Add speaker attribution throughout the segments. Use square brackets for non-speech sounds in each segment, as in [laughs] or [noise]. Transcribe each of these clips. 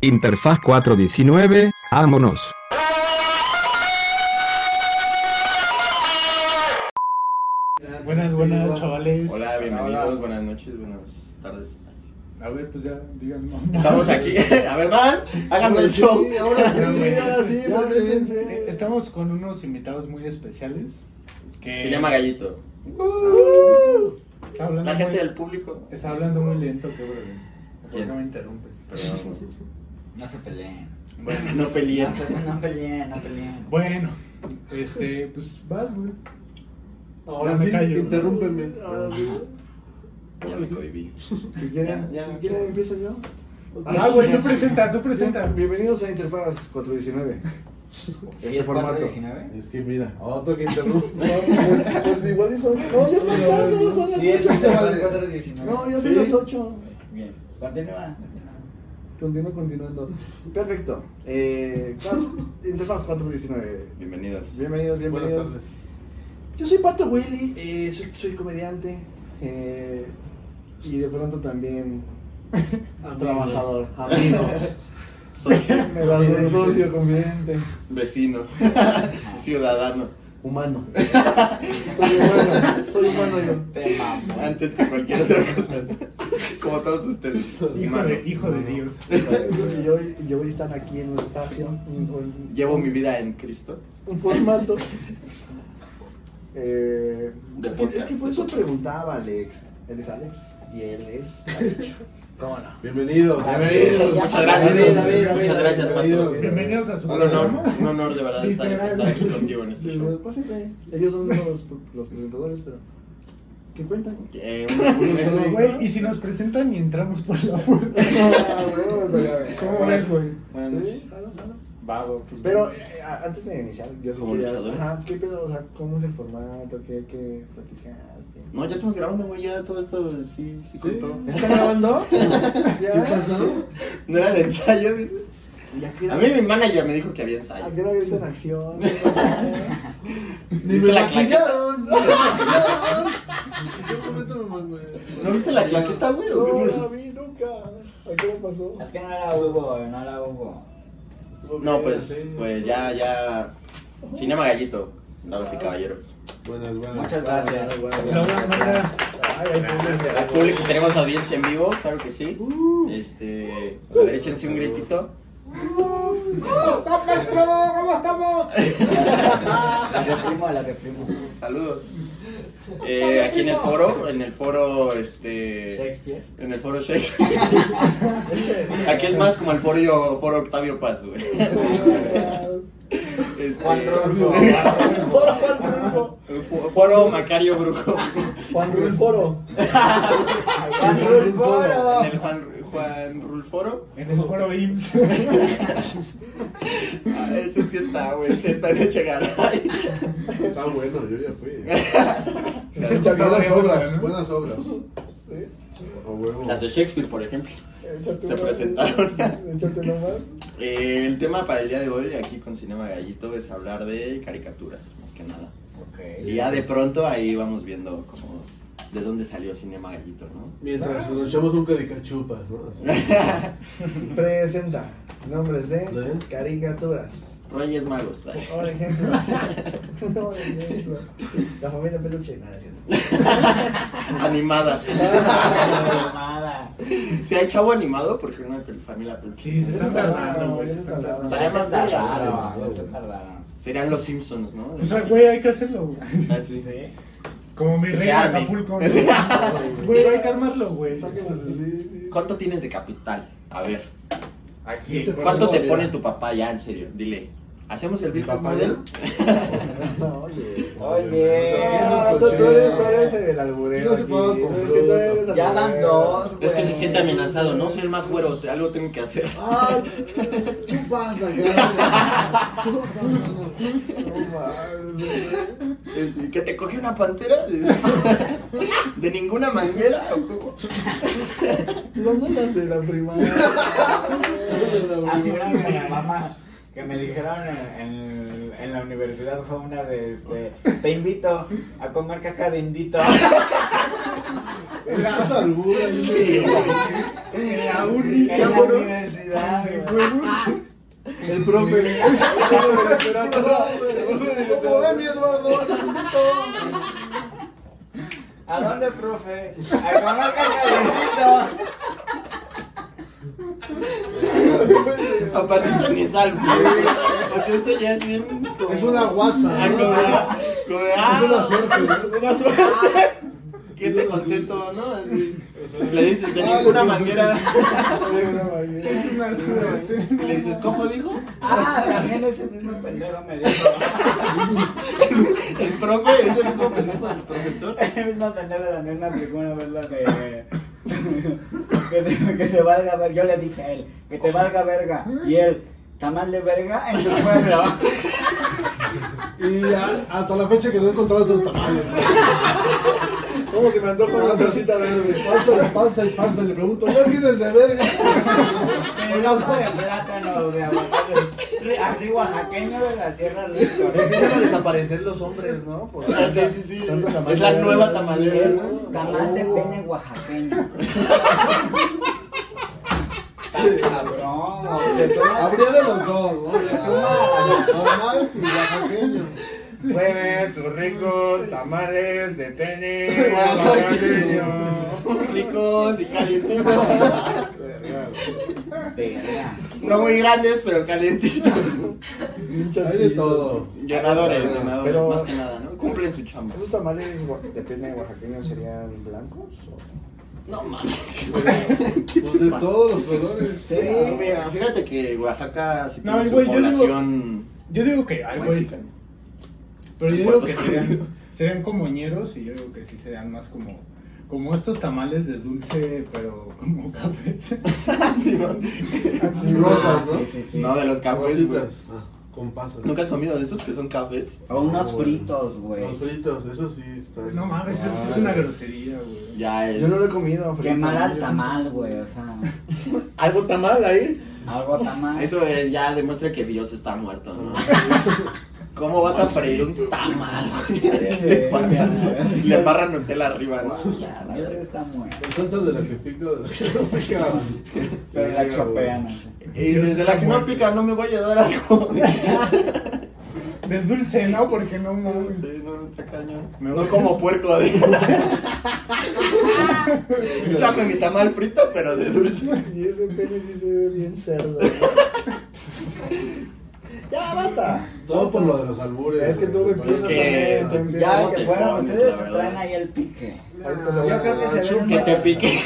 Speaker 1: Interfaz 419, vámonos.
Speaker 2: Buenas, buenas, chavales.
Speaker 3: Hola, bienvenidos,
Speaker 4: Hola.
Speaker 3: buenas noches, buenas tardes.
Speaker 2: A ver, pues ya, digan.
Speaker 3: Estamos aquí. [laughs] A ver, van, háganme el
Speaker 4: Sí,
Speaker 3: show.
Speaker 4: ahora sí,
Speaker 2: Ya,
Speaker 4: ahora sí,
Speaker 2: ya,
Speaker 4: preséntense.
Speaker 2: eh, Estamos con unos invitados muy especiales. Que
Speaker 3: [laughs] Se llama Gallito.
Speaker 4: Uh.
Speaker 2: Está hablando
Speaker 3: La gente
Speaker 2: muy-
Speaker 3: del público.
Speaker 2: Está hablando muy lento, qué breve. ¿Por qué
Speaker 3: ¿Quién?
Speaker 2: me interrumpes?
Speaker 3: Perdón.
Speaker 5: No se peleen.
Speaker 2: Bueno,
Speaker 3: No peleen.
Speaker 5: No, se- no peleen, no peleen.
Speaker 2: bueno, este, pues
Speaker 4: Vas, güey.
Speaker 2: Ya
Speaker 4: Ahora
Speaker 2: me
Speaker 4: sí,
Speaker 2: callo.
Speaker 4: interrúmpeme.
Speaker 3: Ya me cohibí.
Speaker 4: Ah, Si quieren,
Speaker 3: Ya, ya,
Speaker 4: si
Speaker 3: ya.
Speaker 4: quieren empiezo yo.
Speaker 2: Ah, güey, tú presenta, tú presenta.
Speaker 4: Bienvenidos a Interfaz 419.
Speaker 5: Sí,
Speaker 4: este
Speaker 5: es 419.
Speaker 6: Es que mira, otro que interrumpe.
Speaker 4: Pues, pues igual y son. No, ya es más tarde, ya son las
Speaker 5: Sí, es
Speaker 4: 8. se vale.
Speaker 5: 419.
Speaker 4: este No, ya son
Speaker 6: Sí.
Speaker 4: las 8.
Speaker 5: Bien, continúa. continúa.
Speaker 4: Continúa continuando. Perfecto. Eh, cuat- Interfaz 419.
Speaker 3: Bienvenidos.
Speaker 4: Bienvenidos,
Speaker 6: Buenas
Speaker 4: bienvenidos.
Speaker 6: tardes.
Speaker 4: Yo soy Pato Willy, eh, soy, soy comediante eh, y de pronto también trabajador, amigo.
Speaker 3: Socio,
Speaker 4: [laughs] Me las doy socio, conviviente,
Speaker 3: [laughs] vecino, ciudadano.
Speaker 4: humano. [laughs] Soy humano, [laughs] soy humano yo.
Speaker 5: Te mamo.
Speaker 3: Antes que cualquier otra cosa. Como todos ustedes.
Speaker 2: Hijo
Speaker 3: Humano.
Speaker 2: de, hijo de Dios.
Speaker 4: Y yo, y yo hoy están aquí en un espacio, un, un-
Speaker 3: Llevo mi vida en Cristo.
Speaker 4: un formato. Eh,
Speaker 3: De
Speaker 4: es, que, es
Speaker 3: podcast,
Speaker 4: que por
Speaker 3: de
Speaker 4: eso
Speaker 3: podcast.
Speaker 4: preguntaba Alex. Él es Alex y él es Alex. ¿Cómo no?
Speaker 6: Bienvenidos.
Speaker 4: Bienvenidos.
Speaker 3: Muchas gracias.
Speaker 4: David, David, David,
Speaker 3: Muchas gracias,
Speaker 6: Bienvenido.
Speaker 3: Pato.
Speaker 2: Bienvenidos a su
Speaker 3: Un
Speaker 2: programa.
Speaker 3: honor, un honor de verdad estar, estar aquí contigo en este show.
Speaker 4: Pásate. Ellos son los, los presentadores, pero. ¿Qué [laughs]
Speaker 3: [laughs]
Speaker 4: cuentan?
Speaker 3: Eh, un- un-
Speaker 2: Güey, y si nos presentan y entramos por la puerta.
Speaker 4: Ah, ¿Cómo
Speaker 2: ¿Cómo ves, güey?
Speaker 3: Vago. pues,
Speaker 4: Pero eh, a- antes de iniciar, yo sí
Speaker 3: Como
Speaker 4: quería.
Speaker 3: luchadores.
Speaker 4: Ajá, ¿qué pedo? O sea, ¿cómo es el formato? ¿Qué hay que platicar? ¿Qué-
Speaker 3: No, ya estamos grabando, güey, ya todo esto sí, sí contó. [laughs]
Speaker 4: ¿Están grabando? ¿Ya?
Speaker 6: ¿Qué pasó?
Speaker 3: No era el ensayo, dice.
Speaker 4: ¿Ya qué
Speaker 3: A mí mi manager me dijo que había ensayo.
Speaker 4: ¿A qué hora viste en acción?
Speaker 3: [laughs]
Speaker 6: Ni
Speaker 3: ¿Viste
Speaker 6: me
Speaker 3: la
Speaker 6: la
Speaker 3: claqueta?
Speaker 6: pillaron. ¿En qué momento me mamé?
Speaker 3: ¿No viste la claqueta, güey? o
Speaker 4: No,
Speaker 3: qué?
Speaker 4: la vi nunca. ¿A qué hora pasó?
Speaker 5: Es que no la hubo, no la hubo.
Speaker 6: Estuvo
Speaker 3: No, Ah.
Speaker 6: bien,
Speaker 3: pues,
Speaker 6: sí.
Speaker 3: pues ya, ya. Cinema Gallito, damas y caballeros.
Speaker 6: Buenas, buenas.
Speaker 5: Muchas gracias.
Speaker 2: La buena manera.
Speaker 4: Ay, ay, pobre.
Speaker 3: Al público tenemos audiencia en vivo, claro que sí. Este, a ver, échense un gritito.
Speaker 5: [laughs] La reprimo, la reprimo.
Speaker 3: Saludos. Eh, aquí en el foro, en el foro, este,
Speaker 5: Shakespeare.
Speaker 3: en el foro Shakespeare. [laughs] Aquí es más como el foro, foro Octavio Paz,
Speaker 5: [laughs]
Speaker 3: güey. Este,
Speaker 5: Juan
Speaker 3: [laughs]
Speaker 5: Rulfo.
Speaker 4: Foro, Juan Rulfo.
Speaker 3: Fu- Foro Macario Brujo.
Speaker 4: Juan Rulforo.
Speaker 5: Juan Rulforo.
Speaker 3: En el Juan, Juan Rulforo.
Speaker 2: En el foro IMSS.
Speaker 3: Ah, ese sí está, güey. Se está en
Speaker 5: [laughs]
Speaker 3: Echegaray.
Speaker 6: Está bueno, yo ya fui.
Speaker 2: Es el
Speaker 6: Buenas
Speaker 2: cotorreo,
Speaker 6: obras,
Speaker 2: ¿no?
Speaker 6: buenas obras.
Speaker 4: Sí.
Speaker 6: O huevo.
Speaker 3: Las de Shakespeare, por ejemplo.
Speaker 4: Échate
Speaker 3: Se
Speaker 4: una-
Speaker 3: presentaron.
Speaker 4: Échate nomás.
Speaker 3: Eh, el tema para el día de hoy aquí con Cinema Gallito es hablar de caricaturas, más que nada.
Speaker 5: Ok.
Speaker 3: Y
Speaker 5: [laughs]
Speaker 3: ya de pronto ahí vamos viendo como de dónde salió Cinema Gallito, ¿no? [laughs]
Speaker 6: Mientras nos echamos un caricachupas, ¿no? Así. [laughs]
Speaker 4: Presenta nombres de
Speaker 6: ¿De?
Speaker 4: caricaturas.
Speaker 3: Reyes Magos.
Speaker 4: [laughs] Por ejemplo. Por ejemplo, La familia peluche. Nada, es cierto.
Speaker 3: Animada.
Speaker 5: Nada.
Speaker 3: Si hay chavo animado, porque una pel- familia peluche.
Speaker 2: Sí, se están tardando, güey. se están tardando.
Speaker 3: Estaría más verga.
Speaker 5: Tardaron, se tardaron.
Speaker 3: Serían los Simpsons, ¿no?
Speaker 2: O sea, güey, hay que hacerlo, güey.
Speaker 3: Ah, sí.
Speaker 5: Sí.
Speaker 2: Como mi
Speaker 3: Que se
Speaker 2: rey de
Speaker 3: arme.
Speaker 2: Acapulco. ¿no? Güey, hay que armarlo, güey.
Speaker 4: Sáquense, sí, sí.
Speaker 3: ¿Cuánto tienes de capital? A ver.
Speaker 2: Aquí.
Speaker 3: ¿Cuánto te pone tu papá ya, en serio? Dile. ¿Hacemos el business
Speaker 6: papá
Speaker 3: model?
Speaker 4: No, oye.
Speaker 5: Oye.
Speaker 4: Ah, tú, tú eres, tú eres el alburero.
Speaker 6: Yo sí puedo
Speaker 4: aquí. Tú eres
Speaker 6: comprar.
Speaker 4: que tú eres
Speaker 5: Ya
Speaker 4: alburero.
Speaker 5: van dos.
Speaker 3: Es que
Speaker 5: güey.
Speaker 3: se siente amenazado, ¿no? Soy el más güero, te- algo tengo que hacer.
Speaker 6: Ah,
Speaker 5: [laughs]
Speaker 6: chupas acá.
Speaker 4: No mames, güey.
Speaker 3: Este, ¿Que te coge una [laughs] pantera? ¿De ninguna manguera? ¿O cómo?
Speaker 4: ¿Dónde las de la primaria?
Speaker 5: A mí una de mi mamá que me dijeron en, en- en la universidad fue una de este, te invito a comer caca de indito.
Speaker 6: Esa es albura. yo
Speaker 3: Sí.
Speaker 6: creo.
Speaker 2: La uni.
Speaker 5: En la
Speaker 3: bueno.
Speaker 5: universidad. verdad, güey.
Speaker 4: El profe.
Speaker 6: Como ve mi Eduardo.
Speaker 5: ¿A dónde, profe? A comer cacahuatito.
Speaker 3: [laughs] Aparte, eso ni es algo. O sea, eso ya es bien. como-
Speaker 6: Es una guasa.
Speaker 3: Ah,
Speaker 6: ¿no?
Speaker 3: como- como- ah,
Speaker 6: Es una suerte. ¿no?
Speaker 3: Una suerte. ¿Qué te contesto, no? Así, Le dices, de ninguna manera.
Speaker 6: Es una suerte.
Speaker 3: Y le dices, ¿cómo dijo?
Speaker 5: Ah, también ese mismo pendejo me dijo.
Speaker 3: El profe es el mismo pendejo del profesor.
Speaker 5: Ese mismo pendejo también me aplicó una vez la de. que, te, que te valga verga. Yo le dije a él, que te valga verga. Y él, tamal de verga en tu pueblo.
Speaker 6: Y a- hasta la fecha que no he encontrado esos tamales.
Speaker 4: ¿Cómo se me antoja una salsita verde?
Speaker 6: Pásale, pásale, pásale. Le pregunto, ¿ya tienes de verga?
Speaker 5: Pero [laughs] no fue de plátano, de aguacate. Así oaxaqueño de la Sierra Rico.
Speaker 4: Empiezan a desaparecer los hombres, ¿no? Por-
Speaker 3: Ah, sí, sí, sí.
Speaker 6: Tanto tamal
Speaker 3: Es la
Speaker 6: de-
Speaker 3: nueva tamalera. ¿no?
Speaker 5: Es tamal de pene oaxaqueño. Cabrón, se suma.
Speaker 6: Habría de los dos, ¿no? Se suma normal y oaxaqueño.
Speaker 2: Mueve sus ricos tamales de [laughs] pene.
Speaker 3: Oaxaqueño. Ricos y calientitos.
Speaker 6: Verga,
Speaker 5: Verga.
Speaker 3: No muy grandes, pero calientitos.
Speaker 6: güey. Hay de todo.
Speaker 3: Llenadores, llenadores,
Speaker 4: Pero-
Speaker 3: más que nada, ¿no? Cumplen su chamba.
Speaker 4: ¿Esos tamales gua- de pene oaxaqueño serían blancos? o-
Speaker 3: No mames.
Speaker 6: Pues de todos los colores.
Speaker 5: Sí,
Speaker 3: Sí, Ah, mira, fíjate que Oaxaca sí
Speaker 2: No,
Speaker 3: tiene su
Speaker 2: güey, yo digo-
Speaker 3: población
Speaker 2: Yo digo que, ay, güey.
Speaker 3: mexican.
Speaker 2: Pero yo digo que serían, serían como ñeros y yo digo que sí serían más como. Como estos tamales de dulce, pero como [laughs] café.
Speaker 3: Sí, ¿no?
Speaker 6: Y rosas, ¿no?
Speaker 5: sí, sí, sí.
Speaker 3: No, de los cafés, güey.
Speaker 6: Rositas. Ah, con pasas.
Speaker 3: ¿Nunca has comido de esos que son cafés?
Speaker 5: O unos fritos, güey.
Speaker 6: Los fritos, eso sí está. Ah,
Speaker 2: No mames, eso es una grosería, güey.
Speaker 3: Ya es.
Speaker 4: Yo no lo he comido. frito.
Speaker 5: Quemar al tamal, güey, o sea,
Speaker 4: ¿Algo tamal ahí?
Speaker 5: algo tamal. [laughs]
Speaker 3: Eso eh, ya demuestra que Dios está muerto, ¿no?
Speaker 6: Ah,
Speaker 3: ¿Cómo vas a freír un tamal? güey? ¿Qué te pasa? Eh, Le barran Nutella arriba, ¿no? Ya, la
Speaker 5: Dios
Speaker 3: verdad.
Speaker 5: está muerto.
Speaker 6: Con salsa de la que pica, de la que no pica.
Speaker 5: Pero la
Speaker 6: Verga,
Speaker 5: chopean, así.
Speaker 3: Y desde la que no pica no me voy a dar algo.
Speaker 2: De dulce, ¿no? Porque no mames.
Speaker 3: Sí, no, está cañón.
Speaker 2: Me
Speaker 3: No
Speaker 2: voy.
Speaker 3: como puerco de. [laughs] Échame mi tamal frito, pero de dulce.
Speaker 4: Y ese pene sí se ve bien cerdo. ya, basta.
Speaker 6: güey. Todo por lo de los albures.
Speaker 4: Es que tú lo
Speaker 6: güey.
Speaker 4: empiezas
Speaker 3: Es que-
Speaker 4: también, también.
Speaker 5: Ya
Speaker 3: ¿Cómo
Speaker 5: que
Speaker 3: te
Speaker 5: fueron,
Speaker 3: pones,
Speaker 5: ustedes
Speaker 3: la
Speaker 5: se
Speaker 3: verdad?
Speaker 5: traen ahí el pique.
Speaker 4: Ahorita te voy a-
Speaker 5: Yo creo que se
Speaker 4: Chupa.
Speaker 5: ven
Speaker 3: Que te
Speaker 5: una-
Speaker 3: pique.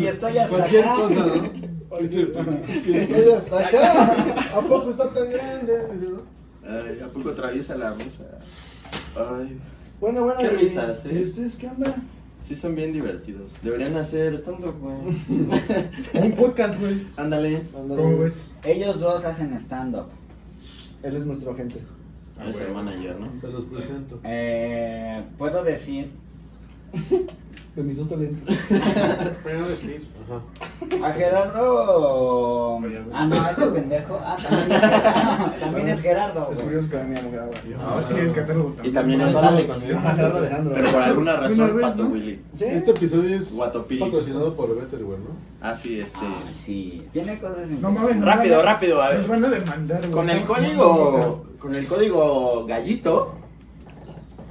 Speaker 5: Y estoy hasta
Speaker 6: Cualquier
Speaker 5: acá.
Speaker 6: cosa, ¿no? Si estoy hasta acá, ¿a poco está tan grande? Dice, ¿no?
Speaker 3: Ay, ¿a poco atraviesa la mesa? Ay,
Speaker 4: Bueno, bueno.
Speaker 3: Qué
Speaker 4: ¿y-
Speaker 3: risas, eh.
Speaker 4: ¿Y ustedes qué onda?
Speaker 3: sí son bien divertidos. Deberían hacer stand-up, güey.
Speaker 2: Un podcast, güey.
Speaker 3: Ándale.
Speaker 2: ¿Cómo ves?
Speaker 5: Ellos dos hacen stand-up.
Speaker 4: Él es nuestro agente.
Speaker 2: Ah,
Speaker 3: Es
Speaker 2: güey.
Speaker 3: el manager, ¿no?
Speaker 6: Se los
Speaker 5: [laughs]
Speaker 6: presento.
Speaker 5: Eh, Puedo decir,
Speaker 4: De mis dos talentos.
Speaker 6: Primero decir. Ajá.
Speaker 5: a Gerardo. Ah, no, ese pendejo. Ah, también es Gerardo. Ah, También es Gerardo. güey.
Speaker 4: Descubrimos que Damián graba.
Speaker 2: Ah, sí, el catálogo
Speaker 3: Y
Speaker 2: también.
Speaker 3: también
Speaker 6: Ah,
Speaker 3: es
Speaker 6: claro,
Speaker 3: Alex.
Speaker 6: también.
Speaker 4: Gerardo Alejandro.
Speaker 3: Pero por alguna razón,
Speaker 2: Una vez,
Speaker 3: Pato
Speaker 2: ¿no?
Speaker 3: Willy.
Speaker 4: ¿Sí?
Speaker 6: Este episodio es
Speaker 3: Guatopí.
Speaker 6: patrocinado por Betterware, ¿no?
Speaker 3: Así, este.
Speaker 5: Ah, sí. Tiene cosas
Speaker 2: No mames,
Speaker 5: interesantes.
Speaker 2: nos
Speaker 3: Rápido,
Speaker 2: van a-
Speaker 3: rápido, a ver.
Speaker 2: Nos van a demandar, güey.
Speaker 3: Con el
Speaker 2: No,
Speaker 3: código. Con el código gallito.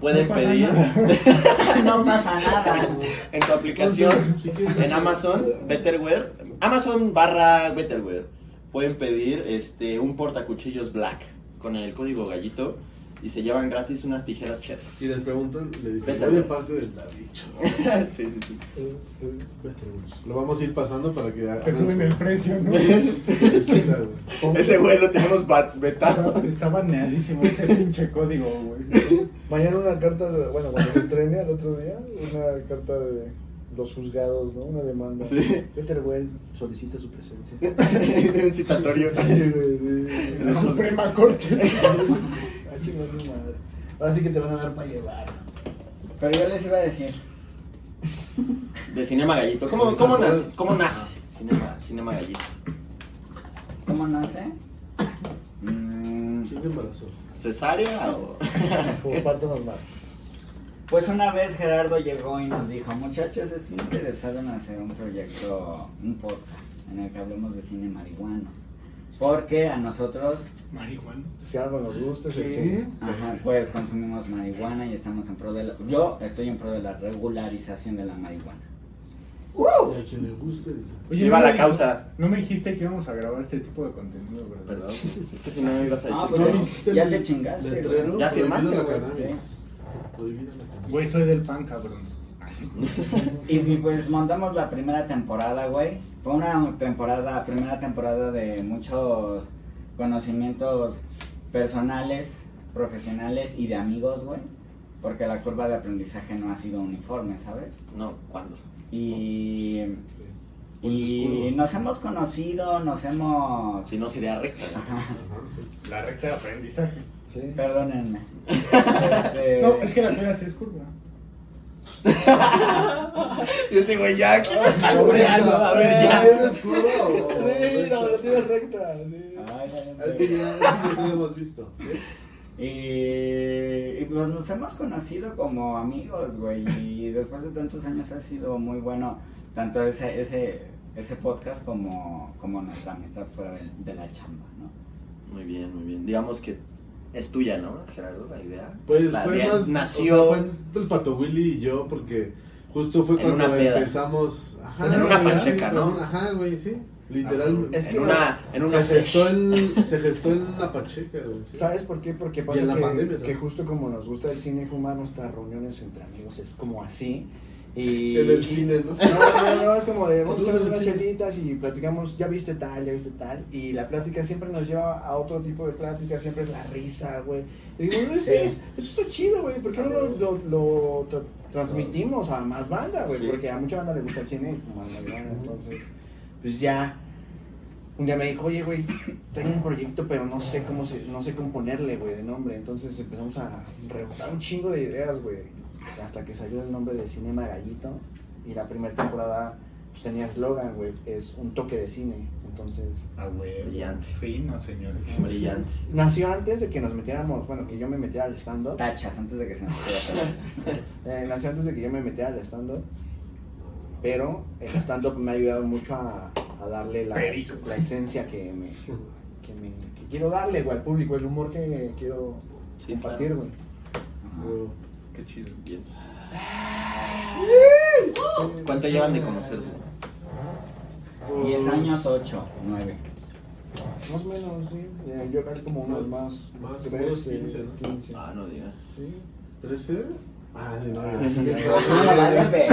Speaker 3: Pueden
Speaker 2: No pasa
Speaker 3: pedir
Speaker 5: [laughs] No pasa nada.
Speaker 3: en tu aplicación
Speaker 6: Sí, sí, sí, sí.
Speaker 3: en Amazon Betterware. Amazon barra Betterware. Pueden pedir este un portacuchillos black con el código gallito y se llevan gratis unas tijeras chef. [laughs]
Speaker 6: Y les preguntan, le dicen,
Speaker 3: Betterware.
Speaker 6: voy de parte del David. chaval.
Speaker 3: sí, sí, sí.
Speaker 4: eh,
Speaker 6: Betterware. Lo vamos a ir pasando para que hagan
Speaker 2: Te suben el
Speaker 6: su- [laughs]
Speaker 2: precio,
Speaker 3: [laughs]
Speaker 2: ¿no?
Speaker 6: Sí, güey.
Speaker 3: Ese güey lo tenemos bat- vetado.
Speaker 2: Está baneadísimo ese pinche código, güey.
Speaker 4: Mañana una carta, bueno, cuando se estrene al otro día, una carta de los juzgados, ¿no? Una demanda.
Speaker 3: Sí.
Speaker 4: Peter Well solicita su presencia.
Speaker 3: [laughs] un citatorio.
Speaker 4: Sí, güey, sí.
Speaker 2: La Suprema Corte.
Speaker 3: [laughs]
Speaker 4: Ah, chinga su madre. Ahora sí que te van a dar para llevar.
Speaker 5: Pero yo les iba a decir.
Speaker 3: De Cinema Gallito. ¿Cómo, cómo nace? ¿Cómo nace? Cinema, Cinema Gallito.
Speaker 5: ¿Cómo nace? Mm,
Speaker 6: ¿Quién se embarazó?
Speaker 3: ¿Cesárea o.?
Speaker 6: [laughs]
Speaker 4: Como parto normal.
Speaker 5: Pues una vez Gerardo llegó y nos dijo, muchachos, estoy interesado en hacer un proyecto, un podcast. en el que hablemos de cine marihuanos. Porque a nosotros,
Speaker 2: Marihuana.
Speaker 6: Si algo nos gusta es el
Speaker 2: ¿Qué?
Speaker 6: cine.
Speaker 5: ajá, pues consumimos marihuana y estamos en pro de la... Yo estoy en pro de la regularización de la marihuana.
Speaker 6: Y a quien le guste. dice.
Speaker 3: Viva
Speaker 2: no
Speaker 3: la
Speaker 2: me-
Speaker 3: causa.
Speaker 2: No me dijiste que íbamos a grabar este tipo de contenido, ¿verdad?
Speaker 3: Perdón. Es que si no me ibas a
Speaker 5: Ah,
Speaker 3: decir.
Speaker 5: pues,
Speaker 6: ¿No
Speaker 3: que-
Speaker 6: viste
Speaker 5: ya
Speaker 6: el
Speaker 5: te chingaste,
Speaker 6: letrero?
Speaker 5: güey.
Speaker 3: Ya
Speaker 6: Prohibida
Speaker 3: firmaste,
Speaker 6: la
Speaker 3: güey,
Speaker 6: cannabis.
Speaker 5: sí.
Speaker 6: Prohibida la cannabis.
Speaker 2: Güey, soy del pan, cabrón.
Speaker 5: Y y, pues montamos la primera temporada, güey. Fue una temporada, primera temporada de muchos conocimientos personales, profesionales y de amigos, güey. Porque la curva de aprendizaje no ha sido uniforme, ¿sabes?
Speaker 3: No, ¿cuándo?
Speaker 5: Y,
Speaker 6: Por eso es
Speaker 5: y
Speaker 6: curva.
Speaker 5: nos hemos conocido, nos hemos...
Speaker 3: Si no sería recta. ¿no?
Speaker 5: Ajá,
Speaker 6: Ajá, sí.
Speaker 2: La recta de aprendizaje.
Speaker 6: Sí. [laughs]
Speaker 5: Perdónenme.
Speaker 3: Eh.
Speaker 5: Este,
Speaker 2: No, es que la pega sí es curva.
Speaker 3: Yo ese güey, ya, ¿quién lo está cureando? A ver,
Speaker 6: Ah,
Speaker 3: ya.
Speaker 6: ¿ya no es curva o.?
Speaker 4: Sí, no, la tienes recta. Sí.
Speaker 6: Ah.
Speaker 5: ay, ay, ay.
Speaker 6: Es que ya ya lo hemos visto.
Speaker 5: Y, y, pues nos hemos conocido como amigos, güey. Y después de tantos años ha sido muy bueno tanto ese, ese, ese podcast como, como nuestra amistad fuera del- de, la chamba, ¿no?
Speaker 3: Muy bien, muy bien. Digamos que es tuya, ¿no, Gerardo? La idea.
Speaker 6: Pues
Speaker 3: la
Speaker 6: fue
Speaker 3: idea
Speaker 6: más.
Speaker 3: Nació.
Speaker 6: o sea, fue el Pato Willy y yo, porque justo fue
Speaker 3: En
Speaker 6: cuando
Speaker 3: una peda.
Speaker 6: empezamos.
Speaker 3: En una
Speaker 6: güey,
Speaker 3: pancheca,
Speaker 6: sí,
Speaker 3: ¿no? Ah,
Speaker 6: con- Ajá, güey, sí. Literal.
Speaker 4: Es que-
Speaker 3: en una. En una
Speaker 6: se, gestó en, se gestó en la pacheca, güey. sí.
Speaker 4: ¿Sabes por qué? Porque
Speaker 6: Y en
Speaker 4: pasa
Speaker 6: la
Speaker 4: que,
Speaker 6: pandemia, ¿no?
Speaker 4: que justo como nos gusta el cine fumar, nuestras reuniones entre amigos es como así. Y,
Speaker 6: En el
Speaker 4: y-
Speaker 6: cine,
Speaker 3: [laughs]
Speaker 6: ¿no?
Speaker 4: No, no, no, es como de vamos a
Speaker 6: Tú
Speaker 4: echar
Speaker 6: en el
Speaker 4: unas
Speaker 6: cine.
Speaker 4: chelitas y platicamos, ya viste tal, ya viste tal. Y la plática siempre nos lleva a otro tipo de plática, siempre es la risa, güey. Y digo, no, sí,
Speaker 5: Sí.
Speaker 4: eso está chido, güey, ¿por qué no lo, lo- lo tra- transmitimos a más banda, güey?
Speaker 3: Sí.
Speaker 4: Porque a mucha banda le gusta el cine y fumar marihuana, entonces, pues ya. Un día me dijo, oye, güey, tengo un proyecto, pero no sé cómo se, no sé cómo ponerle, güey, de nombre. Entonces empezamos a rebotar un chingo de ideas, güey. Hasta que salió el nombre de Cinema Gallito. Y la primera temporada pues, tenía eslogan, güey, es un toque de cine. Entonces,
Speaker 2: Ah, güey.
Speaker 3: Brillante.
Speaker 2: Fino, [laughs] señores.
Speaker 3: Brillante.
Speaker 4: nació antes de que nos metiéramos, bueno, que yo me metiera al stand-up.
Speaker 5: Tachas antes de que se nos quede atrás.
Speaker 4: Eh, nació antes de que yo me metiera al stand-up. Pero el stand-up me ha ayudado mucho a, a darle la,
Speaker 2: Perico.
Speaker 4: la esencia que me, que me que quiero darle, güey, al público, el humor que quiero
Speaker 3: Sí,
Speaker 4: compartir, güey.
Speaker 5: Ajá.
Speaker 6: Güey.
Speaker 2: Qué chido.
Speaker 3: Bien. ¿Cuánto llevan de conocerse?
Speaker 5: Diez años, ocho, nueve.
Speaker 4: Más o menos, sí. Eh, yo acá como unos más,
Speaker 6: Más- más, unos
Speaker 4: 13,
Speaker 6: 15, ¿no?
Speaker 4: 15.
Speaker 3: Ah, no digas.
Speaker 4: Sí.
Speaker 6: ¿13? Ah, de no,
Speaker 5: Ah,
Speaker 6: ya, sí,
Speaker 5: sí,
Speaker 6: ya.
Speaker 5: güey. No la vayas, güey.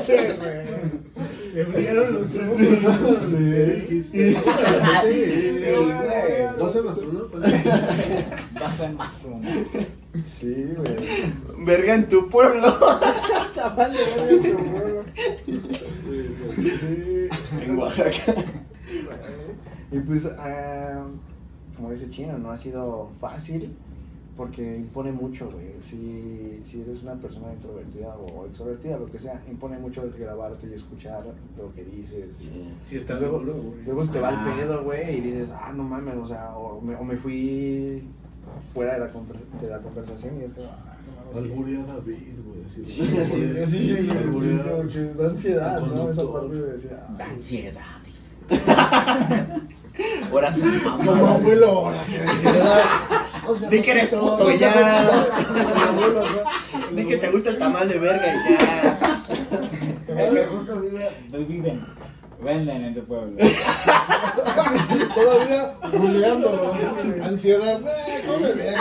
Speaker 4: Sí, güey.
Speaker 2: Le brillaron los tres.
Speaker 6: [laughs] Sí, sí.
Speaker 5: Sí, güey.
Speaker 6: ¿No se
Speaker 3: [laughs]
Speaker 6: más uno? pues.
Speaker 5: Ya soy más uno.
Speaker 4: Sí, güey.
Speaker 3: Verga en tu pueblo.
Speaker 4: Está mal de ver tu huevo.
Speaker 3: En
Speaker 4: [laughs]
Speaker 3: Oaxaca.
Speaker 4: Sí, güey. Y pues, ah, como dice Chino, no ha sido fácil porque impone mucho, güey. Si, si eres una persona introvertida o extrovertida, lo que sea, impone mucho el grabarte y escuchar lo que dices. y-
Speaker 2: Sí, está
Speaker 4: Luego-
Speaker 2: luego, luego, güey.
Speaker 4: Luego se te va
Speaker 5: Ah.
Speaker 4: el pedo, güey, y dices, ah, no mames, o sea, o me, o me fui fuera de la, conver- de la conversación y es que, ah, no mames.
Speaker 6: Alburea David, güey. así de-
Speaker 4: Sí, sí, sí, sí,
Speaker 6: Alburea.
Speaker 4: como que da ansiedad, ¿no?
Speaker 6: El
Speaker 4: Esa
Speaker 6: conductor.
Speaker 4: parte de decir, ah,
Speaker 5: Da ansiedad.
Speaker 3: Ahora sí,
Speaker 6: No,
Speaker 3: mamá.
Speaker 6: abuelo, ahora qué ansiedad.
Speaker 3: Di que eres puto ya. Di que te gusta el tamal de verga y ya.
Speaker 5: El que justo vive, viven, venden en tu pueblo.
Speaker 6: Todavía buleándolo. Ansiedad. eh, come eh. venga.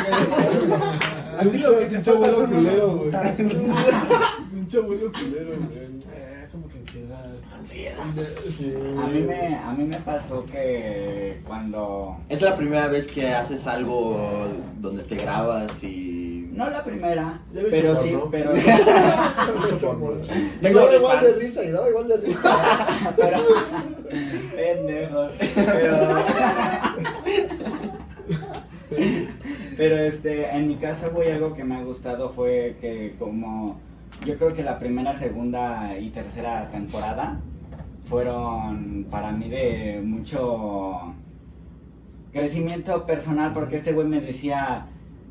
Speaker 2: A ti Ah, lo que te falta
Speaker 6: Pinche abuelo
Speaker 2: son unos
Speaker 6: culero, güey.
Speaker 2: [laughs]
Speaker 6: Pinche abuelo culero, güey. Eh, Como que ansiedad.
Speaker 3: Ansiedad.
Speaker 6: Sí.
Speaker 5: A mí, me, a mí me pasó que cuando...
Speaker 3: Es la primera vez que haces algo donde te grabas y.
Speaker 5: No la primera,
Speaker 6: Ya lo he
Speaker 5: pero
Speaker 6: hecho
Speaker 5: sí,
Speaker 6: porno.
Speaker 5: pero,
Speaker 6: [laughs]
Speaker 4: Y
Speaker 3: Tengo
Speaker 4: daba igual de
Speaker 3: OnlyFans.
Speaker 4: risa, y daba igual de risa.
Speaker 5: [laughs] pero... Pendejos. Pero... Pero este, en mi caso, güey, algo que me ha gustado fue que como... Yo creo que la primera, segunda y tercera temporada fueron para mí de mucho crecimiento personal porque este güey me decía,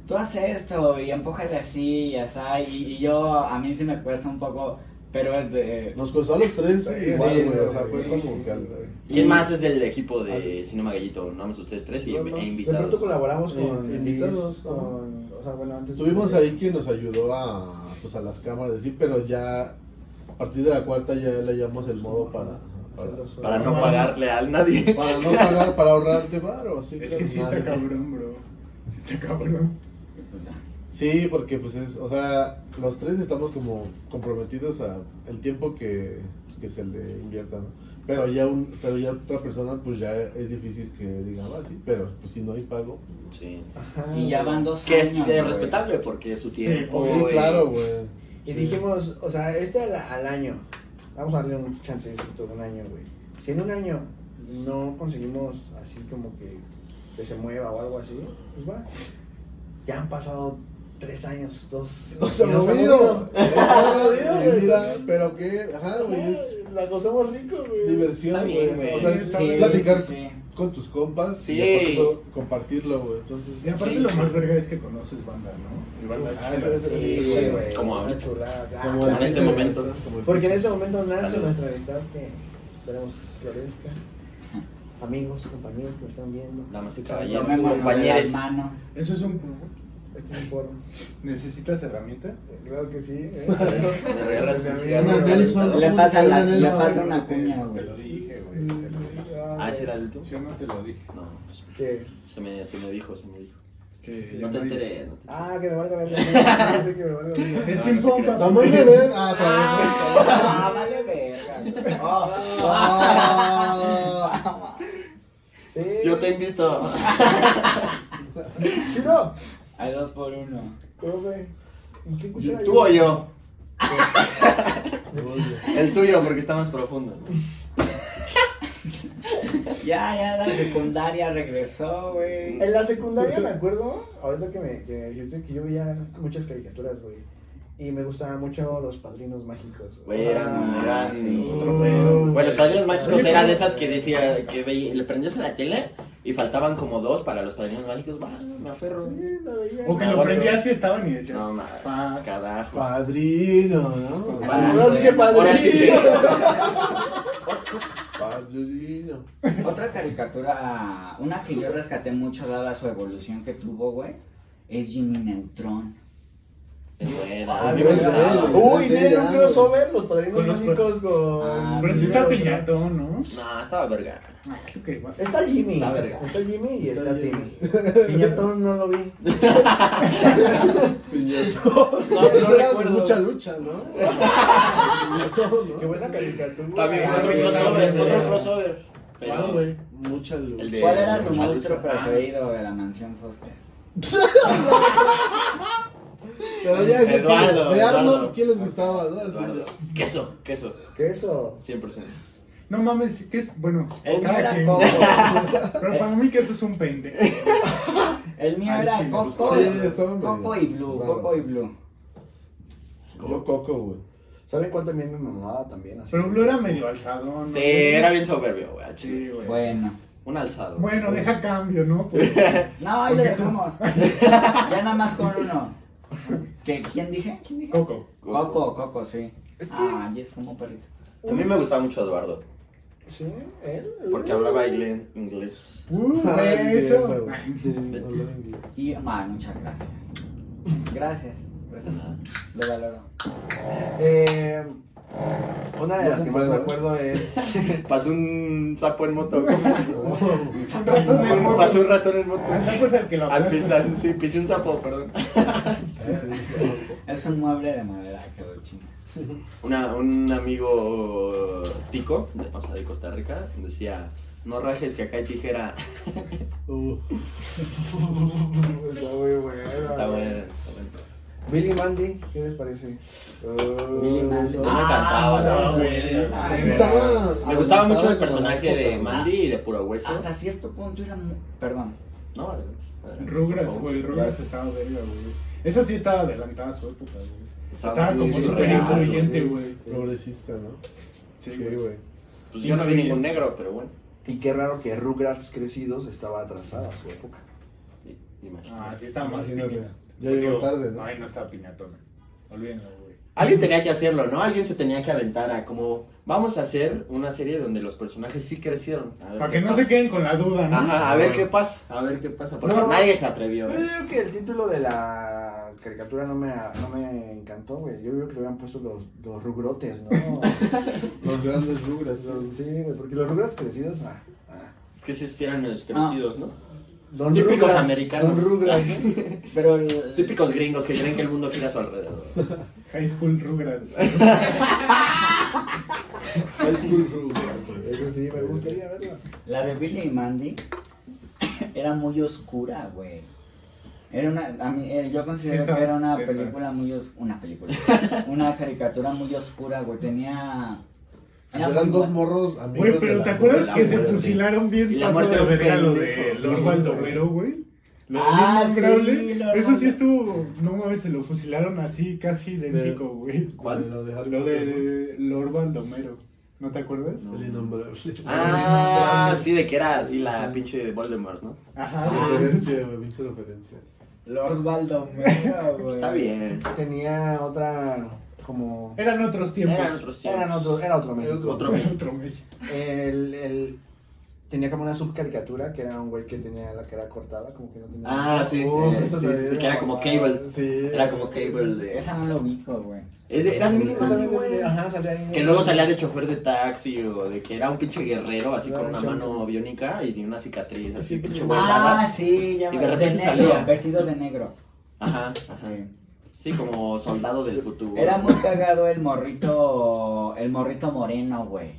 Speaker 5: tú haz esto y empújale así y así. Y, y yo, a mí sí me cuesta un poco Pero es de.
Speaker 6: Nos costó a los tres
Speaker 5: sí,
Speaker 6: igual, güey. O sea,
Speaker 5: sí,
Speaker 6: fue
Speaker 5: sí,
Speaker 6: como
Speaker 5: sí.
Speaker 6: que al- güey.
Speaker 3: ¿Quién más es del equipo de Cinema Gallito? Nada más ustedes tres y
Speaker 6: No, no,
Speaker 3: e
Speaker 4: De pronto
Speaker 3: invitados.
Speaker 4: colaboramos
Speaker 6: Eh,
Speaker 4: con
Speaker 6: invitados,
Speaker 4: Liz, con- o sea, bueno, antes
Speaker 6: Tuvimos ahí quien nos ayudó a, pues, a las cámaras, sí, pero ya a partir de la cuarta ya le hallamos el modo para, para,
Speaker 4: Hacerlos-
Speaker 3: Para no pagarle a nadie.
Speaker 6: para no pagar, para ahorrarte varo. Sí,
Speaker 2: Es que sí está
Speaker 6: carnal.
Speaker 2: cabrón, bro. Sí está cabrón.
Speaker 6: Sí, porque pues es, o sea, los tres estamos como comprometidos a el tiempo que, pues, que se le invierta, ¿no? Pero ya, un, pero ya otra persona, pues ya es difícil que diga, ah, sí, pero pues si no hay pago.
Speaker 3: Sí.
Speaker 4: Ajá.
Speaker 5: Y ya van dos
Speaker 3: Que es
Speaker 5: años.
Speaker 3: eh,
Speaker 5: güey.
Speaker 3: respetable porque es su tiempo.
Speaker 6: sí,
Speaker 3: Pues, güey.
Speaker 6: claro, güey.
Speaker 4: Y dijimos, o sea, este al, al año, vamos a darle un chance de esto, un año, güey. Si en un año no conseguimos así como que, que se mueva o algo así, pues va. Ya han pasado tres años, dos.
Speaker 6: No se ha
Speaker 4: y nos ha [laughs]
Speaker 6: movido.
Speaker 4: movido, güey.
Speaker 6: Mira, pero qué, ajá, güey, es
Speaker 4: Ah, La gozamos rico, güey.
Speaker 6: diversión,
Speaker 3: Está
Speaker 6: güey.
Speaker 3: bien, güey.
Speaker 6: O sea, es
Speaker 5: Sí,
Speaker 6: platicar
Speaker 5: sí, sí.
Speaker 6: con tus compas
Speaker 3: Sí.
Speaker 6: y aparte eso, compartirlo, güey. Entonces,
Speaker 2: Y aparte
Speaker 3: Sí.
Speaker 2: lo más verga es que conoces banda, ¿no? Y banda
Speaker 6: Ah,
Speaker 2: chida.
Speaker 6: eso es-
Speaker 4: Sí, güey, güey.
Speaker 3: Como
Speaker 4: una
Speaker 3: ahorita.
Speaker 4: chulada. Ah,
Speaker 6: como
Speaker 4: claro.
Speaker 3: en este
Speaker 6: el-
Speaker 3: momento.
Speaker 6: como el-
Speaker 4: Porque en este momento nace
Speaker 3: Saludos.
Speaker 4: nuestra amistad que esperemos florezca. Amigos, compañeros que me están viendo.
Speaker 3: Damas y
Speaker 4: Escuchando.
Speaker 3: caballeros.
Speaker 5: Tomémonos de
Speaker 3: compañeros.
Speaker 5: las manos.
Speaker 2: Eso es un...
Speaker 4: Este es un foro.
Speaker 2: ¿Necesitas herramienta?
Speaker 4: Claro que sí. [laughs] ¿eh?
Speaker 3: Me regalas un cigarro,
Speaker 6: Ana Nelson.
Speaker 5: Le pasa, la, le
Speaker 6: Nelson.
Speaker 5: pasa una
Speaker 2: Te-
Speaker 5: cuña,
Speaker 2: Te
Speaker 5: güey.
Speaker 2: lo dije, güey. Te lo dije.
Speaker 3: Ah, ¿ese era el último?
Speaker 2: Yo Mm, no te lo dije.
Speaker 3: No, pues,
Speaker 4: Que-
Speaker 3: se me, se me dijo, se me dijo.
Speaker 2: Que
Speaker 3: No te
Speaker 2: yo dije.
Speaker 3: enteré, no te
Speaker 4: Ah, que me valga [laughs] verga. Ah, sí, que me valga verga.
Speaker 2: Es
Speaker 3: [laughs] No,
Speaker 2: que
Speaker 3: no te
Speaker 2: compa.
Speaker 3: creo.
Speaker 6: También de ver. Ah, también.
Speaker 5: [laughs] Ah, vale verga. güey. Oh,
Speaker 6: Ah.
Speaker 4: Sí.
Speaker 3: Yo te invito.
Speaker 4: Chino,
Speaker 5: Hay dos por uno.
Speaker 4: ¿cómo fue? ¿Y qué cuchara
Speaker 3: ¿Tú o
Speaker 4: lleva?
Speaker 3: yo? El tuyo, porque está más profundo.
Speaker 5: Ya, ya la secundaria regresó, güey.
Speaker 4: En la secundaria me acuerdo, ahorita que me, que me dijiste que yo veía muchas caricaturas, güey. Y me gustaban mucho los padrinos mágicos. Ah,
Speaker 3: Güey, eran, eran...
Speaker 2: otro pedo.
Speaker 3: Bueno, los padrinos mágicos
Speaker 2: Oye,
Speaker 3: eran
Speaker 2: pero-
Speaker 3: esas que decía que veía- le prendías a la tele y faltaban como dos para los padrinos mágicos. Va, me aferro.
Speaker 4: Sí, la veía.
Speaker 2: O que lo prendías y estaban y decías.
Speaker 3: No más,
Speaker 2: "Pa".
Speaker 3: carajo.
Speaker 6: Padrino, ¿no?
Speaker 3: Ahora
Speaker 4: sí que
Speaker 3: Ahora sí que-
Speaker 6: Padrino.
Speaker 5: Otra caricatura, una que yo rescaté mucho dada su evolución que tuvo, güey, es Jimmy Neutron.
Speaker 3: Es buena.
Speaker 4: Ah, [laughs]
Speaker 3: me
Speaker 4: güey.
Speaker 3: gustaba.
Speaker 6: güey.
Speaker 4: Uy, tienen un
Speaker 6: Sí,
Speaker 4: crossover, los padrinos
Speaker 2: Con los-
Speaker 4: mágicos con.
Speaker 5: Ah,
Speaker 2: Pero sí está
Speaker 4: Jimmy.
Speaker 2: piñatón, ¿no?
Speaker 3: No, estaba verga.
Speaker 2: ¿Qué más?
Speaker 4: Está Jimmy.
Speaker 3: Está verga.
Speaker 4: Está Jimmy y
Speaker 6: Está
Speaker 4: está
Speaker 6: Jimmy.
Speaker 4: Timmy. [laughs] Piñatón no lo vi.
Speaker 3: No,
Speaker 6: Eso
Speaker 3: no
Speaker 6: era
Speaker 3: recuerdo.
Speaker 6: mucha lucha, ¿no? Piñatón,
Speaker 4: Qué
Speaker 6: ¿no?
Speaker 4: buena caricatura.
Speaker 3: También fue otro
Speaker 5: Ah,
Speaker 3: crossover,
Speaker 5: güey.
Speaker 3: fue otro crossover.
Speaker 2: Ah, güey.
Speaker 3: Pero
Speaker 6: Mucha lucha.
Speaker 3: El de-
Speaker 5: ¿Cuál era su
Speaker 3: Mucha
Speaker 5: monstruo
Speaker 3: lucha.
Speaker 5: preferido de la mansión Foster?
Speaker 6: Pero ya es el
Speaker 3: Eduardo,
Speaker 6: chiste. De
Speaker 3: Eduardo.
Speaker 6: Arnold, ¿quién les gustaba? no? Así
Speaker 3: Eduardo.
Speaker 6: de-
Speaker 3: Queso, queso.
Speaker 4: ¿Qué es eso?
Speaker 3: 100%.
Speaker 2: No mames, ¿qué es? Bueno,
Speaker 5: El mío
Speaker 2: cada
Speaker 5: era
Speaker 2: quien.
Speaker 5: Coco.
Speaker 2: Pero para mí que eso es un pendejo.
Speaker 5: El mío
Speaker 2: Ay,
Speaker 5: era
Speaker 2: sí, me
Speaker 5: Coco,
Speaker 6: gustó. Sí, estaba medio
Speaker 5: Coco y Blue,
Speaker 4: raro.
Speaker 5: Coco y Blue.
Speaker 6: Yo Coco, güey.
Speaker 4: ¿Saben cuál también me mamaba también? Así
Speaker 2: Pero Blue era medio alzadón. ¿no?
Speaker 3: Sí, era bien soberbio, güey. al chile.
Speaker 2: Sí, güey.
Speaker 5: Bueno.
Speaker 3: Un alzado.
Speaker 2: Bueno, deja cambio, ¿no? Pues,
Speaker 5: No, ahí lo
Speaker 2: Porque-
Speaker 4: [laughs]
Speaker 5: dejamos. ya nada más con uno. ¿Qué, ¿Quién dije? ¿Quién dije?
Speaker 2: Coco.
Speaker 5: Coco, Coco, sí.
Speaker 4: Es que-
Speaker 5: Ah, y es como perrito.
Speaker 3: A mí me gustaba mucho Eduardo,
Speaker 4: Sí, él.
Speaker 3: porque hablaba ingle- inglés.
Speaker 6: [laughs]
Speaker 2: Uh,
Speaker 6: Ah, sí,
Speaker 2: eso.
Speaker 3: [laughs]
Speaker 6: güey. Sí, hablaba inglés.
Speaker 5: Y, man, muchas gracias. Gracias. Gracias. Lo valoro.
Speaker 4: Eh, una de
Speaker 6: No
Speaker 4: las
Speaker 6: se
Speaker 4: que más me
Speaker 6: puede, ¿eh?
Speaker 4: acuerdo es. [laughs]
Speaker 3: Pasó un sapo
Speaker 2: [laughs]
Speaker 3: en moto.
Speaker 2: Un ratón de amor.
Speaker 3: Pasó un ratón en moto.
Speaker 2: Al saco es el que lo
Speaker 3: Al
Speaker 2: aplasta.
Speaker 3: pisar, sí, pisé un sapo, perdón.
Speaker 5: Es un mueble de madera, quedó chino.
Speaker 3: Una- un amigo tico, de, o sea, de Costa Rica, decía, no rajes que acá hay tijera.
Speaker 2: Ah,
Speaker 6: Uh,
Speaker 4: Está muy
Speaker 3: Está
Speaker 4: buena.
Speaker 3: bueno, está bueno.
Speaker 2: Ah,
Speaker 4: Billy Mandy, ¿qué les parece? Oh,
Speaker 5: Billy Mandy.
Speaker 3: No
Speaker 6: Ah,
Speaker 3: me encantaba,
Speaker 2: no,
Speaker 3: no,
Speaker 2: güey.
Speaker 5: Ah,
Speaker 6: es
Speaker 5: es
Speaker 6: que
Speaker 5: verdad.
Speaker 6: estaba-
Speaker 3: Me gustaba mucho el
Speaker 6: con la
Speaker 3: personaje
Speaker 6: época,
Speaker 3: de
Speaker 6: ¿no?
Speaker 3: Mandy y de Puro Hueso.
Speaker 2: Ah,
Speaker 5: Hasta cierto punto era mu- Perdón.
Speaker 3: No, adelante, adelante.
Speaker 2: Rugrats, güey.
Speaker 6: Oh,
Speaker 2: Rugrats estaba verga, güey. Eso sí estaba adelantada a su época, güey.
Speaker 3: Estaba
Speaker 2: Estaba
Speaker 3: muy
Speaker 2: como súper
Speaker 3: surreal,
Speaker 2: influyente,
Speaker 6: güey.
Speaker 2: güey.
Speaker 6: Progresista, ¿no?
Speaker 2: Sí, güey.
Speaker 3: Pues yo no vi ningún negro, pero bueno.
Speaker 4: Y qué raro que Rugrats crecidos estaba atrasada a su época.
Speaker 3: i- Imagínate.
Speaker 2: Ah, sí estaba más
Speaker 6: Imagínate.
Speaker 2: piña.
Speaker 6: Ya llegó
Speaker 2: Digo,
Speaker 6: tarde, ¿no?
Speaker 2: Ay, no estaba piñatona. Olvídenlo, güey.
Speaker 3: Alguien tenía que hacerlo, ¿no? Alguien se tenía que aventar a como, vamos a hacer una serie donde los personajes sí crecieron. A ver
Speaker 2: Para
Speaker 3: qué
Speaker 2: que no
Speaker 3: pasa.
Speaker 2: se Ah. queden con la duda, ¿no?
Speaker 3: Ajá, a ver qué pasa, a ver qué pasa, porque
Speaker 4: No.
Speaker 3: nadie se atrevió.
Speaker 4: Pero
Speaker 3: ¿eh?
Speaker 4: yo digo que el título de la caricatura no me, no me encantó, güey. Yo digo que le hubieran puesto los, los rugrotes, ¿no?
Speaker 6: Los grandes Rugrats.
Speaker 4: Los- sí, güey, porque los rugrats crecidos, ah.
Speaker 3: Es que sí eran los crecidos, ¿no?
Speaker 4: Don
Speaker 3: Típicos
Speaker 4: Rugrats,
Speaker 3: americanos.
Speaker 4: Don Rugrats, ¿no?
Speaker 5: Pero el-
Speaker 3: Típicos gringos que creen que el mundo gira a su alrededor.
Speaker 2: High School Rugrats.
Speaker 6: High School Rugrats. güey.
Speaker 4: Eso sí, me gustaría verlo.
Speaker 5: la de Billy y Mandy [coughs] era muy oscura, güey. Era una, a mí, eh, yo
Speaker 2: Sí,
Speaker 5: considero
Speaker 2: está
Speaker 5: que era una
Speaker 2: bien,
Speaker 5: película muy os,
Speaker 2: [laughs]
Speaker 5: una película, una caricatura muy oscura, güey. Tenía era muy
Speaker 6: Eran dos
Speaker 5: bu-
Speaker 6: morros amigos.
Speaker 2: Güey, pero
Speaker 6: de
Speaker 2: ¿te
Speaker 6: la-
Speaker 2: acuerdas
Speaker 6: de la
Speaker 2: que se
Speaker 6: abuela, sí.
Speaker 2: fusilaron
Speaker 3: Y
Speaker 2: bien
Speaker 3: la
Speaker 2: paso
Speaker 3: muerte
Speaker 2: de
Speaker 3: de un
Speaker 2: verga lo de
Speaker 3: pendejo,
Speaker 2: Lord
Speaker 3: sí,
Speaker 2: Baldomero, güey? Lo del
Speaker 5: Ah,
Speaker 2: innombrable.
Speaker 5: sí, Lord
Speaker 2: Eso sí
Speaker 5: Baldomero.
Speaker 2: estuvo, no mames, se lo fusilaron así, casi idéntico, güey.
Speaker 3: ¿Cuál?
Speaker 6: Lo de Harry
Speaker 2: Lo
Speaker 6: Potter, ¿no?
Speaker 2: de Lord Baldomero. ¿No te acuerdas?
Speaker 6: El innombrable.
Speaker 3: Ah, sí, de que era así la pinche de Voldemort, ¿no?
Speaker 2: Ajá, güey.
Speaker 6: Referencia, Ah, güey, pinche referencia.
Speaker 5: Lord
Speaker 2: [laughs]
Speaker 5: Baldomero, güey.
Speaker 3: Pues Está bien.
Speaker 4: Tenía otra, como...
Speaker 2: Eran otros tiempos.
Speaker 3: Eran otros tiempos.
Speaker 4: Eran otro, era otro México.
Speaker 3: Otro
Speaker 2: Era
Speaker 3: México.
Speaker 2: otro México.
Speaker 4: El, el, tenía como una subcaricatura que era un güey que tenía la cara cortada, como que no tenía.
Speaker 3: Ah, sí.
Speaker 6: Oh,
Speaker 3: eh,
Speaker 6: esa
Speaker 3: sí,
Speaker 6: también
Speaker 3: sí, sí, que era como Cable.
Speaker 6: Sí.
Speaker 3: Era como Cable de...
Speaker 5: Esa no la ubico, güey.
Speaker 3: Es de- Era de Billy Mandy, güey.
Speaker 4: Ajá, salía ahí.
Speaker 3: Que luego salía de chofer de taxi o de que era un pinche guerrero así
Speaker 4: Era
Speaker 3: con
Speaker 4: un
Speaker 3: una
Speaker 4: chance.
Speaker 3: mano biónica y tenía una cicatriz así,
Speaker 6: Sí,
Speaker 3: pinche
Speaker 6: pinche
Speaker 5: Ah,
Speaker 3: huevadas.
Speaker 5: sí, ya
Speaker 3: Pues Y
Speaker 5: me
Speaker 3: de repente
Speaker 5: de negro,
Speaker 3: salía.
Speaker 5: vestido de negro.
Speaker 3: Ajá, ajá.
Speaker 5: Sí.
Speaker 3: Sí, como soldado del futuro.
Speaker 5: Era muy cagado el morrito, el morrito moreno, güey.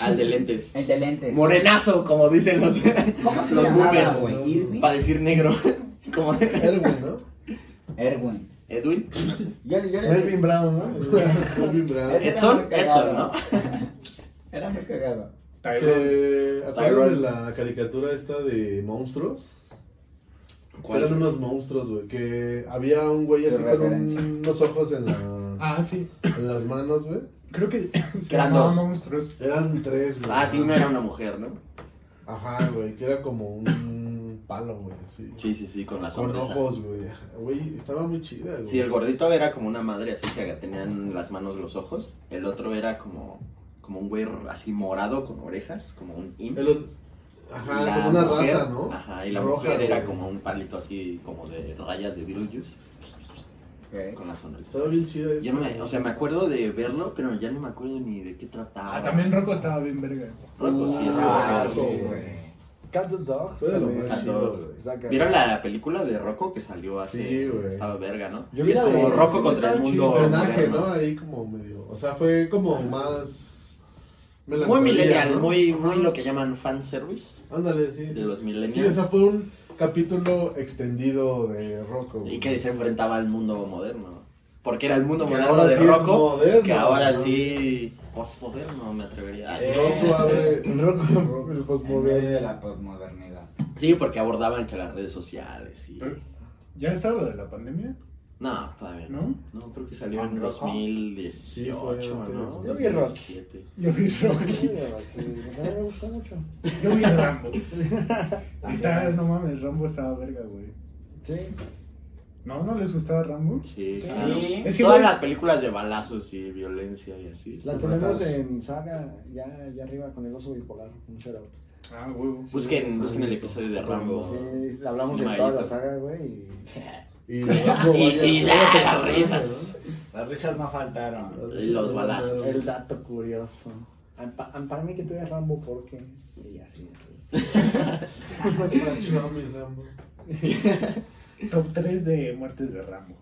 Speaker 3: Al de lentes.
Speaker 5: El de lentes.
Speaker 3: Morenazo, como dicen los,
Speaker 5: ¿Cómo se
Speaker 3: los
Speaker 5: llamaba,
Speaker 3: boomers.
Speaker 5: güey? ¿Irving?
Speaker 3: Para decir negro. [laughs] como
Speaker 6: Erwin, ¿no?
Speaker 5: Erwin.
Speaker 3: Edwin. no sé.
Speaker 5: Yo, yo le-
Speaker 4: Melvin Brown, ¿no?
Speaker 6: Erwin Brown.
Speaker 5: Ese era
Speaker 3: Edson,
Speaker 5: muy cagado.
Speaker 3: Edson, ¿no?
Speaker 5: [laughs] Era muy cagado.
Speaker 2: Tyrone.
Speaker 6: ¿Se acuerdan
Speaker 3: Tyrone.
Speaker 6: de la caricatura esta de monstruos?
Speaker 3: ¿Cuál?
Speaker 6: Eran unos monstruos, güey, que había un
Speaker 5: Su
Speaker 6: güey así con un-
Speaker 5: referencia.
Speaker 6: unos ojos en las,
Speaker 2: Ah, sí.
Speaker 6: en las manos, güey.
Speaker 2: Creo que [laughs] se
Speaker 3: eran
Speaker 2: llamaban
Speaker 3: dos.
Speaker 2: monstruos.
Speaker 6: Eran tres, güey.
Speaker 3: Ah, sí, una era una mujer, ¿no?
Speaker 6: Ajá, güey, que era como un palo, güey, así.
Speaker 3: Sí, sí, sí, con las
Speaker 6: Con
Speaker 3: sombras.
Speaker 6: ojos, güey. Güey, estaba muy chida, güey.
Speaker 3: Sí, el gordito era como una madre así que tenían las manos los ojos. El otro era como, como un güey así morado con orejas, como un imp.
Speaker 6: El otro- Ajá,
Speaker 3: La
Speaker 6: como una
Speaker 3: mujer-
Speaker 6: rata, ¿no?
Speaker 3: Ajá, y la
Speaker 6: Roja,
Speaker 3: mujer era
Speaker 6: güey.
Speaker 3: como un palito así, como de rayas de Beetlejuice, con la sonrisa.
Speaker 6: Estaba bien chida esa.
Speaker 3: Yo no me, o sea, me acuerdo de verlo, pero ya no me acuerdo ni de qué trataba.
Speaker 2: Ah, también Rocco estaba bien verga.
Speaker 3: Rocco, sí, ese
Speaker 6: Ah,
Speaker 3: güey.
Speaker 6: sí,
Speaker 4: Cat the Dog.
Speaker 6: Fue de lo
Speaker 4: también.
Speaker 6: más
Speaker 3: Cat
Speaker 6: chido,
Speaker 3: Dog.
Speaker 6: güey.
Speaker 4: Está cagado. [laughs]
Speaker 3: ¿Vieron la película de Rocco que salió hace?
Speaker 6: Sí, güey.
Speaker 3: Estaba verga, ¿no?
Speaker 6: Yo
Speaker 3: Que
Speaker 6: vi
Speaker 3: es
Speaker 6: la de-
Speaker 3: como Rocco
Speaker 6: sí,
Speaker 3: contra el
Speaker 6: estaba
Speaker 3: mundo
Speaker 6: chido. Drenaje,
Speaker 3: moderno.
Speaker 6: ¿no? Ahí como medio. O sea, fue como más.
Speaker 3: Muy
Speaker 6: melancolía,
Speaker 3: millennial,
Speaker 6: ¿no?
Speaker 3: muy, muy lo que llaman fanservice
Speaker 6: Ándale, sí. sí.
Speaker 3: de los
Speaker 6: Sí, o
Speaker 3: millennials.
Speaker 6: sea, fue un capítulo extendido de Rocco.
Speaker 3: y
Speaker 6: güey.
Speaker 3: que se enfrentaba al mundo moderno. Porque era el mundo
Speaker 6: Que
Speaker 3: moderno
Speaker 6: ahora
Speaker 3: de
Speaker 6: sí es
Speaker 3: Rocco,
Speaker 6: moderno,
Speaker 3: que ahora
Speaker 6: ¿no?
Speaker 3: sí postmoderno me atrevería a decir.
Speaker 6: Rocco abre.
Speaker 4: Rocco, el
Speaker 5: En medio
Speaker 4: postmoderno.
Speaker 5: de la posmodernidad.
Speaker 3: Sí, porque abordaban que las redes sociales y...
Speaker 2: Pero, ¿Ya estaba lo de la pandemia?
Speaker 3: No, todavía no.
Speaker 2: ¿No?
Speaker 3: No, creo que salió en
Speaker 5: ¿Tampoco?
Speaker 3: 2018,
Speaker 6: Ah, Sí, fue antes.
Speaker 3: ¿no?
Speaker 4: Yo vi Rock.
Speaker 3: 2017.
Speaker 2: Yo vi Rocco.
Speaker 4: Sí, güey, que Me gustó mucho.
Speaker 2: Yo vi
Speaker 6: [laughs]
Speaker 2: Rambo. Y está, no mames, Rambo estaba verga, güey.
Speaker 4: Sí.
Speaker 2: ¿No? ¿No les gustaba Rambo?
Speaker 3: Sí,
Speaker 4: Sí.
Speaker 3: claro.
Speaker 2: Es que
Speaker 3: Todas
Speaker 2: igual-
Speaker 3: las películas de balazos y violencia y así.
Speaker 4: La
Speaker 6: Los
Speaker 4: tenemos
Speaker 6: matados.
Speaker 4: en saga, ya, ya arriba con el oso bipolar. Un shout out.
Speaker 2: Ah, huevo.
Speaker 3: Busquen, busquen el episodio de Rambo.
Speaker 4: Sí, la hablamos
Speaker 3: Sí,
Speaker 4: de toda la
Speaker 3: maldito.
Speaker 4: saga, güey. y-
Speaker 3: [laughs]
Speaker 6: Y, Rocco
Speaker 3: Y-
Speaker 6: vaya-
Speaker 3: y la- las risas.
Speaker 5: Las risas no faltaron.
Speaker 6: ¿no?
Speaker 3: Y los balazos.
Speaker 4: El dato curioso. Ampa- Amparme que tuve Rambo porque. Y así, así.
Speaker 6: Mames, Rambo.
Speaker 2: Top 3 de muertes de Rambo.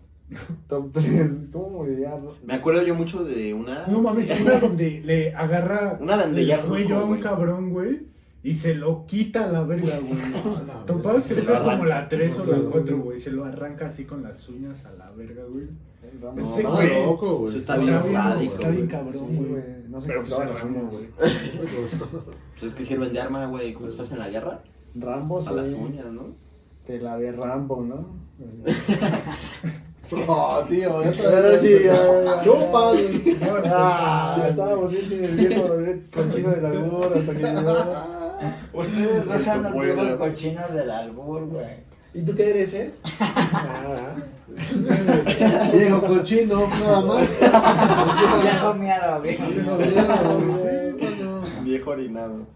Speaker 4: Top 3. ¿Cómo moriría? Ro-
Speaker 3: Me acuerdo yo mucho de una...
Speaker 2: No mames, hay una donde le agarra
Speaker 3: Una donde
Speaker 2: el
Speaker 3: ya
Speaker 2: cuello
Speaker 3: ruco,
Speaker 2: a un
Speaker 3: güey.
Speaker 2: cabrón, güey, y se lo quita a la verga, güey.
Speaker 6: no,
Speaker 2: Topabas que
Speaker 3: Se
Speaker 2: es
Speaker 3: lo
Speaker 2: como
Speaker 3: arranca.
Speaker 2: la 3 o
Speaker 6: No, no,
Speaker 2: la
Speaker 6: no.
Speaker 2: 4, güey, se lo arranca así con las uñas a la verga, güey.
Speaker 4: el Rambo.
Speaker 2: Ese
Speaker 6: Sí,
Speaker 2: güey,
Speaker 6: güey. loco, güey.
Speaker 3: Se está bien sádico,
Speaker 2: Está bien
Speaker 3: güey.
Speaker 2: cabrón,
Speaker 4: Sí,
Speaker 2: güey.
Speaker 4: güey, no se
Speaker 2: Pero pues
Speaker 4: cortaba
Speaker 2: es
Speaker 4: las
Speaker 2: Rambo,
Speaker 4: uñas.
Speaker 2: güey.
Speaker 3: Pues es que sirven de arma, güey, cuando estás en la guerra.
Speaker 4: Rambo,
Speaker 3: A las
Speaker 4: sí.
Speaker 3: uñas, ¿no?
Speaker 4: Te la de Rambo, ¿no?
Speaker 6: [laughs] Oh, tío, ya
Speaker 4: Ahora sí, [laughs] ya, ya.
Speaker 6: Chupa, güey.
Speaker 4: Ah, estábamos bien sin el viejo bien cochino del albur hasta que llegó.
Speaker 5: Ustedes dos
Speaker 6: Esto
Speaker 5: son los
Speaker 6: puede.
Speaker 5: viejos cochinos del albur, güey.
Speaker 4: ¿Y tú qué eres, eh? Ah,
Speaker 5: [laughs]
Speaker 6: Viejo cochino, nada más.
Speaker 5: Ya comiado, viejo.
Speaker 6: Viejo viejo, sí, bueno.
Speaker 3: Viejo orinado.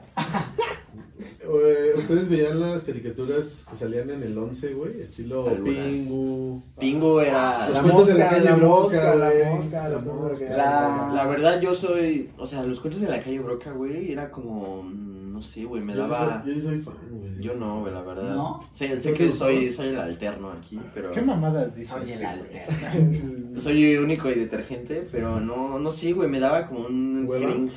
Speaker 6: Eh, ¿Ustedes veían las caricaturas que salían en el 11, güey? Estilo
Speaker 3: Algunas.
Speaker 6: Pingu.
Speaker 3: Pingo era.
Speaker 6: Los
Speaker 4: La
Speaker 6: cuentos de la
Speaker 4: mosca,
Speaker 6: calle
Speaker 4: la
Speaker 6: Broca,
Speaker 4: mosca, la
Speaker 6: güey.
Speaker 4: mosca,
Speaker 6: La
Speaker 4: los cuentos de la
Speaker 6: mosca.
Speaker 4: calle
Speaker 5: La-
Speaker 3: La verdad, yo soy. O sea, los cuentos de la calle Broca, güey, era como. mm, No sé, güey, me
Speaker 6: Yo sí
Speaker 3: daba.
Speaker 6: soy- Yo sí soy fan, güey.
Speaker 3: Yo no, güey, la verdad.
Speaker 5: ¿No?
Speaker 3: Sé, sé que soy, soy el alterno aquí, pero.
Speaker 2: ¿Qué mamadas dices?
Speaker 5: [laughs]
Speaker 3: este,
Speaker 5: Soy el
Speaker 2: güey?
Speaker 5: alterno.
Speaker 3: Soy único y detergente, pero no, no sé, güey, me daba como un
Speaker 6: ¿Hueva?
Speaker 3: cringe.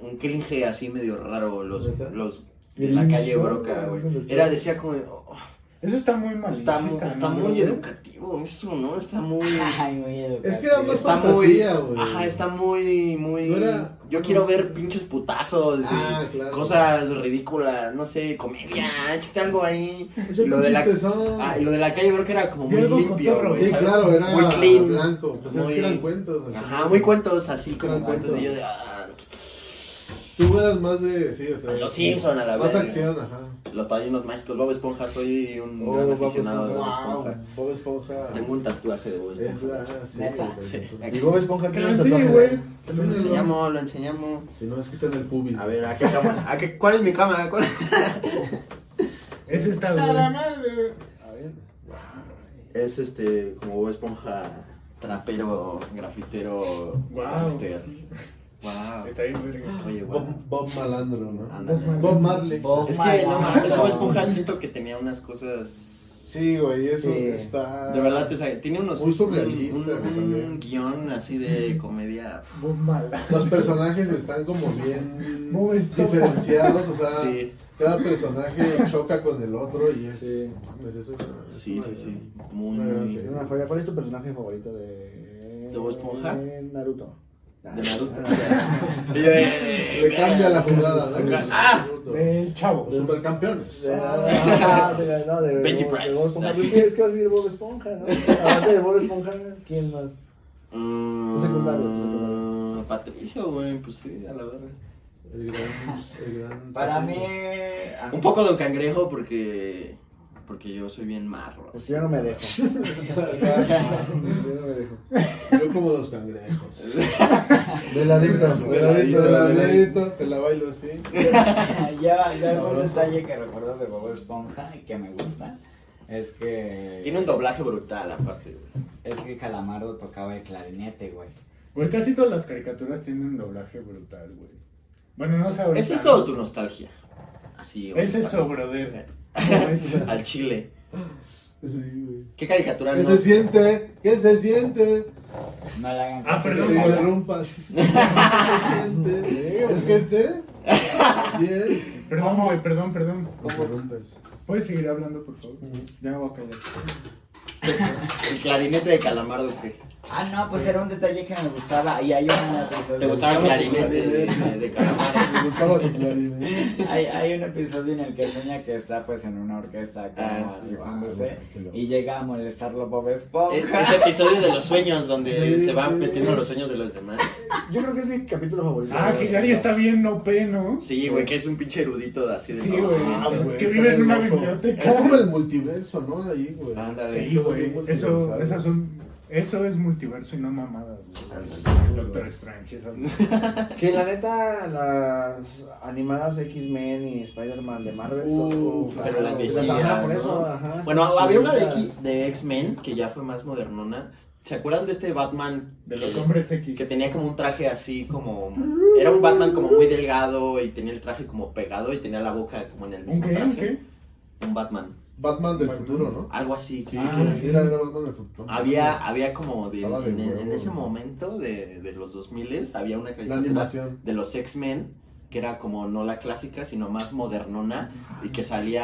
Speaker 3: Un cringe así medio raro, los.
Speaker 6: ¿Neta?
Speaker 3: los de
Speaker 2: El
Speaker 3: la calle
Speaker 2: inicio,
Speaker 3: Broca, güey.
Speaker 2: eso lo
Speaker 3: Era,
Speaker 2: sé.
Speaker 3: decía como. de, "Oh,
Speaker 2: Eso está muy mal.
Speaker 3: está, mu-
Speaker 2: machista,
Speaker 3: está
Speaker 2: ¿no?
Speaker 3: muy educativo eso, ¿no? Está
Speaker 6: [laughs]
Speaker 3: muy.
Speaker 5: [laughs] Ay, muy
Speaker 6: Es que era
Speaker 5: educativo.
Speaker 6: más
Speaker 3: Está
Speaker 6: fantasía,
Speaker 3: muy.
Speaker 6: güey.
Speaker 3: Ajá, está muy, muy.
Speaker 6: No era-
Speaker 3: Yo quiero ver pinches putazos y
Speaker 6: Ah, claro.
Speaker 3: cosas ridículas, no sé, comedia, échate algo ahí.
Speaker 6: Mucho
Speaker 3: Lo de, la,
Speaker 6: chistezón.
Speaker 3: ah, y lo de la calle creo que era como muy
Speaker 2: Diálogo
Speaker 3: limpio.
Speaker 2: cotorro,
Speaker 3: güey,
Speaker 6: Sí,
Speaker 3: ¿sabes?
Speaker 6: claro, era
Speaker 3: muy clean.
Speaker 6: blanco. Pues es
Speaker 3: muy-
Speaker 6: que eran cuentos. güey.
Speaker 3: Ajá, muy cuentos así, como
Speaker 6: Eran
Speaker 3: cuentos.
Speaker 6: cuentos.
Speaker 3: Y yo de. ah,
Speaker 6: Tú eras más de. Sí, o sea.
Speaker 3: Los Simpson, a la
Speaker 6: Más
Speaker 3: verga.
Speaker 6: acción, ajá.
Speaker 3: los padrinos mágicos, Bob Esponja, soy un
Speaker 6: Oh,
Speaker 3: gran
Speaker 6: Bob
Speaker 3: aficionado de Bob
Speaker 6: Esponja.
Speaker 3: Esponja.
Speaker 6: Wow, Bob Esponja.
Speaker 3: Tengo un tatuaje de Bob
Speaker 6: Es
Speaker 3: Esponja.
Speaker 6: la. Sí,
Speaker 5: Neta.
Speaker 6: güey,
Speaker 3: Sí.
Speaker 4: Y Bob Esponja
Speaker 2: Que
Speaker 4: tiene
Speaker 2: lo
Speaker 4: un
Speaker 2: enseñe,
Speaker 4: tatuaje.
Speaker 2: güey.
Speaker 3: Lo enseñamos, lo enseñamos.
Speaker 6: Si no, es que está en el pubis.
Speaker 3: A ver, ah, ¿a qué cámara? ¿A qué, ¿Cuál es mi cámara? ¿Cuál es?
Speaker 2: Ese está,
Speaker 6: A la
Speaker 2: güey.
Speaker 6: madre, güey.
Speaker 4: A ver.
Speaker 3: Es este, como Bob Esponja, trapero, grafitero,
Speaker 2: Guau.
Speaker 3: gangster. Wow.
Speaker 2: Está bien, verga.
Speaker 3: Oye,
Speaker 6: Bob,
Speaker 3: guau.
Speaker 6: Bob Malandro, ¿no?
Speaker 3: Ándale.
Speaker 6: Bob Marley.
Speaker 5: Bob
Speaker 3: Es que, no mames, Bob
Speaker 5: Marley.
Speaker 3: Esponja siento que tenía unas cosas...
Speaker 6: Sí, güey, eso
Speaker 4: Sí.
Speaker 6: está.
Speaker 3: De verdad, te sabe, tiene unos...
Speaker 6: Muy surrealista,
Speaker 3: Un,
Speaker 6: güey,
Speaker 3: un-
Speaker 6: también.
Speaker 3: un guión así de comedia...
Speaker 2: Bob mala.
Speaker 6: Los personajes están como bien
Speaker 2: Bob Esponja.
Speaker 6: diferenciados, o sea,
Speaker 3: Sí,
Speaker 6: cada personaje choca con el otro y es.
Speaker 4: Sí.
Speaker 6: no mames, eso es una- es
Speaker 3: sí,
Speaker 6: una
Speaker 3: sí,
Speaker 6: gran-
Speaker 3: sí. Muy,
Speaker 6: Una gran
Speaker 3: muy-
Speaker 6: serie.
Speaker 4: Tiene una joya. ¿Cuál es tu personaje favorito de.
Speaker 3: ¿De Bob Esponja?
Speaker 4: Naruto.
Speaker 3: De Naruto. [laughs] eh,
Speaker 6: Le cambia la jugada, ¿no?
Speaker 3: ¡Ah!
Speaker 2: Del chavo.
Speaker 6: Los supercampeones.
Speaker 4: Ah, de la- no, de
Speaker 3: [laughs] Benji
Speaker 4: Bob-
Speaker 3: Price. Ah,
Speaker 4: de Bob Esponja. Pues, ¿qué- Es que vas a decir Bob Esponja, ¿no? Aparte de Bob Esponja, ¿quién más?
Speaker 3: Mm,
Speaker 4: Secundario, secundario.
Speaker 3: Patricio, güey, pues sí, a la verdad.
Speaker 6: El gran, el
Speaker 5: [laughs]
Speaker 6: gran-
Speaker 5: Para mí. a mí-
Speaker 3: Un poco Don Cangrejo porque... Porque yo soy bien marro.
Speaker 4: Pues yo no me [laughs] dejo. Yo no me dejo.
Speaker 6: Yo como los cangrejos.
Speaker 4: De ladito, de ladito, de
Speaker 6: Te la
Speaker 4: ladito.
Speaker 6: dedito, te la bailo así.
Speaker 5: [laughs] ya, ya algún
Speaker 6: Sabroso.
Speaker 5: detalle que recuerdo de Bob Esponja y que me gusta es que.
Speaker 3: Tiene un doblaje brutal, aparte, güey.
Speaker 5: Es que Calamardo tocaba el clarinete, güey.
Speaker 2: Güey, casi todas las caricaturas tienen un doblaje brutal, güey. Bueno, no sé ahorita.
Speaker 3: ¿Es eso o
Speaker 2: ¿no?
Speaker 3: tu nostalgia? Así, güey,
Speaker 2: Es eso, brother. No, es-
Speaker 3: [laughs] Al chile.
Speaker 6: Sí, güey.
Speaker 3: ¿Qué caricatura
Speaker 6: ¿Qué
Speaker 3: no?
Speaker 6: se siente? ¿Qué se siente?
Speaker 5: No le hagan
Speaker 2: Ah,
Speaker 5: caso,
Speaker 6: Que
Speaker 2: perdón,
Speaker 6: te
Speaker 5: se calla.
Speaker 6: interrumpas. ¿Qué se siente? ¿Es que este? Sí es.
Speaker 2: Perdón, güey, perdón, perdón.
Speaker 6: Interrumpes.
Speaker 2: ¿Puedes seguir hablando, por favor? Ya me voy a callar.
Speaker 3: El clarinete de Calamardo, ¿qué?
Speaker 5: Ah, no, pues era un detalle que me gustaba. Y hay una.
Speaker 3: ¿Te gustaba el clarinete de, de,
Speaker 6: clarinete.
Speaker 3: de
Speaker 6: [laughs]
Speaker 3: Calamardo?
Speaker 6: Me gustaba su clarinete.
Speaker 5: Hay, hay un episodio en el que sueña que está pues en una orquesta como
Speaker 3: Ah, sí,
Speaker 5: rifándose,
Speaker 6: wow, qué loco.
Speaker 5: y llega a molestarlo Bob
Speaker 3: Es-
Speaker 5: Esponja.
Speaker 3: E, Ese episodio de los sueños donde
Speaker 6: Sí,
Speaker 3: se van
Speaker 6: sí.
Speaker 3: metiendo los sueños de los demás.
Speaker 4: Yo creo que es mi capítulo favorito.
Speaker 2: Ah, que Yari está bien OP, ¿no?
Speaker 3: Sí, güey, que es un pinche erudito de así de
Speaker 2: Sí, güey.
Speaker 6: Ah,
Speaker 3: conocimiento.
Speaker 6: güey,
Speaker 2: Que
Speaker 6: está
Speaker 2: vive en
Speaker 6: bien
Speaker 2: una
Speaker 6: loco.
Speaker 2: biblioteca.
Speaker 6: Es como el multiverso, ¿no? Ahí, güey.
Speaker 3: Ándale.
Speaker 2: Sí, güey. Eso,
Speaker 6: Universal.
Speaker 2: esas son, eso es multiverso y no mamadas. güey. Doctor Strange. esas-
Speaker 4: Que la neta, las animadas X-Men y Spider-Man de Marvel.
Speaker 6: Uf,
Speaker 4: las-
Speaker 3: Pero las viejitas,
Speaker 4: las ajá, por
Speaker 3: ¿no?
Speaker 4: eso, ajá,
Speaker 3: Bueno,
Speaker 4: están
Speaker 3: había una de,
Speaker 4: chidas.
Speaker 3: X- de X-Men que ya fue más modernona. ¿Se acuerdan de este Batman?
Speaker 2: De
Speaker 3: que-
Speaker 2: los hombres X.
Speaker 3: que tenía como un traje así como era un Batman como muy delgado y tenía el traje como pegado y tenía la boca como en el
Speaker 2: ¿Un
Speaker 3: mismo
Speaker 2: qué? ¿Un
Speaker 3: traje
Speaker 2: qué?
Speaker 3: un Batman
Speaker 6: Batman del
Speaker 2: Batman.
Speaker 6: futuro, ¿no?
Speaker 3: algo así
Speaker 6: Sí,
Speaker 2: Ah,
Speaker 6: que
Speaker 2: sí.
Speaker 6: era, era Batman del futuro.
Speaker 3: había había como de,
Speaker 6: Estaba de
Speaker 3: en, en
Speaker 6: huevo.
Speaker 3: ese momento de, de los 2000 había una
Speaker 6: La
Speaker 3: caricatura
Speaker 6: animación.
Speaker 3: de los X-Men que era como no la clásica sino más modernona y que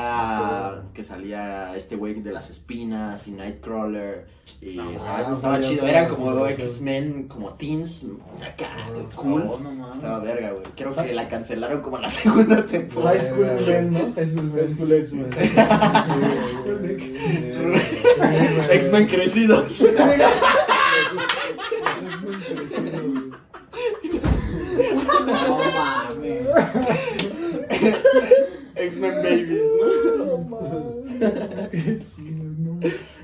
Speaker 3: salía que salía este güey de las espinas y Nightcrawler y
Speaker 2: No,
Speaker 3: estaba,
Speaker 6: ah,
Speaker 3: estaba
Speaker 6: ya,
Speaker 3: chido
Speaker 6: ya,
Speaker 3: eran
Speaker 6: ya,
Speaker 3: como
Speaker 6: ya, ya.
Speaker 3: X-Men como teens acá
Speaker 6: Ah,
Speaker 3: cool
Speaker 2: No, no mames.
Speaker 3: Estaba verga, güey. Creo que la cancelaron como la [laughs] segunda temporada.
Speaker 4: High School Men, ¿no? High School
Speaker 6: High
Speaker 4: [laughs] Men.
Speaker 6: School X-Men.
Speaker 3: X-Men crecidos.
Speaker 5: No mames.
Speaker 3: X-Men babies, ¿no?
Speaker 2: Sí, güey, no.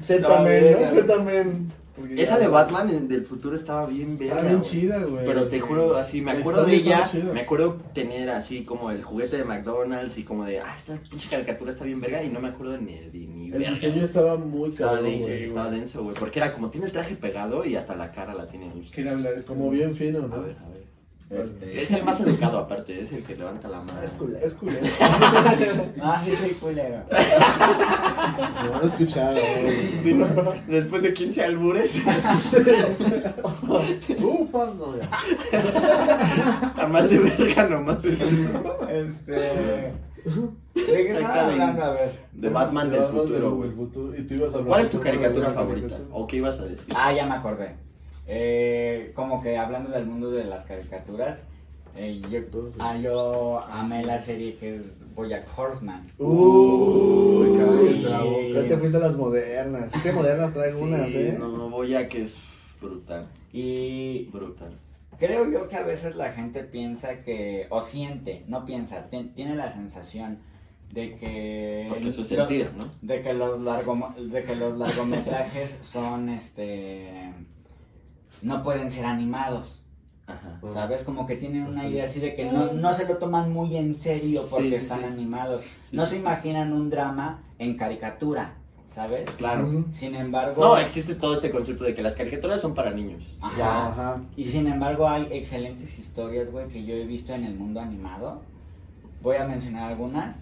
Speaker 3: Estaba
Speaker 4: Z-Men,
Speaker 3: verga.
Speaker 4: ¿no? Z-Men.
Speaker 2: Porque
Speaker 3: Esa
Speaker 2: ya-
Speaker 3: de Batman del futuro estaba bien verga.
Speaker 6: Está bien
Speaker 3: güey.
Speaker 6: chida, güey.
Speaker 3: Pero te juro, así, me
Speaker 6: La
Speaker 3: acuerdo de
Speaker 6: historia
Speaker 3: ella,
Speaker 6: estaba chida.
Speaker 3: me acuerdo tener así como el juguete de McDonald's y como de, ah, esta pinche caricatura está bien verga y no me acuerdo ni, ni, ni
Speaker 6: El
Speaker 3: verga.
Speaker 6: diseño estaba muy
Speaker 3: Estaba,
Speaker 6: cabrón,
Speaker 3: denso,
Speaker 6: güey.
Speaker 3: estaba denso, güey, porque era como tiene el traje pegado y hasta la cara la tiene.
Speaker 2: Quiere hablar este-
Speaker 6: Como bien fino,
Speaker 3: A
Speaker 6: ¿no?
Speaker 3: ver, a ver.
Speaker 5: Este,
Speaker 3: Es el más educado aparte, es el que levanta la mano.
Speaker 6: Es culero.
Speaker 5: Ah, sí, soy
Speaker 3: [laughs]
Speaker 5: culero.
Speaker 6: Me van a escuchar, güey.
Speaker 3: Sí, no, no, [laughs] Después de 15 albures, [laughs]
Speaker 6: Upa, no, ya.
Speaker 3: está mal de verga nomás. De
Speaker 5: Este. ¿De qué estaba hablando? A ver.
Speaker 3: Batman
Speaker 6: Te
Speaker 3: del
Speaker 6: vas más
Speaker 3: futuro, güey.
Speaker 6: del futuro, Y tú ibas a hablar
Speaker 3: ¿Cuál es
Speaker 6: de
Speaker 3: tu caricatura
Speaker 6: de-
Speaker 3: favorita? ¿O qué ibas a decir?
Speaker 5: Ah, ya me acordé. Eh, como que hablando del mundo de las caricaturas, eh, yo, ah, yo amé la serie que es Boyack Horseman.
Speaker 3: Oh.
Speaker 6: Uy, cállate la boca.
Speaker 4: Ya te fuiste a las modernas. ¿Qué modernas traen unas,
Speaker 3: Sí,
Speaker 4: eh?
Speaker 3: no, no voy a que es brutal,
Speaker 5: Y
Speaker 3: brutal.
Speaker 5: Creo yo que a veces la gente piensa que, o siente, no piensa, ti- tiene la sensación de que...
Speaker 3: Porque su
Speaker 5: lo-
Speaker 3: sentido, ¿no?
Speaker 5: De que los, largomo- de que los largometrajes son, este... No pueden ser animados,
Speaker 3: Ajá.
Speaker 5: ¿sabes? Como que tienen una idea así de que no, no se lo toman muy en serio
Speaker 3: Sí,
Speaker 5: porque
Speaker 3: sí,
Speaker 5: están
Speaker 3: sí.
Speaker 5: animados.
Speaker 3: Sí,
Speaker 5: no
Speaker 3: sí,
Speaker 5: se
Speaker 3: sí.
Speaker 5: imaginan un drama en caricatura, ¿sabes?
Speaker 3: Claro.
Speaker 5: Sin embargo...
Speaker 3: No, existe todo este concepto de que las caricaturas son para niños.
Speaker 5: Ajá.
Speaker 4: Ya, ajá.
Speaker 5: Y sin embargo hay excelentes historias, güey, que yo he visto en el mundo animado. Voy a mencionar algunas.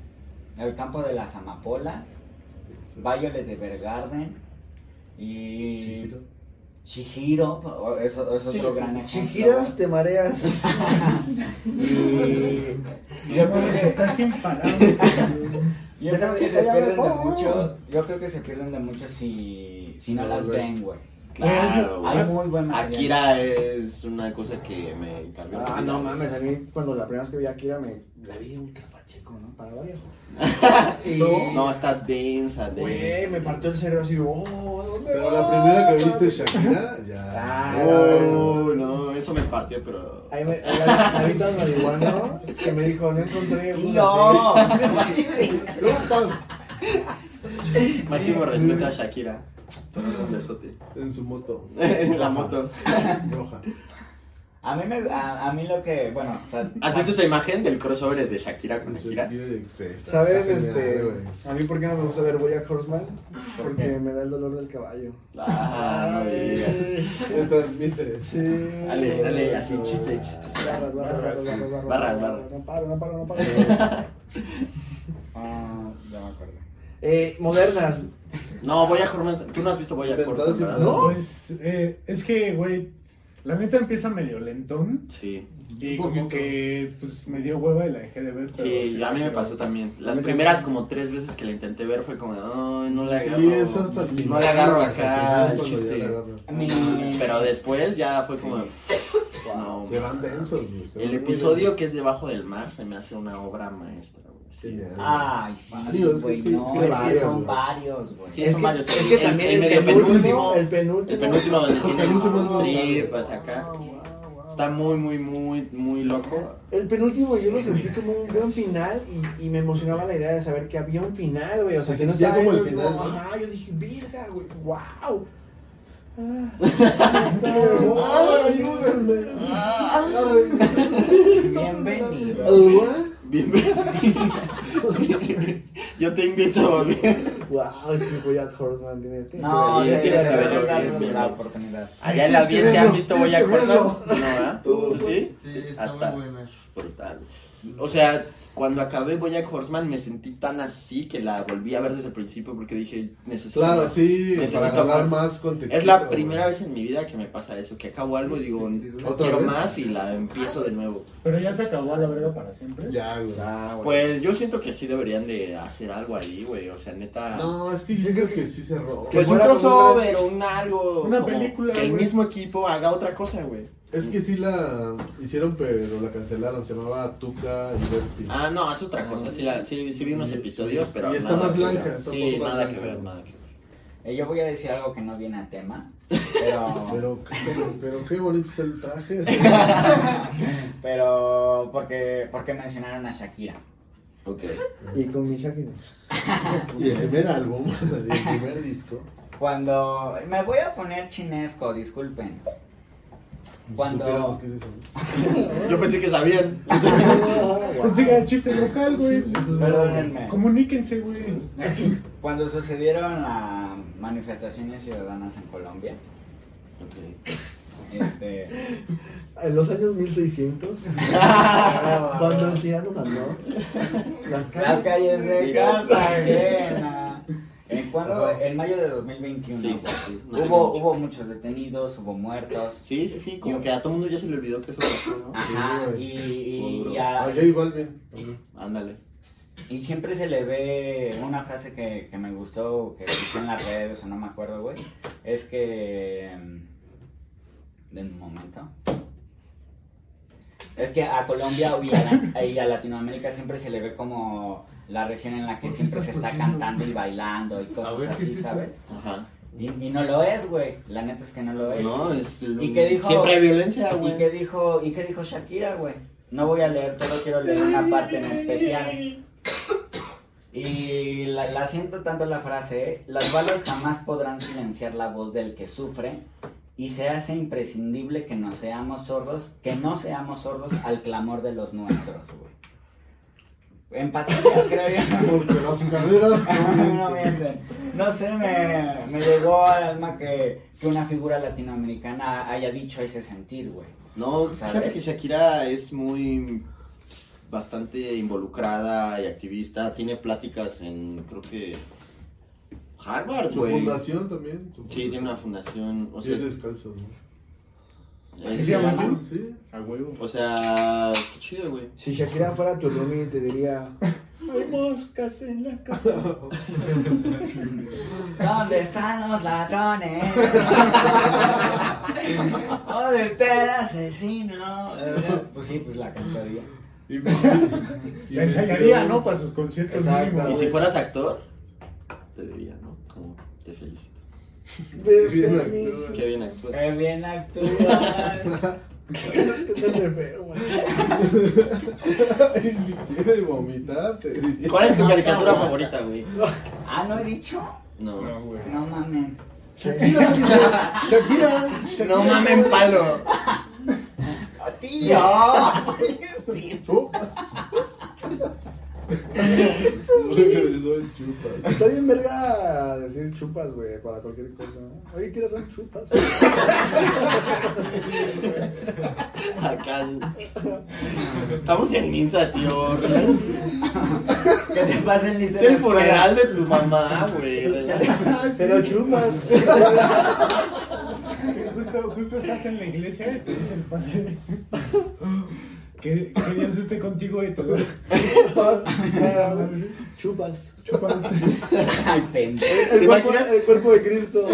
Speaker 5: El campo de las amapolas, Violet de Bergarden y
Speaker 6: Chihiro.
Speaker 5: Chihiro, o- eso, eso es
Speaker 3: Sí,
Speaker 5: otro
Speaker 3: sí,
Speaker 5: gran ejemplo.
Speaker 4: Chiquiras te mareas.
Speaker 5: Y
Speaker 3: [laughs]
Speaker 5: yo
Speaker 2: No,
Speaker 5: creo
Speaker 2: mames,
Speaker 5: que,
Speaker 2: está sin parar.
Speaker 5: yo creo que
Speaker 4: que
Speaker 5: se
Speaker 4: se llame
Speaker 5: pierden de
Speaker 4: Bob.
Speaker 5: mucho, yo creo que se pierden de mucho si, si no
Speaker 6: No,
Speaker 5: las
Speaker 6: güey.
Speaker 5: ven, güey.
Speaker 3: Claro,
Speaker 5: Hay
Speaker 3: güey.
Speaker 5: muy buen material.
Speaker 3: Akira es una cosa que me cambió la
Speaker 4: Ah,
Speaker 3: vida.
Speaker 4: no mames, a mí cuando la primera vez que vi a Akira me la vi ultra pacheco, ¿no? Para varios. y...
Speaker 3: No, está densa, densa. Oh,
Speaker 4: Güey, me partió el cerebro así, oh, ¿dónde
Speaker 6: Pero
Speaker 4: va?
Speaker 6: la primera que viste Shakira, ya.
Speaker 4: Ah,
Speaker 3: Oh, no, eso me partió, pero...
Speaker 4: Ahí me, la, la vi tan marihuana que me dijo, no encontré una
Speaker 5: No,
Speaker 6: Upa,
Speaker 3: Máximo respeto a Shakira. Un besote.
Speaker 6: En su moto.
Speaker 3: En [laughs] la moto.
Speaker 6: Roja.
Speaker 5: a mí, me, a, a mí lo que, bueno, o sea, ah,
Speaker 3: ¿Has visto esa imagen del crossover de Shakira con Akira?
Speaker 4: serie.
Speaker 6: Sí,
Speaker 4: ¿Sabes?
Speaker 6: está
Speaker 4: Este,
Speaker 6: genial,
Speaker 4: a
Speaker 6: güey.
Speaker 4: mí, ¿por qué no me gusta ver Boyack Horseman?
Speaker 5: ¿Por
Speaker 4: Porque
Speaker 5: qué?
Speaker 4: me da el dolor del caballo.
Speaker 3: Ah, no digas.
Speaker 6: Te transmite.
Speaker 4: Sí.
Speaker 3: Dale, dale, así, chiste, chiste.
Speaker 4: Barras, barras, barras, barras, barras.
Speaker 3: Barras, barras.
Speaker 4: No paro, no paro, no paro.
Speaker 5: Ah, ya me acuerdo.
Speaker 4: eh, modernas.
Speaker 3: No, voy a Horman. Tú no has visto voy a
Speaker 6: Inventados y
Speaker 3: Horman.
Speaker 6: ¿No?
Speaker 2: Pues, eh, es que, güey, la neta empieza medio lentón.
Speaker 3: Sí.
Speaker 2: Y
Speaker 6: Un
Speaker 2: como
Speaker 6: poquito.
Speaker 2: que, pues, me dio hueva y la dejé de ver. pero
Speaker 3: Sí, a mí me
Speaker 2: pero-
Speaker 3: pasó también. Las
Speaker 2: mí
Speaker 3: primeras como tres veces que la intenté ver fue como, no, no le
Speaker 6: Sí,
Speaker 3: agarro.
Speaker 6: es hasta el
Speaker 3: no
Speaker 6: final,
Speaker 3: le agarro
Speaker 6: hasta
Speaker 3: acá
Speaker 6: el
Speaker 3: el
Speaker 6: final cuando ya le
Speaker 3: chiste.
Speaker 6: agarras.
Speaker 5: Mi-
Speaker 3: Pero después ya fue como, no.
Speaker 6: Se van densos, güey. se
Speaker 3: El
Speaker 6: van muy
Speaker 3: episodio que es debajo del mar se me hace una obra maestra, güey.
Speaker 6: Sí,
Speaker 3: Sí.
Speaker 6: ya.
Speaker 5: Ay, sí,
Speaker 6: Varios,
Speaker 5: güey,
Speaker 6: es que
Speaker 5: no,
Speaker 6: sí,
Speaker 5: es que
Speaker 6: varios,
Speaker 5: son
Speaker 6: güey.
Speaker 5: varios, güey.
Speaker 3: Sí, son
Speaker 4: que-
Speaker 3: varios.
Speaker 4: es que también el
Speaker 3: medio
Speaker 4: penúltimo, el
Speaker 3: El
Speaker 4: penúltimo.
Speaker 3: penúltimo donde
Speaker 6: El
Speaker 3: tiene
Speaker 6: penúltimo es
Speaker 3: el
Speaker 6: brutal,
Speaker 3: trip,
Speaker 6: güey.
Speaker 3: hacia acá.
Speaker 4: Ah,
Speaker 3: Está muy, muy, muy, muy loco.
Speaker 4: El penúltimo yo lo sentí como un gran final y, y me emocionaba la idea de saber que había un final, güey. O sea,
Speaker 6: Se
Speaker 4: que no
Speaker 6: sentía
Speaker 4: estaba
Speaker 6: como
Speaker 4: ahí,
Speaker 6: el
Speaker 4: güey,
Speaker 6: final, ¿no?
Speaker 4: Ajá, yo dije, verga, güey, wow.
Speaker 6: Ay, ayúdenme.
Speaker 3: Ah.
Speaker 5: Bienvenido.
Speaker 3: Bienvenido. [laughs] Yo te invito a ver.
Speaker 4: Wow, es que Boyack Horseman tiene. tiene
Speaker 5: No,
Speaker 3: Sí,
Speaker 5: sí,
Speaker 3: es que
Speaker 5: tienes
Speaker 3: tienes
Speaker 5: que
Speaker 3: que verlo, tienes
Speaker 5: verles darle
Speaker 3: que
Speaker 5: la
Speaker 3: verlo.
Speaker 5: oportunidad.
Speaker 3: Allá en la
Speaker 6: Tienes que
Speaker 3: audiencia han
Speaker 6: verlo,
Speaker 3: visto voy
Speaker 6: tienes
Speaker 3: a
Speaker 6: que
Speaker 3: No,
Speaker 6: verlo.
Speaker 3: ¿verdad? ¿Tú sí?
Speaker 7: Sí, está
Speaker 3: Hasta
Speaker 7: muy buena.
Speaker 3: brutal. O sea, cuando acabé Boyack Horseman me sentí tan así que la volví a ver desde el principio porque dije, necesito
Speaker 6: Claro,
Speaker 3: más.
Speaker 6: sí, para
Speaker 3: Necesito
Speaker 6: agarrar
Speaker 3: más.
Speaker 6: más contexto.
Speaker 3: Es la
Speaker 6: güey.
Speaker 3: primera vez en mi vida que me pasa eso, que acabo algo y digo,
Speaker 7: Sí, sí, sí.
Speaker 6: ¿Otra
Speaker 3: quiero
Speaker 6: vez?
Speaker 3: más y la empiezo de nuevo.
Speaker 2: Pero ya se acabó a la verga para siempre.
Speaker 6: Ya, güey.
Speaker 3: Pues yo siento que sí deberían de hacer algo ahí, güey. O sea, neta...
Speaker 6: No, es que yo creo que sí cerró.
Speaker 3: Pues un
Speaker 4: fuera como
Speaker 3: crossover o un algo.
Speaker 2: Una
Speaker 3: como
Speaker 2: película,
Speaker 3: Que el
Speaker 2: güey.
Speaker 3: mismo equipo haga otra cosa, güey.
Speaker 6: Es que sí la hicieron, pero la cancelaron. Se llamaba Tuca y Berti.
Speaker 3: Ah, no, es otra cosa. Sí, la- sí, sí vi unos
Speaker 6: Y-
Speaker 3: episodios, pero.
Speaker 6: y está
Speaker 3: nada
Speaker 6: más
Speaker 3: que
Speaker 6: blanca,
Speaker 3: ver.
Speaker 6: está un
Speaker 3: Sí,
Speaker 6: poco más
Speaker 3: nada que
Speaker 6: blanca.
Speaker 3: ver, nada que ver.
Speaker 5: Eh, yo voy a decir algo que no viene a tema, pero,
Speaker 6: Pero, pero, pero qué bonito es el traje.
Speaker 3: [laughs]
Speaker 5: pero porque, porque mencionaron a Shakira.
Speaker 3: Ok.
Speaker 4: Y con mi Shakira.
Speaker 6: [laughs] Y el primer álbum, el primer disco.
Speaker 5: Cuando. Me voy a poner chinesco, disculpen. Cuando.
Speaker 6: Supiéramos qué es eso, ¿no?
Speaker 3: Yo pensé que sabían.
Speaker 2: Pensé que era Pues, chiste local, güey.
Speaker 5: Perdónenme.
Speaker 2: Comuníquense, güey.
Speaker 5: Cuando sucedieron las manifestaciones ciudadanas en Colombia,
Speaker 3: Ok. [laughs]
Speaker 5: este,
Speaker 7: En los
Speaker 5: [laughs]
Speaker 7: años 1600, cuando el tirano mandó las calles.
Speaker 5: las calles de
Speaker 3: Diga.
Speaker 5: Cartagena.
Speaker 3: [laughs]
Speaker 5: ¿En cuándo?
Speaker 7: Ajá.
Speaker 5: En mayo de 2021.
Speaker 3: Sí, sí, sí. No sé
Speaker 5: Hubo,
Speaker 3: mucho.
Speaker 5: hubo muchos detenidos, hubo muertos.
Speaker 3: Sí, sí, sí. Como que a todo el mundo ya se le olvidó que eso pasó, ¿no?
Speaker 5: Ajá, y, y- y a-
Speaker 6: Ah, J Balvin.
Speaker 3: Ándale.
Speaker 5: y siempre se le ve una frase que, que me gustó, que escuché en las redes o no me acuerdo, güey. Es que... mm, De un momento. Es que a Colombia y a, la- y a Latinoamérica siempre se le ve como la región en la que
Speaker 2: ¿Por qué
Speaker 5: siempre se
Speaker 2: estás
Speaker 5: está
Speaker 2: tosiendo?
Speaker 5: cantando y bailando y cosas
Speaker 2: ver, ¿qué
Speaker 5: así,
Speaker 2: es eso?
Speaker 5: ¿sabes?
Speaker 3: Ajá.
Speaker 5: Y, y no lo es, güey. La neta es que no lo es.
Speaker 3: No, es.
Speaker 5: Pues, ¿Y qué dijo?
Speaker 3: Siempre hay violencia,
Speaker 5: ¿Y
Speaker 3: güey.
Speaker 5: qué dijo, y qué dijo Shakira, güey? No voy a leer todo, quiero leer una parte en especial. Y la, la siento tanto la frase, ¿eh? las balas jamás podrán silenciar la voz del que sufre y se hace imprescindible que no seamos sordos, que no seamos sordos al clamor de los nuestros, güey. Empatía, creo yo.
Speaker 6: Porque las caderas
Speaker 5: no mienten. No sé, me, me llegó al alma que, que una figura latinoamericana haya dicho ese sentir, güey.
Speaker 3: No,
Speaker 5: ¿Sabes?
Speaker 3: fíjate que Shakira es muy bastante involucrada y activista. Tiene pláticas en, creo que Harvard,
Speaker 6: Su
Speaker 3: güey.
Speaker 6: fundación también. su
Speaker 3: Sí, tiene una fundación. O sea,
Speaker 6: Pies descalzos, ¿no?
Speaker 3: es-
Speaker 2: ¿Sí se llama así?
Speaker 6: Sí.
Speaker 2: A huevo.
Speaker 3: O sea, qué chido, güey.
Speaker 7: Si Shakira fuera tu roomie, te diría.
Speaker 5: ¿Dónde están los ladrones? ¿Dónde está el asesino? Eh, Pues sí, pues la cantaría.
Speaker 6: Y
Speaker 2: Se ensayaría, ¿no? Para sus conciertos
Speaker 5: Exacto.
Speaker 2: mínimo,
Speaker 3: Y
Speaker 2: güey.
Speaker 3: si fueras actor, te diría, ¿no? Como te felicito.
Speaker 7: "Te
Speaker 6: Bien,
Speaker 7: felicito".
Speaker 3: Qué bien actúas.
Speaker 5: Qué bien actúas.
Speaker 7: [laughs] Qué tan feo, güey.
Speaker 6: [laughs] Y si quieres vomitar, te diría.
Speaker 3: ¿Cuál es tu caricatura favorita, güey?
Speaker 5: Ah, ¿no he dicho?
Speaker 2: No,
Speaker 3: No.
Speaker 2: güey.
Speaker 5: No mamen.
Speaker 6: Shakira, dice, Shakira.
Speaker 3: No mamen palo.
Speaker 5: ¡Tío!
Speaker 6: [laughs] Chupas. Regresó el chupas.
Speaker 7: Está bien verga decir chupas, güey, para cualquier cosa. Oye, ¿quieres hacer chupas?
Speaker 3: Acá. Estamos en misa, tío.
Speaker 5: [laughs] Que te pasen
Speaker 3: Es
Speaker 5: listo.
Speaker 3: el funeral de tu mamá, güey.
Speaker 2: [laughs]
Speaker 7: Pero chupas.
Speaker 2: Justo, justo estás en la iglesia y te dice el padre. Que, que Dios esté contigo y todo.
Speaker 7: [laughs] chupas.
Speaker 2: Chupas.
Speaker 5: Ay, pendejo.
Speaker 7: El cuerpo,
Speaker 3: imaginas?
Speaker 7: el cuerpo de Cristo.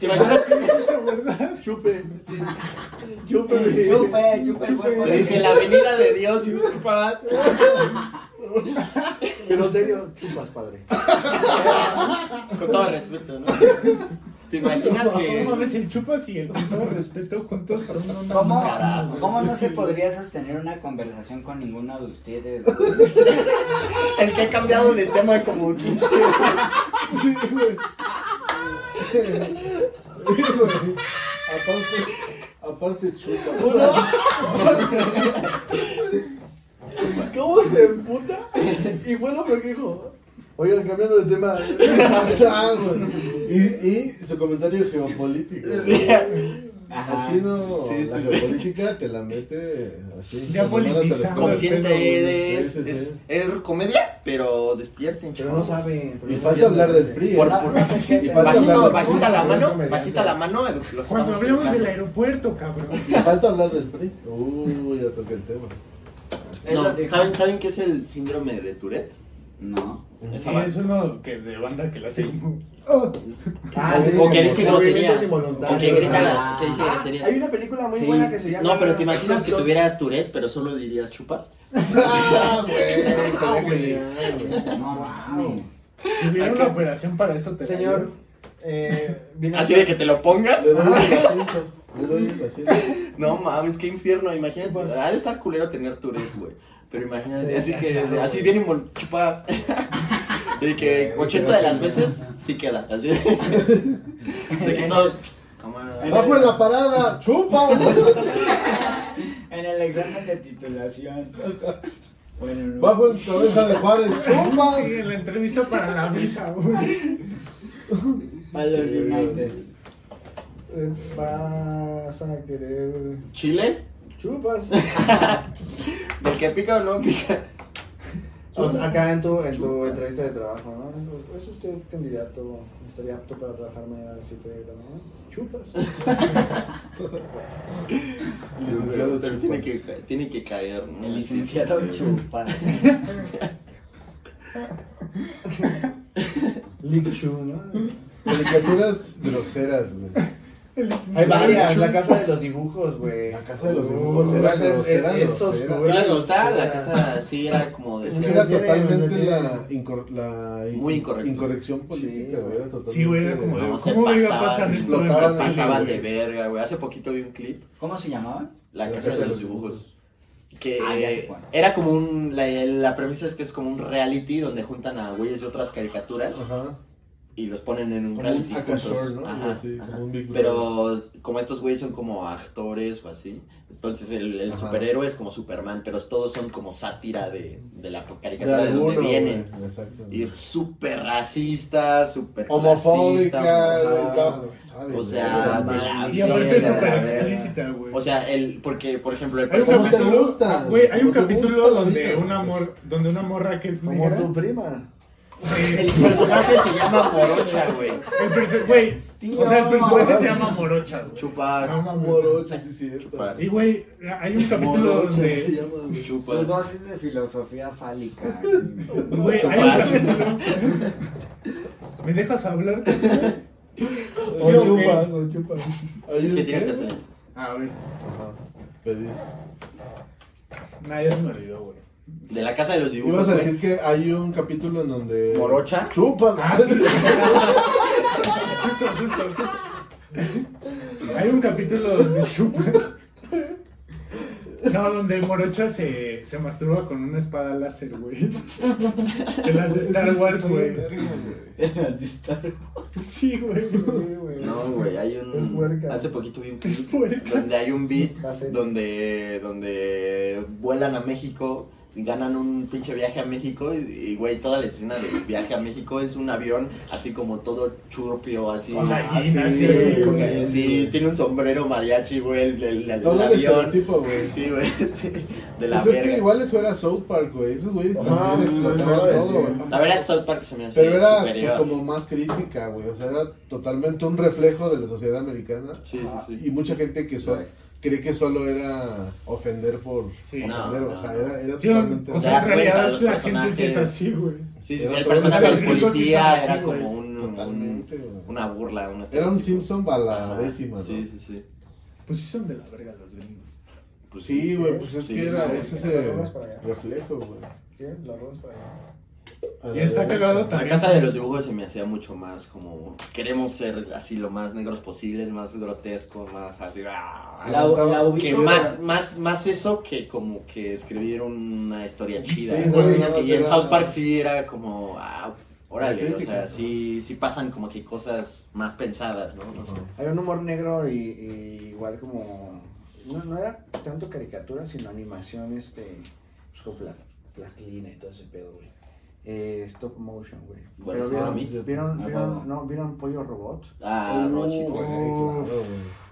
Speaker 3: ¿Te imaginas?
Speaker 7: Chupe. Chupe. güey.
Speaker 5: Chupe, chupe el cuerpo
Speaker 3: Le
Speaker 5: de
Speaker 3: dice la venida de Dios y tú pagas.
Speaker 7: Pero serio, chupas, padre.
Speaker 3: Con todo respeto, ¿no? ¿Te imaginas
Speaker 2: No
Speaker 3: que.?
Speaker 2: mames, el chupas y el con todo respeto juntos son una
Speaker 5: ¿Cómo,
Speaker 2: mamada, güey.
Speaker 5: ¿Cómo no se podría sostener una conversación con ninguno de ustedes?
Speaker 3: El que ha cambiado de tema como 15.
Speaker 6: Sí, güey. Sí, güey. Aparte, aparte chupas.
Speaker 7: ¿Cómo se emputa? Y bueno, porque dijo. Oigan, cambiando de
Speaker 3: [laughs]
Speaker 7: tema.
Speaker 6: Ah, güey. Y, y su comentario geopolítico.
Speaker 5: Ajá.
Speaker 6: A chino,
Speaker 3: Sí,
Speaker 6: la
Speaker 3: sí.
Speaker 6: geopolítica te la mete así.
Speaker 2: Ya
Speaker 6: te la manda
Speaker 2: politizado.
Speaker 6: a teléfono.
Speaker 3: Consciente de- es,
Speaker 6: Sí, sí,
Speaker 3: es,
Speaker 6: sí.
Speaker 3: es comedia, pero despierten,
Speaker 7: Pero no
Speaker 3: chavos.
Speaker 7: saben.
Speaker 6: Y falta hablar del PRI.
Speaker 3: Por-
Speaker 6: ¿eh?
Speaker 3: por-
Speaker 6: Y falta
Speaker 3: Bajito,
Speaker 6: hablar del
Speaker 3: bajita la
Speaker 7: Por eso
Speaker 3: mano,
Speaker 7: me
Speaker 3: bajita
Speaker 7: encanta.
Speaker 3: la mano. Los
Speaker 2: Cuando
Speaker 3: estamos
Speaker 2: hablemos del
Speaker 3: educando.
Speaker 2: aeropuerto, cabrón.
Speaker 6: PRI. Y falta hablar del PRI. Uh, ya toqué el tema.
Speaker 5: Él lo
Speaker 3: No,
Speaker 5: dijo.
Speaker 3: ¿saben, ¿Saben qué es el síndrome de Tourette?
Speaker 5: No.
Speaker 2: Sí,
Speaker 3: Esa va-
Speaker 2: es uno que de banda que la hace
Speaker 3: Sí.
Speaker 2: como-
Speaker 3: es-
Speaker 7: Ah, sí,
Speaker 3: o que dice
Speaker 7: movimientos
Speaker 3: groserías.
Speaker 7: involuntarios.
Speaker 3: O que grita,
Speaker 5: Ah.
Speaker 3: que dice
Speaker 7: Ah,
Speaker 3: groserías.
Speaker 7: hay una película muy
Speaker 5: Sí.
Speaker 7: buena que se llama.
Speaker 3: No, pero te imaginas que
Speaker 7: Don't-
Speaker 3: tuvieras Tourette, pero solo dirías chupas.
Speaker 6: Ah, güey.
Speaker 3: Ah,
Speaker 6: estaría
Speaker 3: güey.
Speaker 6: genial, güey.
Speaker 5: No, mames.
Speaker 2: Si hubiera una operación para eso, te la
Speaker 7: Señor,
Speaker 2: llevas.
Speaker 7: eh, viene
Speaker 3: Así de que te lo pongan.
Speaker 6: Le doy un
Speaker 7: Ah.
Speaker 6: pasito. Le doy un
Speaker 7: [laughs]
Speaker 6: pasito.
Speaker 3: No mames, qué infierno, imagínate.
Speaker 7: Chupas.
Speaker 3: Ha de estar culero tener Tourette, güey. Pero imagínate,
Speaker 7: Sí,
Speaker 3: así que
Speaker 7: claro,
Speaker 3: así
Speaker 7: güey.
Speaker 3: vienen mol- chupas. Y que 80 de las veces sí queda. Así de, de que todos. "Come on".
Speaker 6: ¡Bajo en la parada!
Speaker 7: [laughs]
Speaker 6: ¡Chupa!
Speaker 5: En el examen de titulación. Bueno, no.
Speaker 6: ¡Bajo en cabeza de Juárez! ¡Chupa!
Speaker 2: Sí, en la entrevista para la visa, güey.
Speaker 5: A los United.
Speaker 7: Eh, Vas a querer.
Speaker 3: Chile,
Speaker 7: Chupas.
Speaker 3: del que pica o no pica.
Speaker 7: [laughs] O sea, acá en tu, en tu entrevista de trabajo, ¿no? ¿Es usted candidato? ¿Estaría apto para trabajar mañana a las 7 de la mañana? Chupas.
Speaker 6: Licenciado
Speaker 3: Pero
Speaker 6: Chupa.
Speaker 3: tiene que, ca- tiene que caer. ¿no?
Speaker 5: El licenciado Chupa.
Speaker 7: Lick Chu, ¿no?
Speaker 6: Caricaturas groseras, güey.
Speaker 4: Hay varias, la casa de los dibujos, güey.
Speaker 6: La casa de los dibujos era
Speaker 7: Uh, es- es-
Speaker 6: grosera,
Speaker 7: es
Speaker 6: grosera.
Speaker 3: Sí
Speaker 7: oscura.
Speaker 3: les gustaba, la casa sí era como de
Speaker 7: Sí,
Speaker 6: Era
Speaker 7: sí,
Speaker 6: totalmente
Speaker 7: sí,
Speaker 6: la, incor- la in-
Speaker 3: Muy incorrecto.
Speaker 6: incorrección política, güey. era totalmente-
Speaker 2: Sí, güey, era como de-
Speaker 3: No, se
Speaker 2: ¿Cómo iba a pasar
Speaker 3: pasaban,
Speaker 2: esto
Speaker 6: en
Speaker 3: se
Speaker 6: la tele,
Speaker 3: pasaban
Speaker 6: güey?
Speaker 3: de verga, güey. Hace poquito vi un clip,
Speaker 5: ¿Cómo se llamaba?
Speaker 3: La Casa de los Dibujos, que
Speaker 5: Ah, ya sé
Speaker 3: eh,
Speaker 5: cuál.
Speaker 3: era como un, la, la premisa es que es como un reality donde juntan a güeyes de otras caricaturas
Speaker 6: Ajá.
Speaker 3: y los ponen en un
Speaker 6: Como un
Speaker 3: reality
Speaker 6: Saka Shore,
Speaker 3: juntos.
Speaker 6: ¿no?
Speaker 3: Ajá,
Speaker 6: Algo así,
Speaker 3: ajá.
Speaker 6: como un Big Brother.
Speaker 3: Pero como estos güeyes son como actores o así, entonces el, el
Speaker 6: Ajá.
Speaker 3: superhéroe es como Superman, pero todos son como sátira de, de la
Speaker 6: de
Speaker 3: caricatura de,
Speaker 6: alguno,
Speaker 3: donde vienen.
Speaker 6: güey, Exacto.
Speaker 3: Y súper racista, súper
Speaker 6: Homofóbica,
Speaker 3: clasista,
Speaker 6: güey,
Speaker 3: ajá.
Speaker 6: estaba- estaba de
Speaker 3: O sea,
Speaker 6: mierda,
Speaker 3: de la
Speaker 2: Y aparte es
Speaker 3: verga,
Speaker 2: súper
Speaker 3: güey.
Speaker 2: explícita, güey.
Speaker 3: O sea, el, porque, por ejemplo, el
Speaker 2: hay un
Speaker 6: ¿cómo te
Speaker 3: personaje-
Speaker 2: capítulo,
Speaker 6: gusta?
Speaker 2: güey, hay un
Speaker 6: ¿Cómo te
Speaker 2: capítulo
Speaker 6: gusta la
Speaker 2: donde
Speaker 6: vida?
Speaker 2: una, mor- donde una morra que es
Speaker 7: Como
Speaker 2: negra.
Speaker 7: tu prima.
Speaker 2: Sí.
Speaker 3: el personaje se llama Morocha, güey.
Speaker 2: El perso- güey, o sea, el personaje se llama Morocha, güey.
Speaker 3: Chupa,
Speaker 6: Ah, morocha, sí, cierto.
Speaker 3: Chupa.
Speaker 2: Y, güey, hay un capítulo
Speaker 6: Morocha, sí se
Speaker 2: donde...
Speaker 6: llama, güey.
Speaker 5: Su
Speaker 3: chupa.
Speaker 5: Pues dosis de filosofía [laughs] fálica.
Speaker 2: Güey, hay un capítulo... ¿Me dejas hablar?
Speaker 7: O
Speaker 2: Sí, ok.
Speaker 7: chupas, o chupas.
Speaker 6: Hay
Speaker 3: Es que
Speaker 6: un-
Speaker 3: tienes que hacer eso.
Speaker 2: Ah, A ver,
Speaker 6: Ajá. Pedí.
Speaker 2: nadie se me olvidó, güey.
Speaker 3: De la casa de los dibujos.
Speaker 6: Ibas a
Speaker 3: güey.
Speaker 6: decir que hay un capítulo en donde.
Speaker 3: Morocha.
Speaker 6: Chupa.
Speaker 2: Ah, sí. [laughs] Justo, justo, justo. Hay un capítulo donde chupas. No, donde Morocha se, se masturba con una espada láser, güey. De las de Star Wars, güey. Sí, güey.
Speaker 7: Sí, güey.
Speaker 3: No, güey, hay un.
Speaker 7: Es puerca.
Speaker 3: Hace poquito vi un
Speaker 2: Es
Speaker 3: clip
Speaker 2: puerca.
Speaker 3: donde hay un beat
Speaker 7: La serie.
Speaker 3: donde, donde vuelan a México y ganan un pinche viaje a México. Y, y, güey, toda la escena del viaje a México es un avión así como todo churpio, así.
Speaker 2: Con gallina,
Speaker 6: sí,
Speaker 2: sí, güey.
Speaker 6: sí,
Speaker 3: O sea, sí, tiene un sombrero mariachi, güey, el del del- del
Speaker 6: Todo el
Speaker 3: avión.
Speaker 6: estereotipo, güey.
Speaker 3: Sí, güey, [laughs] sí, de la
Speaker 6: Pues es que
Speaker 3: verga.
Speaker 6: igual eso era South Park, güey. Esos güeyes
Speaker 7: Ajá,
Speaker 6: también explotaban
Speaker 7: no, no,
Speaker 6: todo,
Speaker 7: sí.
Speaker 6: güey.
Speaker 3: La verdad, el South Park se me hace
Speaker 6: Pero era pues,
Speaker 3: superior.
Speaker 6: como más crítica, güey. O sea, era totalmente un reflejo de la sociedad americana.
Speaker 3: Sí, sí, sí.
Speaker 6: Y mucha gente
Speaker 5: Pues,
Speaker 6: que so- cree que solo era ofender por
Speaker 2: Sí.
Speaker 6: ofender.
Speaker 3: No,
Speaker 6: o sea,
Speaker 3: no,
Speaker 6: era, era
Speaker 2: Yo,
Speaker 6: totalmente.
Speaker 2: o
Speaker 3: Te
Speaker 2: sea,
Speaker 3: das
Speaker 2: en
Speaker 3: cuenta,
Speaker 2: realidad
Speaker 3: los
Speaker 2: la gente sí
Speaker 3: personajes-
Speaker 2: es así, güey.
Speaker 3: Sí, sí, sí,
Speaker 6: Pero
Speaker 3: el
Speaker 6: todo
Speaker 3: personaje
Speaker 6: eso
Speaker 3: del
Speaker 6: es
Speaker 2: rico,
Speaker 3: policía
Speaker 2: sí,
Speaker 3: era
Speaker 2: sí,
Speaker 3: como
Speaker 2: güey.
Speaker 3: un,
Speaker 6: Totalmente,
Speaker 3: un-
Speaker 6: güey.
Speaker 3: una burla. Un
Speaker 6: Era un
Speaker 3: estereotipo.
Speaker 6: Simpson para la
Speaker 3: Ajá.
Speaker 6: décima, ¿no?
Speaker 3: Sí, sí, sí.
Speaker 2: Pues sí son de la verga los gringos.
Speaker 3: Pues
Speaker 6: Sí, güey, pues es
Speaker 3: Sí,
Speaker 6: que era
Speaker 3: sí,
Speaker 6: ese
Speaker 7: sí.
Speaker 6: ese
Speaker 7: Lo robas para allá.
Speaker 6: reflejo, güey.
Speaker 7: ¿Qué? ¿La robas para allá?
Speaker 6: A la
Speaker 2: Y está
Speaker 6: derecha.
Speaker 2: cagado
Speaker 3: La
Speaker 2: también.
Speaker 3: casa de los dibujos se me hacía mucho más como queremos ser así lo más negros posibles, más grotesco, más así. ah,
Speaker 5: La, la ubico.
Speaker 3: que más, más, más eso que como que escribir una historia chida.
Speaker 6: Sí,
Speaker 2: güey,
Speaker 6: nada más
Speaker 3: y en
Speaker 6: era-
Speaker 3: South Park sí era como, ah, órale,
Speaker 6: La
Speaker 3: o
Speaker 6: crítica,
Speaker 3: sea,
Speaker 6: ¿no?
Speaker 3: sí, sí pasan como que cosas más pensadas, ¿no? No sé.
Speaker 6: Ajá.
Speaker 4: Hay un humor negro y, y igual como... No, no era tanto caricatura, sino animación, este... Pues con pla- plastilina y todo ese pedo, güey. Eh, stop motion, güey.
Speaker 3: Bueno,
Speaker 6: Pero
Speaker 3: a
Speaker 6: bien,
Speaker 3: mí-
Speaker 6: sí, Oh,
Speaker 4: ¿Vieron,
Speaker 5: Ah,
Speaker 4: vieron,
Speaker 5: bueno.
Speaker 4: no, ¿Vieron Pollo Robot?
Speaker 3: Ah, Rochi,
Speaker 6: Güey,
Speaker 3: güey.
Speaker 6: claro, güey.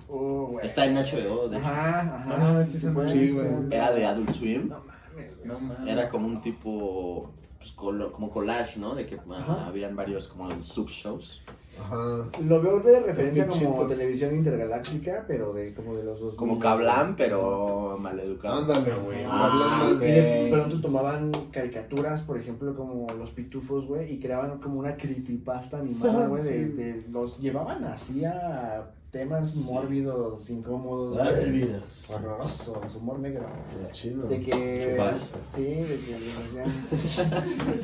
Speaker 4: Oh, güey.
Speaker 3: Está en HBO, de hecho.
Speaker 4: Ajá,
Speaker 2: Ah,
Speaker 4: ajá.
Speaker 2: sí, sí,
Speaker 4: puede,
Speaker 6: sí,
Speaker 4: sí,
Speaker 6: güey.
Speaker 4: puede.
Speaker 3: Era de Adult Swim.
Speaker 6: Ah,
Speaker 4: No mames, güey.
Speaker 2: No mames.
Speaker 3: Era como un tipo, pues, colo- como collage, ¿no? De que ah, habían varios como sub-shows.
Speaker 6: Ajá.
Speaker 4: Lo veo de referencia
Speaker 6: Es que
Speaker 4: como
Speaker 6: chido.
Speaker 4: televisión intergaláctica, pero de como de los dos.
Speaker 3: Como Cablan, pero maleducado.
Speaker 6: Ándale,
Speaker 2: Ah,
Speaker 6: güey.
Speaker 2: güey.
Speaker 6: Hablando
Speaker 4: Y
Speaker 6: de-
Speaker 4: de pronto tomaban caricaturas, por ejemplo, como los pitufos, güey, y creaban como una creepypasta animada, güey, de, de- los llevaban así a temas mórbidos, incómodos,
Speaker 6: Mórbidos.
Speaker 4: horrorosos, humor negro.
Speaker 6: Lo chido.
Speaker 4: De que.
Speaker 3: Chupas.
Speaker 4: Sí, de que les hacían.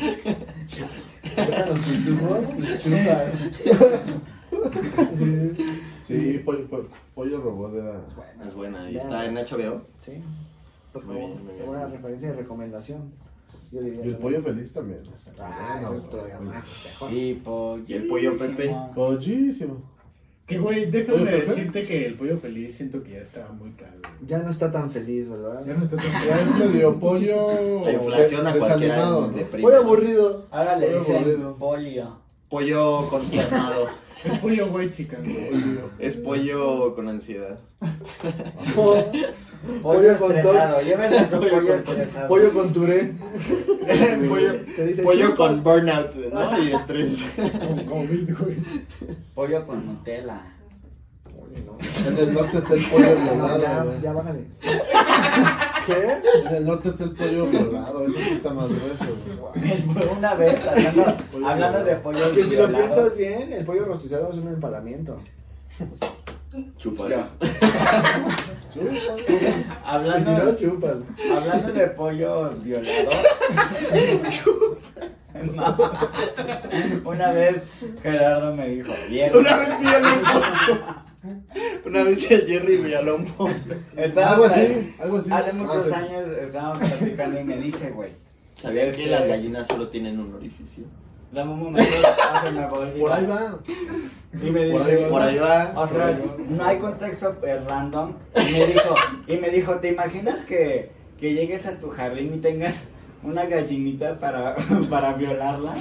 Speaker 3: [laughs]
Speaker 4: Eran los pitufos, pues chupas. Sí.
Speaker 6: Sí, pollo, pollo, pollo robot era.
Speaker 4: Bueno.
Speaker 3: Es buena. Y
Speaker 4: Ya.
Speaker 3: está en HBO.
Speaker 4: Sí. Por
Speaker 3: Muy
Speaker 4: favor,
Speaker 3: bien, muy bien.
Speaker 4: una referencia de recomendación. Yo diría.
Speaker 6: Y el
Speaker 4: también.
Speaker 6: pollo feliz también. está
Speaker 4: Ah,
Speaker 6: cabrón,
Speaker 4: eso es todavía
Speaker 6: güey.
Speaker 4: más. mejor.
Speaker 5: pues, Y, pollo.
Speaker 3: ¿Y el pollo, Pepe?
Speaker 6: Pollísimo.
Speaker 2: Que güey, déjame
Speaker 6: Oye, Pepe.
Speaker 2: decirte que el pollo feliz siento que ya estaba muy caro.
Speaker 4: Ya no está tan feliz, ¿verdad?
Speaker 2: Ya no está tan
Speaker 6: Ya es medio pollo.
Speaker 3: La inflación a
Speaker 6: de-
Speaker 3: cualquiera
Speaker 6: desanimado, ¿no?
Speaker 3: deprime.
Speaker 4: Muy aburrido.
Speaker 5: Ahora le
Speaker 6: Pollo
Speaker 5: dicen
Speaker 6: aburrido.
Speaker 5: polio.
Speaker 3: Pollo consternado.
Speaker 2: Es pollo white chicken, güey.
Speaker 3: [laughs] es pollo con ansiedad.
Speaker 4: [laughs]
Speaker 5: Pollo
Speaker 4: con
Speaker 5: estresado. Llévese su pollo estresado.
Speaker 4: Pollo con turé.
Speaker 3: pollo
Speaker 4: Te dice,
Speaker 3: pollo con
Speaker 4: "Chupas".
Speaker 3: burnout, [laughs] ¿no? Y estrés.
Speaker 2: Con COVID, güey.
Speaker 5: Pollo con Nutella.
Speaker 4: Oye, no.
Speaker 6: En el norte está el pollo
Speaker 4: No, ya,
Speaker 6: violado, güey.
Speaker 4: ya bájale. [laughs] ¿Qué?
Speaker 6: En el norte está el pollo violado. Eso sí está más grueso, güey.
Speaker 5: [laughs] Una vez, hablando,
Speaker 6: Pollo
Speaker 5: hablando de
Speaker 6: violado.
Speaker 5: pollo
Speaker 4: Que si lo
Speaker 5: violado,
Speaker 4: piensas bien, el pollo rostizado es un empalamiento.
Speaker 3: Chupas.
Speaker 5: Ah,
Speaker 4: Y si no,
Speaker 5: hablando,
Speaker 4: chupas.
Speaker 5: hablando de pollos violados. No. Una vez Gerardo me dijo, "Viejo,
Speaker 3: Una vez vi a León Ponce. Una vez vi a Jerry Villalombo.
Speaker 5: Estaba-
Speaker 6: Algo así, algo así.
Speaker 5: Hace
Speaker 6: Ah,
Speaker 5: muchos
Speaker 6: sí.
Speaker 5: años estábamos platicando y me dice, güey.
Speaker 3: ¿Sabían
Speaker 5: Este-
Speaker 3: que las gallinas solo tienen un orificio?
Speaker 5: Dame un momento, o sea, me volví.
Speaker 6: Por ahí va.
Speaker 5: Y me
Speaker 6: por
Speaker 5: dice,
Speaker 6: ahí va.
Speaker 3: Por ahí va.
Speaker 5: o sea, no hay contexto eh, random. Y me dijo, y me dijo, ¿te imaginas que, que llegues a tu jardín y tengas una gallinita para, [laughs] para violarla?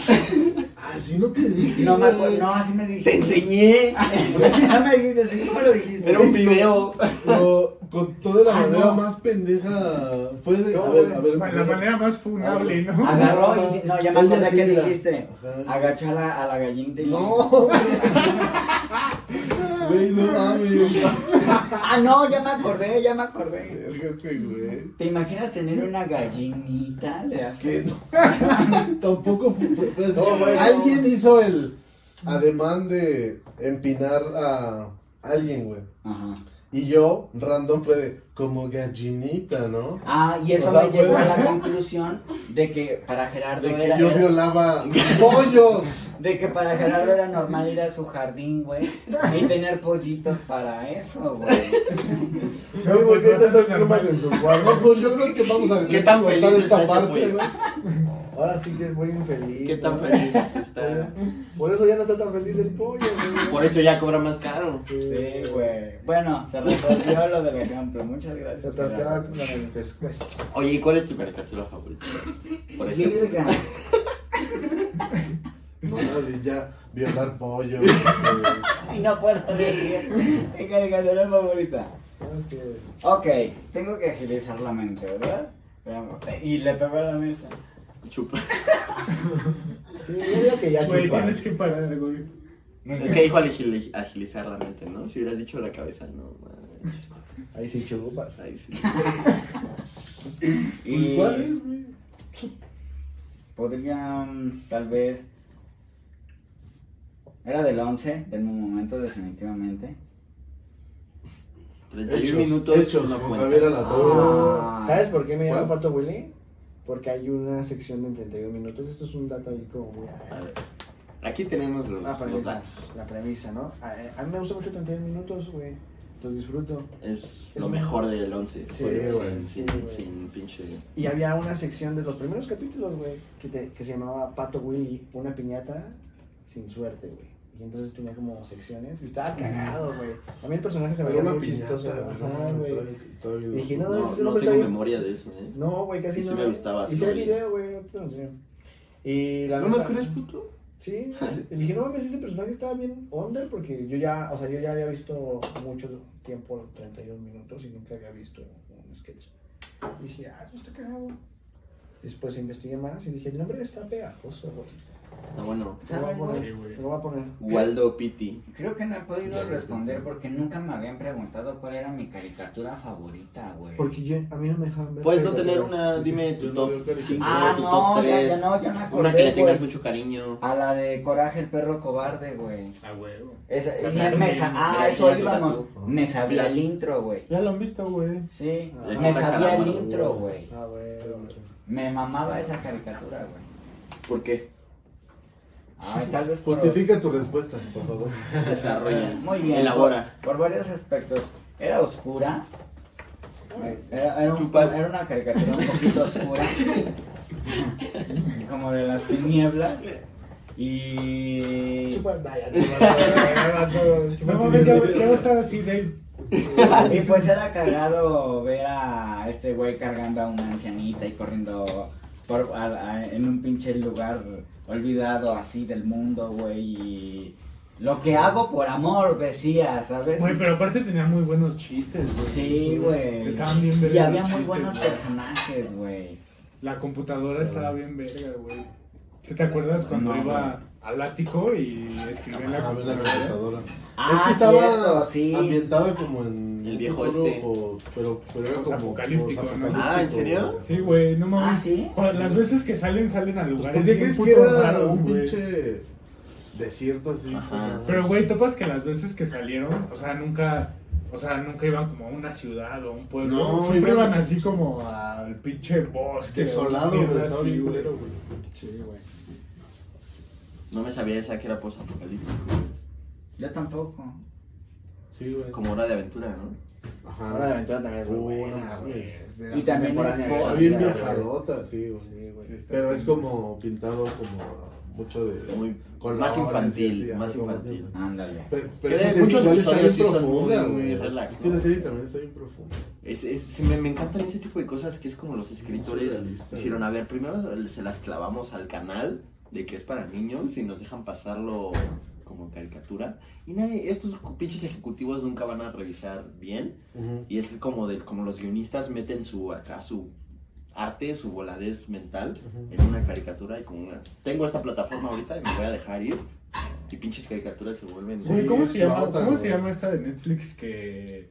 Speaker 6: Así no te dije.
Speaker 5: No me acuerdo,
Speaker 6: güey.
Speaker 5: no, así me dijiste.
Speaker 3: Te enseñé.
Speaker 5: [laughs] Ya me dijiste así, ¿cómo lo dijiste?
Speaker 3: Era un video.
Speaker 6: Pero con toda la
Speaker 5: Ah,
Speaker 6: manera
Speaker 5: no.
Speaker 6: más pendeja. Fue de. A
Speaker 4: No,
Speaker 6: ver, a ver.
Speaker 2: La manera más funable, ¿no?
Speaker 5: Ah, Agarró y, no, ya me
Speaker 6: Ella
Speaker 5: acordé
Speaker 6: sí
Speaker 5: que
Speaker 6: era.
Speaker 5: dijiste.
Speaker 6: Ajá.
Speaker 5: Agachó a la, a la gallinita y
Speaker 6: No. [laughs] Güey, no mames.
Speaker 5: Ah, no, ya me acordé, ya me acordé.
Speaker 6: Verga, este güey.
Speaker 5: ¿Te imaginas tener una gallinita? Le
Speaker 6: Que
Speaker 5: haces.
Speaker 6: no. [laughs] Tampoco fue, fue- fue así.
Speaker 4: No, bueno.
Speaker 6: Alguien hizo el ademán de empinar a alguien, güey.
Speaker 5: Ajá.
Speaker 6: Y yo, random, fue de como gallinita, ¿no?
Speaker 5: Ah, y eso
Speaker 6: O sea,
Speaker 5: me llevó
Speaker 6: fue-
Speaker 5: a la conclusión de que para Gerardo
Speaker 6: De que
Speaker 5: era,
Speaker 6: yo
Speaker 5: era-
Speaker 6: violaba
Speaker 5: [laughs]
Speaker 6: pollos.
Speaker 5: de que para Gerardo era normal ir a su jardín, güey, y tener pollitos para eso, güey.
Speaker 4: No, ¿por qué
Speaker 2: pues, no,
Speaker 4: tantas
Speaker 2: no, no,
Speaker 4: plumas
Speaker 2: no.
Speaker 4: en tu
Speaker 6: No,
Speaker 4: cuarto?
Speaker 6: pues yo creo que vamos a
Speaker 3: ¿Qué tan
Speaker 6: cortar
Speaker 3: feliz está ese pollo?
Speaker 6: güey.
Speaker 4: Ahora sí que es muy infeliz.
Speaker 3: [laughs] Qué tan
Speaker 4: ¿no?
Speaker 3: feliz está.
Speaker 4: Por eso ya no está tan feliz el pollo. güey.
Speaker 3: Por eso ya cobra más caro.
Speaker 5: Sí, güey. Bueno, se resolvió lo del ejemplo. Muchas
Speaker 4: Se
Speaker 5: gracias.
Speaker 4: atascaba
Speaker 5: Gerardo.
Speaker 4: con el pescuezo.
Speaker 3: Oye, ¿y cuál es tu caricatura favorita? Por ejemplo.
Speaker 5: Virga.
Speaker 6: No, de ya violar
Speaker 3: [laughs]
Speaker 6: pollos. este,
Speaker 5: Ay, no puedo decir. Mi caricatura favorita.
Speaker 4: No, es que-
Speaker 5: Ok, tengo que agilizar la mente, ¿verdad? Y le pego a la mesa.
Speaker 3: [laughs] Chupa.
Speaker 4: Sí, yo digo que ya
Speaker 2: Güey,
Speaker 4: chupas.
Speaker 2: tienes que parar, güey.
Speaker 3: Es que dijo agil- agilizar la mente, ¿no? Si hubieras dicho la cabeza, no. manches.
Speaker 4: Ahí sí chupas.
Speaker 3: Ahí sí.
Speaker 6: Pues, ¿Cuál es, güey?
Speaker 5: Podrían, mm, tal vez. Era del 11, del momento, definitivamente.
Speaker 3: 31
Speaker 6: Hechos,
Speaker 3: minutos.
Speaker 6: hechos,
Speaker 3: no
Speaker 6: con
Speaker 3: cuenta.
Speaker 6: Javier a la torre.
Speaker 5: Ah.
Speaker 4: ¿Sabes por qué me llamo
Speaker 6: ¿Cuál?
Speaker 4: Pato Willy? Porque hay una sección de 32 minutos. Esto es un dato ahí como muy...
Speaker 3: A ver, Aquí tenemos los,
Speaker 4: La
Speaker 3: los
Speaker 4: premisa,
Speaker 3: datos.
Speaker 4: la premisa, ¿no? A, eh, a mí me gusta mucho 31 minutos, güey. Los disfruto.
Speaker 3: Es lo mejor del 11.
Speaker 4: Sí,
Speaker 6: güey,
Speaker 3: sin,
Speaker 4: sí, güey.
Speaker 3: sin pinche.
Speaker 4: Y había una sección de los primeros capítulos, güey, que, te- que se llamaba Pato Willy, una piñata sin suerte, güey. Y entonces tenía como secciones y
Speaker 3: Mm.
Speaker 4: estaba cagado, güey. A mí el personaje se me
Speaker 6: Era
Speaker 4: veía
Speaker 6: una
Speaker 4: muy
Speaker 6: piñata,
Speaker 4: chistoso.
Speaker 6: güey, no
Speaker 4: Ajá,
Speaker 6: mames,
Speaker 4: güey.
Speaker 6: estaba bien- estaba bien
Speaker 4: Y dije,
Speaker 6: loco.
Speaker 4: no,
Speaker 3: No,
Speaker 4: ese
Speaker 3: no
Speaker 4: hombre está
Speaker 3: tengo
Speaker 4: bien.
Speaker 3: memoria de eso, ¿eh?
Speaker 4: No, güey, casi
Speaker 3: Sí, sí
Speaker 4: no.
Speaker 3: me gustaba, sí
Speaker 4: Hice
Speaker 3: lo
Speaker 4: el
Speaker 3: vi.
Speaker 4: video, güey, ahorita te lo enseño. Y la
Speaker 3: ¿No
Speaker 4: neta-
Speaker 3: me crees, puto?
Speaker 4: Sí, y dije, no mames, ese personaje estaba bien under porque yo ya, o sea, yo ya había visto mucho tiempo, 32 minutos, y nunca había visto un sketch. Y dije, ah, eso está cagado. Después investigué más y dije, el nombre está pegajoso, güey.
Speaker 3: No, bueno.
Speaker 4: Lo voy a
Speaker 5: ¿Sabes, güey?
Speaker 4: poner,
Speaker 2: Sí, güey.
Speaker 4: lo voy a poner.
Speaker 3: Waldo Pitti.
Speaker 5: Creo que no he podido responder porque nunca me habían preguntado cuál era mi caricatura favorita, güey.
Speaker 4: Porque yo, a mí no me dejaban ver.
Speaker 3: Puedes no tener
Speaker 4: caricaturas.
Speaker 3: una. Dime
Speaker 6: yo
Speaker 3: tu
Speaker 6: no veo
Speaker 3: top
Speaker 6: caricaturas.
Speaker 3: 5,
Speaker 5: Ah,
Speaker 3: tu
Speaker 5: no,
Speaker 3: top
Speaker 5: ya, ya
Speaker 3: 3.
Speaker 5: no, ya me acordé,
Speaker 3: Una que le tengas
Speaker 5: güey. Ah,
Speaker 3: mucho cariño.
Speaker 5: A la de Coraje el perro cobarde, güey.
Speaker 2: A huevo.
Speaker 5: Esa,
Speaker 2: La
Speaker 5: me,
Speaker 2: mía
Speaker 5: me
Speaker 2: también.
Speaker 5: sa- ah,
Speaker 3: Mira,
Speaker 5: eso
Speaker 3: sí,
Speaker 5: íbamos.
Speaker 3: tú.
Speaker 5: Me sabía
Speaker 3: Mira.
Speaker 5: el intro, güey.
Speaker 2: Ya lo han visto, güey.
Speaker 5: Sí,
Speaker 4: Ah.
Speaker 5: me
Speaker 3: Saca la
Speaker 5: sabía el
Speaker 3: mano,
Speaker 5: intro, güey.
Speaker 4: Ah, güey.
Speaker 5: Me mamaba esa caricatura, güey.
Speaker 3: ¿Por qué?
Speaker 5: Ay, tal vez por-
Speaker 6: Justifica tu respuesta, por favor.
Speaker 3: [laughs] Desarrolla.
Speaker 5: Muy bien.
Speaker 3: Elabora.
Speaker 5: Por, por varios aspectos. Era oscura. Era, era un-
Speaker 3: Chupar.
Speaker 5: era una caricatura un poquito oscura. como de las tinieblas.
Speaker 4: pues,
Speaker 5: Y.
Speaker 7: Chupas,
Speaker 3: [laughs]
Speaker 7: vaya, no, no, no,
Speaker 2: No
Speaker 7: chupas,
Speaker 2: mames, ya ya va a estar así, Dave.
Speaker 5: Y pues era cagado ver a este güey cargando a una ancianita y corriendo por- a- a- en un pinche lugar olvidado así del mundo, güey. y Lo que hago por amor, decía, ¿sabes?
Speaker 2: Güey, pero aparte tenía muy buenos chistes, güey.
Speaker 5: Sí, güey.
Speaker 2: Estaban bien verga
Speaker 5: Y había
Speaker 2: los
Speaker 5: muy
Speaker 2: chistes,
Speaker 5: buenos
Speaker 2: güey.
Speaker 5: personajes, güey.
Speaker 2: La computadora estaba bien verga, güey. ¿Sí ¿Te acuerdas cuando
Speaker 5: No,
Speaker 2: iba al ático y escribía en la
Speaker 6: Ah, la
Speaker 2: computadora?
Speaker 6: computadora.
Speaker 5: Ah,
Speaker 6: es que estaba
Speaker 5: cierto, sí.
Speaker 6: ambientado como en
Speaker 3: El
Speaker 6: un
Speaker 3: viejo
Speaker 6: futuro,
Speaker 3: este.
Speaker 6: o- pero, pero era como
Speaker 2: Apocalíptico,
Speaker 6: como
Speaker 2: ¿no?
Speaker 3: Ah, ¿en serio?
Speaker 2: Sí, güey, no mames.
Speaker 5: Ah, ¿sí?
Speaker 2: Cuando- Las veces que salen, salen a
Speaker 6: Pues,
Speaker 2: lugares
Speaker 6: ¿Por qué
Speaker 2: bien
Speaker 6: crees que
Speaker 2: puto
Speaker 6: era
Speaker 2: raros,
Speaker 6: un
Speaker 2: güey.
Speaker 6: pinche desierto así?
Speaker 3: Ajá.
Speaker 2: Pero, güey, topas que las veces que salieron, o sea, nunca... O sea, nunca iban como a una ciudad o un pueblo.
Speaker 6: No,
Speaker 2: Siempre
Speaker 6: iban-
Speaker 2: iban así como al pinche bosque.
Speaker 6: desolado,
Speaker 2: o
Speaker 6: güey.
Speaker 2: mierda
Speaker 6: Estaba
Speaker 2: así,
Speaker 6: bien
Speaker 2: güey.
Speaker 6: culero, güey.
Speaker 2: Sí, güey.
Speaker 3: No me sabía esa que era posapocalíptico.
Speaker 5: Yo tampoco.
Speaker 6: Sí, güey.
Speaker 3: Como hora de aventura, ¿no?
Speaker 4: Ahora la
Speaker 6: Ajá.
Speaker 4: aventura también es muy
Speaker 6: Uy,
Speaker 4: buena,
Speaker 6: no
Speaker 4: güey.
Speaker 6: mames.
Speaker 4: Es de las
Speaker 5: Y también es
Speaker 4: contemporáneas.
Speaker 5: Fox.
Speaker 6: Está bien viajadota, sí, güey.
Speaker 4: Sí, güey.
Speaker 2: Sí, está
Speaker 6: Pero es
Speaker 2: bien.
Speaker 6: como pintado como mucho de...
Speaker 3: Muy,
Speaker 6: Con
Speaker 3: más
Speaker 6: la hora,
Speaker 3: infantil,
Speaker 6: sí, sí,
Speaker 3: más
Speaker 6: ajá, como
Speaker 3: infantil.
Speaker 5: Ándale.
Speaker 6: Pero,
Speaker 3: Que
Speaker 6: esa
Speaker 3: de
Speaker 6: serie
Speaker 3: muchos
Speaker 6: igual está bien
Speaker 3: episodios sí son
Speaker 6: profunda,
Speaker 3: muy
Speaker 6: güey.
Speaker 3: relax,
Speaker 6: Es que la
Speaker 3: ¿no?
Speaker 6: serie también está bien profunda.
Speaker 3: Es, es- sí, me, me encantan ese tipo de cosas que es como los escritores
Speaker 6: surrealista,
Speaker 3: hicieron, a ver, primero se las clavamos al canal de que es para niños y nos dejan pasarlo como caricatura. Y nadie, estos pinches ejecutivos nunca van a revisar bien. Y es como de, como los guionistas meten su acá su arte, su voladez mental en una caricatura y con una. Tengo esta plataforma ahorita y me voy a dejar ir. Y pinches caricaturas se vuelven.
Speaker 6: Sí,
Speaker 2: Güey, ¿cómo, se llama,
Speaker 6: explota,
Speaker 2: ¿cómo
Speaker 6: güey.
Speaker 2: se llama esta de Netflix que,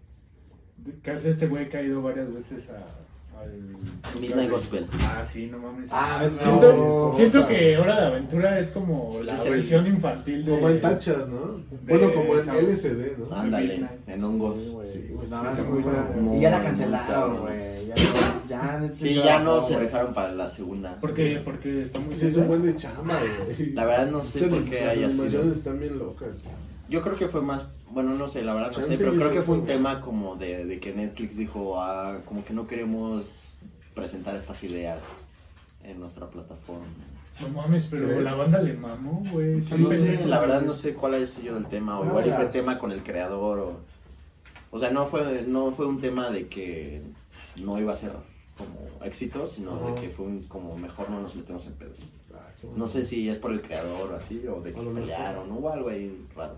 Speaker 2: que hace este güey que ha ido varias veces a, al...
Speaker 3: Midnight Gospel.
Speaker 2: Ah, sí, no mames.
Speaker 4: Ah,
Speaker 6: Es-
Speaker 4: no,
Speaker 2: siento,
Speaker 6: no.
Speaker 2: siento que Hora de Aventura es como
Speaker 3: Pues
Speaker 2: la
Speaker 3: es el-
Speaker 2: versión infantil de...
Speaker 6: Como en tachas, ¿no? Bueno, como en
Speaker 2: esa-
Speaker 6: LCD,
Speaker 3: Ah,
Speaker 6: ¿no?
Speaker 3: Ándale,
Speaker 2: Midnight.
Speaker 3: en hongos.
Speaker 6: Sí,
Speaker 4: Pues
Speaker 6: güey.
Speaker 4: nada más
Speaker 2: está
Speaker 4: es
Speaker 2: muy
Speaker 4: muy buena.
Speaker 2: buena.
Speaker 4: Y ya la
Speaker 3: Muy, muy
Speaker 4: cancelaron,
Speaker 3: cabrón.
Speaker 4: güey. Ya no, ya, Netflix
Speaker 3: Sí,
Speaker 4: la
Speaker 3: ya
Speaker 4: bajó,
Speaker 3: no se
Speaker 4: güey.
Speaker 3: rifaron para la segunda.
Speaker 2: Porque, porque está muy...
Speaker 6: Sí, es un buen de chamba, güey.
Speaker 3: La verdad no sé por qué haya
Speaker 6: Las
Speaker 3: sido.
Speaker 6: animaciones están bien locas.
Speaker 3: Yo creo que fue más, bueno, no sé, la verdad no sé,
Speaker 6: Chance
Speaker 3: pero
Speaker 6: y
Speaker 3: creo
Speaker 6: sí
Speaker 3: que fue un
Speaker 6: fue.
Speaker 3: tema como de, de que Netflix dijo, ah, como que no queremos presentar estas ideas en nuestra plataforma.
Speaker 2: No mames, pero la banda le mamó, güey. Sí,
Speaker 3: No sé,
Speaker 2: pendejo.
Speaker 3: la verdad no sé cuál haya sido el tema, o
Speaker 4: No,
Speaker 3: igual y fue
Speaker 4: las-
Speaker 3: tema con el creador, o, o sea, no fue, no fue un tema de que no iba a ser como éxito, sino de que fue un, como mejor no nos metemos en pedos.
Speaker 6: Ah,
Speaker 3: No sé si es por el creador o así, o de que
Speaker 6: A
Speaker 3: se
Speaker 6: lo mejor.
Speaker 3: pelearon, o algo ahí raro.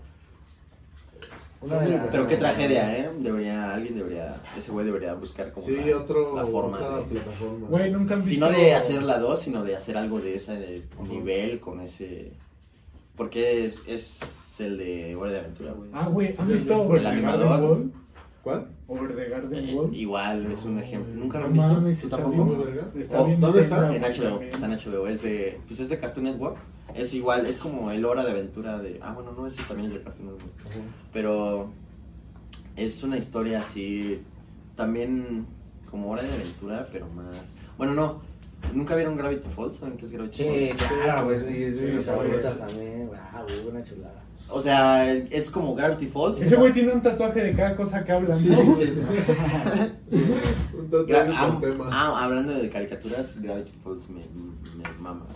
Speaker 4: Una de las-
Speaker 3: Pero qué tragedia, ¿eh? Debería, alguien debería, ese güey debería buscar como
Speaker 6: Sí,
Speaker 3: la,
Speaker 6: otro,
Speaker 3: la forma.
Speaker 6: otra
Speaker 3: de-
Speaker 6: plataforma.
Speaker 2: Güey, nunca han visto...
Speaker 3: si no de hacer la dos, sino de hacer algo de ese de nivel con ese... Porque es, es el de Hora de Aventura, güey.
Speaker 2: Ah, güey, ¿han visto Over
Speaker 3: El
Speaker 2: the
Speaker 3: animador.
Speaker 2: Garden Wall?
Speaker 6: ¿Cuál?
Speaker 2: Over the Garden
Speaker 3: Eh,
Speaker 2: Wall.
Speaker 3: igual, es un ejemplo. Nunca lo
Speaker 2: No
Speaker 3: he visto.
Speaker 2: mames,
Speaker 3: ¿Tú
Speaker 2: está
Speaker 3: tampoco?
Speaker 2: bien,
Speaker 6: verga?
Speaker 2: está
Speaker 3: Oh,
Speaker 2: bien
Speaker 6: ¿dónde
Speaker 2: verga,
Speaker 6: está?
Speaker 2: güey,
Speaker 3: En HBO,
Speaker 2: también.
Speaker 3: está en HBO, es de, pues es de Cartoon Network, es igual, es como el Hora de Aventura de, ah bueno, no, ese también es de Cartoon Network, pero es una historia así, también como Hora de Aventura, pero más, bueno no, nunca vieron Gravity Falls, ¿saben qué es Gravity
Speaker 4: Sí,
Speaker 3: Falls?
Speaker 4: claro, güey. Y es de
Speaker 2: Sí,
Speaker 4: mis
Speaker 2: güey.
Speaker 4: favoritas también, güey. Ah, güey, una chulada.
Speaker 3: O sea, es como Gravity Falls,
Speaker 2: Ese güey tiene un tatuaje de cada cosa que hablan.
Speaker 6: Sí,
Speaker 2: ¿no?
Speaker 3: [laughs]
Speaker 6: sí. Un total
Speaker 3: Gra-
Speaker 6: por
Speaker 3: ah,
Speaker 6: tema.
Speaker 3: ah, hablando de caricaturas, Gravity Falls me, me mama.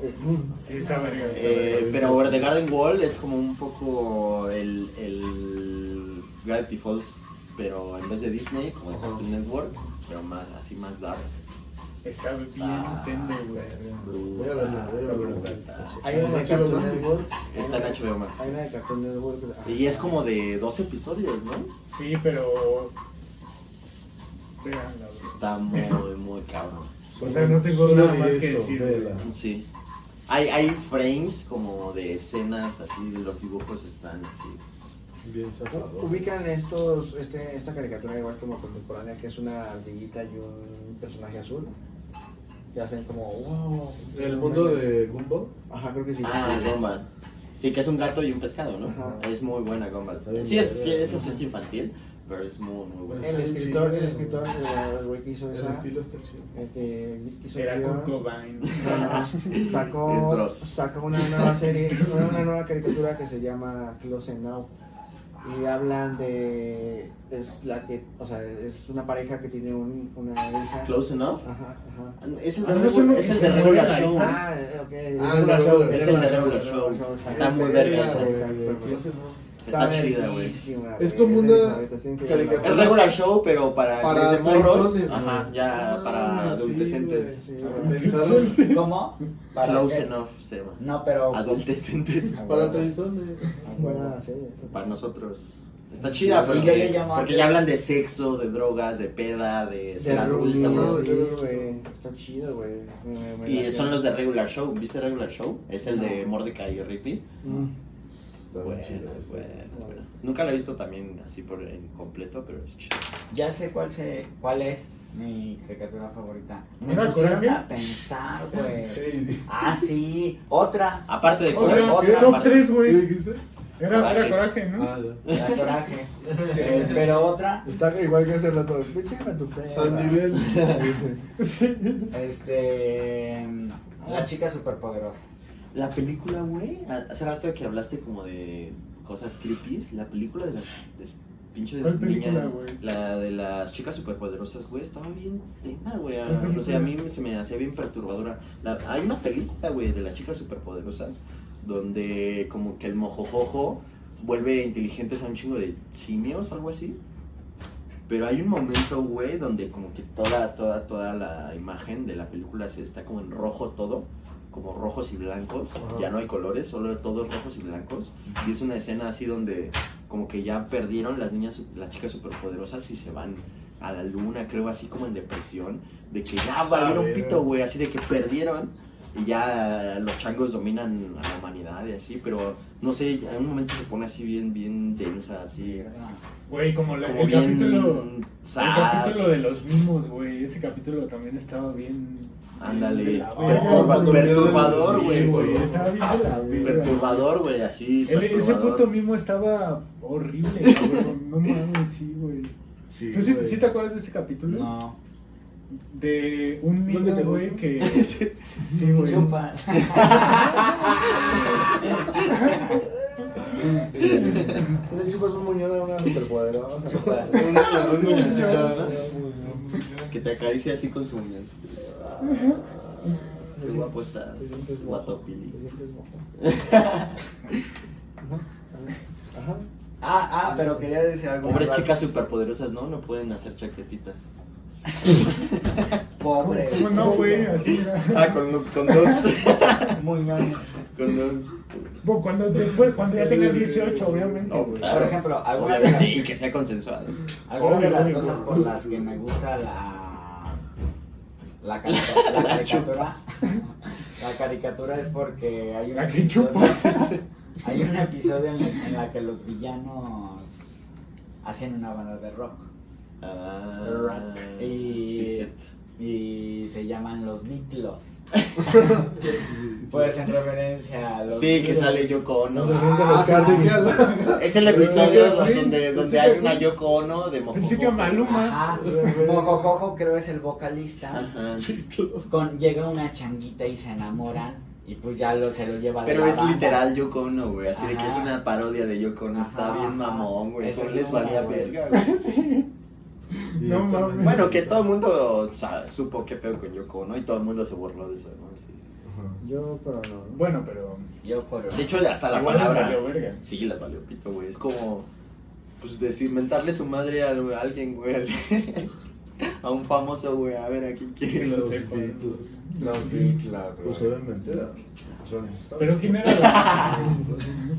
Speaker 2: Sí, está verga. está
Speaker 3: Eh, pero Over the Garden Wall es como un poco el, el Gravity Falls, pero en vez de Disney, como de Cartoon Network, pero más, así más dark.
Speaker 2: Está bien Nintendo, güey.
Speaker 6: Voy a verla,
Speaker 3: Ah,
Speaker 6: voy a verla.
Speaker 4: Hay una de
Speaker 6: Está chido,
Speaker 4: Cartoon
Speaker 6: ¿no?
Speaker 4: Network.
Speaker 3: Está en HBO Max.
Speaker 4: Hay una de Cartoon Network.
Speaker 3: Y es como de dos episodios, ¿no?
Speaker 2: Sí, pero. Véanla, güey.
Speaker 3: Está muy, muy cabrón.
Speaker 2: O sea, no tengo
Speaker 6: Solo
Speaker 2: nada más
Speaker 6: diré
Speaker 2: que
Speaker 6: eso,
Speaker 2: decir.
Speaker 6: vela.
Speaker 3: Sí. Hay, hay frames como de escenas, así, los dibujos están así.
Speaker 6: Bien zafado.
Speaker 4: Ubican estos, este, esta caricatura igual como contemporánea, que es una ardillita y un personaje azul. Que hacen como, wow.
Speaker 6: El mundo de Gumbo.
Speaker 4: Ajá, creo que sí.
Speaker 3: Ah, Gumball. Sí, que es un gato y un pescado, ¿no?
Speaker 4: Ajá.
Speaker 3: Es muy buena Gumball.
Speaker 6: Está bien
Speaker 3: Sí, es,
Speaker 6: verga.
Speaker 3: sí, esa sí es infantil, pero es muy, muy buena.
Speaker 4: el escritor, el escritor, el el güey que hizo
Speaker 6: El
Speaker 4: esa.
Speaker 6: estilo está chido.
Speaker 4: El que hizo el
Speaker 2: Era
Speaker 4: guión.
Speaker 2: Kurt Cobain.
Speaker 3: Es
Speaker 4: [laughs] sacó,
Speaker 3: Dross.
Speaker 4: sacó una nueva serie, una, una nueva caricatura que se llama Close Now.
Speaker 7: y hablan de es la que o sea es una pareja que tiene un, una
Speaker 6: Eh.
Speaker 7: hija
Speaker 3: Close enough.
Speaker 6: Ah.
Speaker 7: ajá ajá
Speaker 3: Es el
Speaker 2: Ah,
Speaker 3: de,
Speaker 2: no, eso no-
Speaker 3: regu- es el de
Speaker 2: eso no
Speaker 3: regular
Speaker 2: era
Speaker 3: show.
Speaker 7: ah ok
Speaker 6: Ah, el de Regular
Speaker 3: Es el de regular show. Está muy verga.
Speaker 6: Verga,
Speaker 3: güey.
Speaker 6: Ah, güey,
Speaker 7: exacto.
Speaker 6: que no se no.
Speaker 3: Está chida, güey.
Speaker 7: verguísima,
Speaker 6: Es
Speaker 7: güey,
Speaker 6: como
Speaker 7: esa
Speaker 6: una
Speaker 7: rehabilitación que-
Speaker 6: caricatura.
Speaker 3: El regular show, pero para,
Speaker 6: Para
Speaker 3: desde morros.
Speaker 6: treintones,
Speaker 3: Ajá,
Speaker 6: güey.
Speaker 3: ya para
Speaker 6: Ah, sí,
Speaker 3: adolescentes.
Speaker 6: güey.
Speaker 7: Sí,
Speaker 6: Para
Speaker 7: güey.
Speaker 6: pensadores.
Speaker 5: [laughs] ¿Cómo?
Speaker 3: Close
Speaker 5: qué?
Speaker 3: enough se llama.
Speaker 6: pues.
Speaker 5: No, pero.
Speaker 3: Adolescentes.
Speaker 6: Para treintones.
Speaker 7: Buena serie, esa.
Speaker 3: Para nosotros. Está chida, pero.
Speaker 5: Y yo le llamo
Speaker 3: porque
Speaker 5: antes.
Speaker 3: ya hablan de sexo, de drogas, de peda, de
Speaker 7: De
Speaker 3: ser
Speaker 7: Rubius,
Speaker 3: adultos.
Speaker 7: sí, güey. Está chido, güey. Me- me
Speaker 3: Y
Speaker 7: late.
Speaker 3: son los de regular show. ¿Viste regular show? Es el de Mordecai y Ripley.
Speaker 7: Mm.
Speaker 6: Está
Speaker 3: Bueno,
Speaker 6: bien chido,
Speaker 3: es
Speaker 6: sí.
Speaker 3: bueno, es bueno. Nunca la he visto también así por en completo, pero es chido.
Speaker 5: Ya sé cuál, se, cuál es mi caricatura favorita. Me
Speaker 2: ¿Una
Speaker 5: pusieron
Speaker 2: coraje?
Speaker 5: a pensar, güey.
Speaker 6: Hey,
Speaker 5: Ah, sí. Otra.
Speaker 3: Aparte de
Speaker 2: Otra,
Speaker 3: Coraje,
Speaker 5: otra,
Speaker 2: top
Speaker 3: aparte-
Speaker 2: 3,
Speaker 6: ¿Qué
Speaker 2: güey.
Speaker 6: dijiste?
Speaker 2: Era, era
Speaker 3: Coraje.
Speaker 2: coraje, ¿no?
Speaker 6: Ah, ya.
Speaker 5: La coraje. Eh, pero otra,
Speaker 7: Está igual que hace rato. Échame tu fe. [laughs]
Speaker 6: Sandivel.
Speaker 5: este. Las chicas superpoderosas.
Speaker 3: La película, güey, a- hace rato que hablaste como de cosas creepy, la película de las de las pinches
Speaker 2: ¿Cuál película,
Speaker 3: niñas,
Speaker 2: güey?
Speaker 3: la de las chicas superpoderosas, güey, estaba bien tema, güey, a-
Speaker 2: ¿Cuál
Speaker 3: o sea, a mí
Speaker 2: película?
Speaker 3: me- se me hacía bien perturbadora. La- hay una película, güey, de las chicas superpoderosas, donde como que el mojojojo vuelve inteligentes a un chingo de simios, algo así. Pero hay un momento, güey, donde como que toda, toda, toda la imagen de la película se está como en rojo todo, como rojos y blancos,
Speaker 6: Ajá.
Speaker 3: ya no hay colores, solo todos rojos y blancos. Y es una escena así donde como que ya perdieron las niñas, las chicas superpoderosas y se van a la luna, creo, así como en depresión, de que ya valieron
Speaker 6: verga.
Speaker 3: pito, güey, así de que perdieron. Y ya los changos dominan a la humanidad y así, pero no sé, en un momento se pone así bien, bien densa, así.
Speaker 2: Güey, como, la-
Speaker 3: Como
Speaker 2: el
Speaker 3: bien
Speaker 2: capítulo. El
Speaker 3: sad.
Speaker 2: capítulo de los mimos, güey. Ese capítulo también estaba bien.
Speaker 3: Ándale.
Speaker 2: bien de la
Speaker 3: Perturba-
Speaker 2: verga,
Speaker 6: cuando
Speaker 3: perturbador,
Speaker 6: vieron-
Speaker 3: güey.
Speaker 6: Sí,
Speaker 2: güey. Estaba bien de la verga.
Speaker 3: Perturbador, güey, así.
Speaker 2: El- ese
Speaker 3: perturbador.
Speaker 2: puto mimo estaba horrible, cabrón. No mames, sí, güey.
Speaker 6: [laughs] Pues Sí,
Speaker 2: ¿Tú sí,
Speaker 6: güey.
Speaker 2: sí te acuerdas de ese capítulo?
Speaker 5: No.
Speaker 2: De un
Speaker 6: ¿Dónde
Speaker 2: niño,
Speaker 6: te
Speaker 2: güey,
Speaker 6: gusta?
Speaker 2: que. Sí, güey.
Speaker 5: Chupa.
Speaker 7: Le chupas un muñón a una superpoderosa.
Speaker 5: Chupa.
Speaker 6: Una- una muñecita, ¿verdad?
Speaker 3: Que te acaricia así con su uñas. Qué guapo estás.
Speaker 7: Te sientes
Speaker 3: Guapo,
Speaker 7: guapo. Te
Speaker 3: Pili.
Speaker 7: sientes guapo. Ajá. Ajá.
Speaker 5: Ah, ah, pero quería decir algo.
Speaker 3: Pobres
Speaker 5: más.
Speaker 3: chicas superpoderosas, ¿no? No pueden hacer chaquetita.
Speaker 5: Pobre.
Speaker 2: ¿Cómo no, güey? Así era.
Speaker 3: Ah, con, con
Speaker 5: [laughs]
Speaker 3: dos.
Speaker 7: Muñón.
Speaker 3: con dos.
Speaker 2: Bueno, Cuando, después, cuando ya tenga 18, obviamente,
Speaker 3: No,
Speaker 2: güey.
Speaker 3: claro.
Speaker 5: Por ejemplo, alguna de
Speaker 3: Obviamente,
Speaker 5: las,
Speaker 3: y que sea consensuado.
Speaker 5: alguna de las
Speaker 2: Obvio,
Speaker 5: cosas
Speaker 2: obvio.
Speaker 5: por las que me gusta la.
Speaker 2: [laughs]
Speaker 5: La caricatura. La caricatura, la caricatura es porque hay un
Speaker 2: La que
Speaker 5: episodio.
Speaker 2: chupa.
Speaker 5: [laughs] Hay un episodio en, en la que los villanos hacen una banda de rock.
Speaker 3: Ah,
Speaker 5: Y-
Speaker 3: Sí, es cierto.
Speaker 5: y se llaman los Beatles. Puedes en referencia a los
Speaker 3: Sí, que
Speaker 5: Beatles.
Speaker 3: sale Yoko Ono. Ah,
Speaker 7: Defensa de los cárceles.
Speaker 3: Es el episodio
Speaker 2: Sí,
Speaker 3: donde,
Speaker 2: sí,
Speaker 3: donde hay
Speaker 2: sí,
Speaker 3: una Yoko Ono de Mojojojo.
Speaker 2: Pensé que Maluma.
Speaker 5: Ajá, [laughs] Mojojojo creo es el vocalista.
Speaker 3: Ajá.
Speaker 5: Con, llega una changuita y se enamoran y pues ya lo, se lo lleva de
Speaker 3: Pero
Speaker 5: la
Speaker 3: es
Speaker 5: banda.
Speaker 3: literal Yoko Ono, güey. Así de que es
Speaker 5: Ajá.
Speaker 3: una parodia de Yoko Ono. Está
Speaker 5: Ajá,
Speaker 3: bien
Speaker 5: ajá.
Speaker 3: mamón, güey.
Speaker 5: Esa
Speaker 3: Eso
Speaker 5: es
Speaker 3: les
Speaker 5: una,
Speaker 3: valía
Speaker 5: güey.
Speaker 3: verga, güey.
Speaker 6: [laughs]
Speaker 2: No mames.
Speaker 3: Bueno, que todo el mundo sa- supo qué pedo con Yoko Ono y todo el mundo se burló de eso, ¿no? Sí.
Speaker 6: Ajá.
Speaker 7: Yo, pero no. ¿no?
Speaker 2: Bueno, pero.
Speaker 5: Yo por
Speaker 3: De hecho, hasta la
Speaker 2: igual les
Speaker 3: palabra.
Speaker 2: valió verga.
Speaker 3: Sí, las valió pito, güey. Es como, pues, desinventarle su madre a, a alguien, güey. así. [laughs] A un famoso, güey. A ver, ¿a quién
Speaker 2: Que
Speaker 3: quieres?
Speaker 2: lo
Speaker 6: Los
Speaker 2: sepa.
Speaker 6: Beatles.
Speaker 5: Los Beatles. güey.
Speaker 6: Pues obviamente era Rolling Stones.
Speaker 2: Pero ¿quién era la,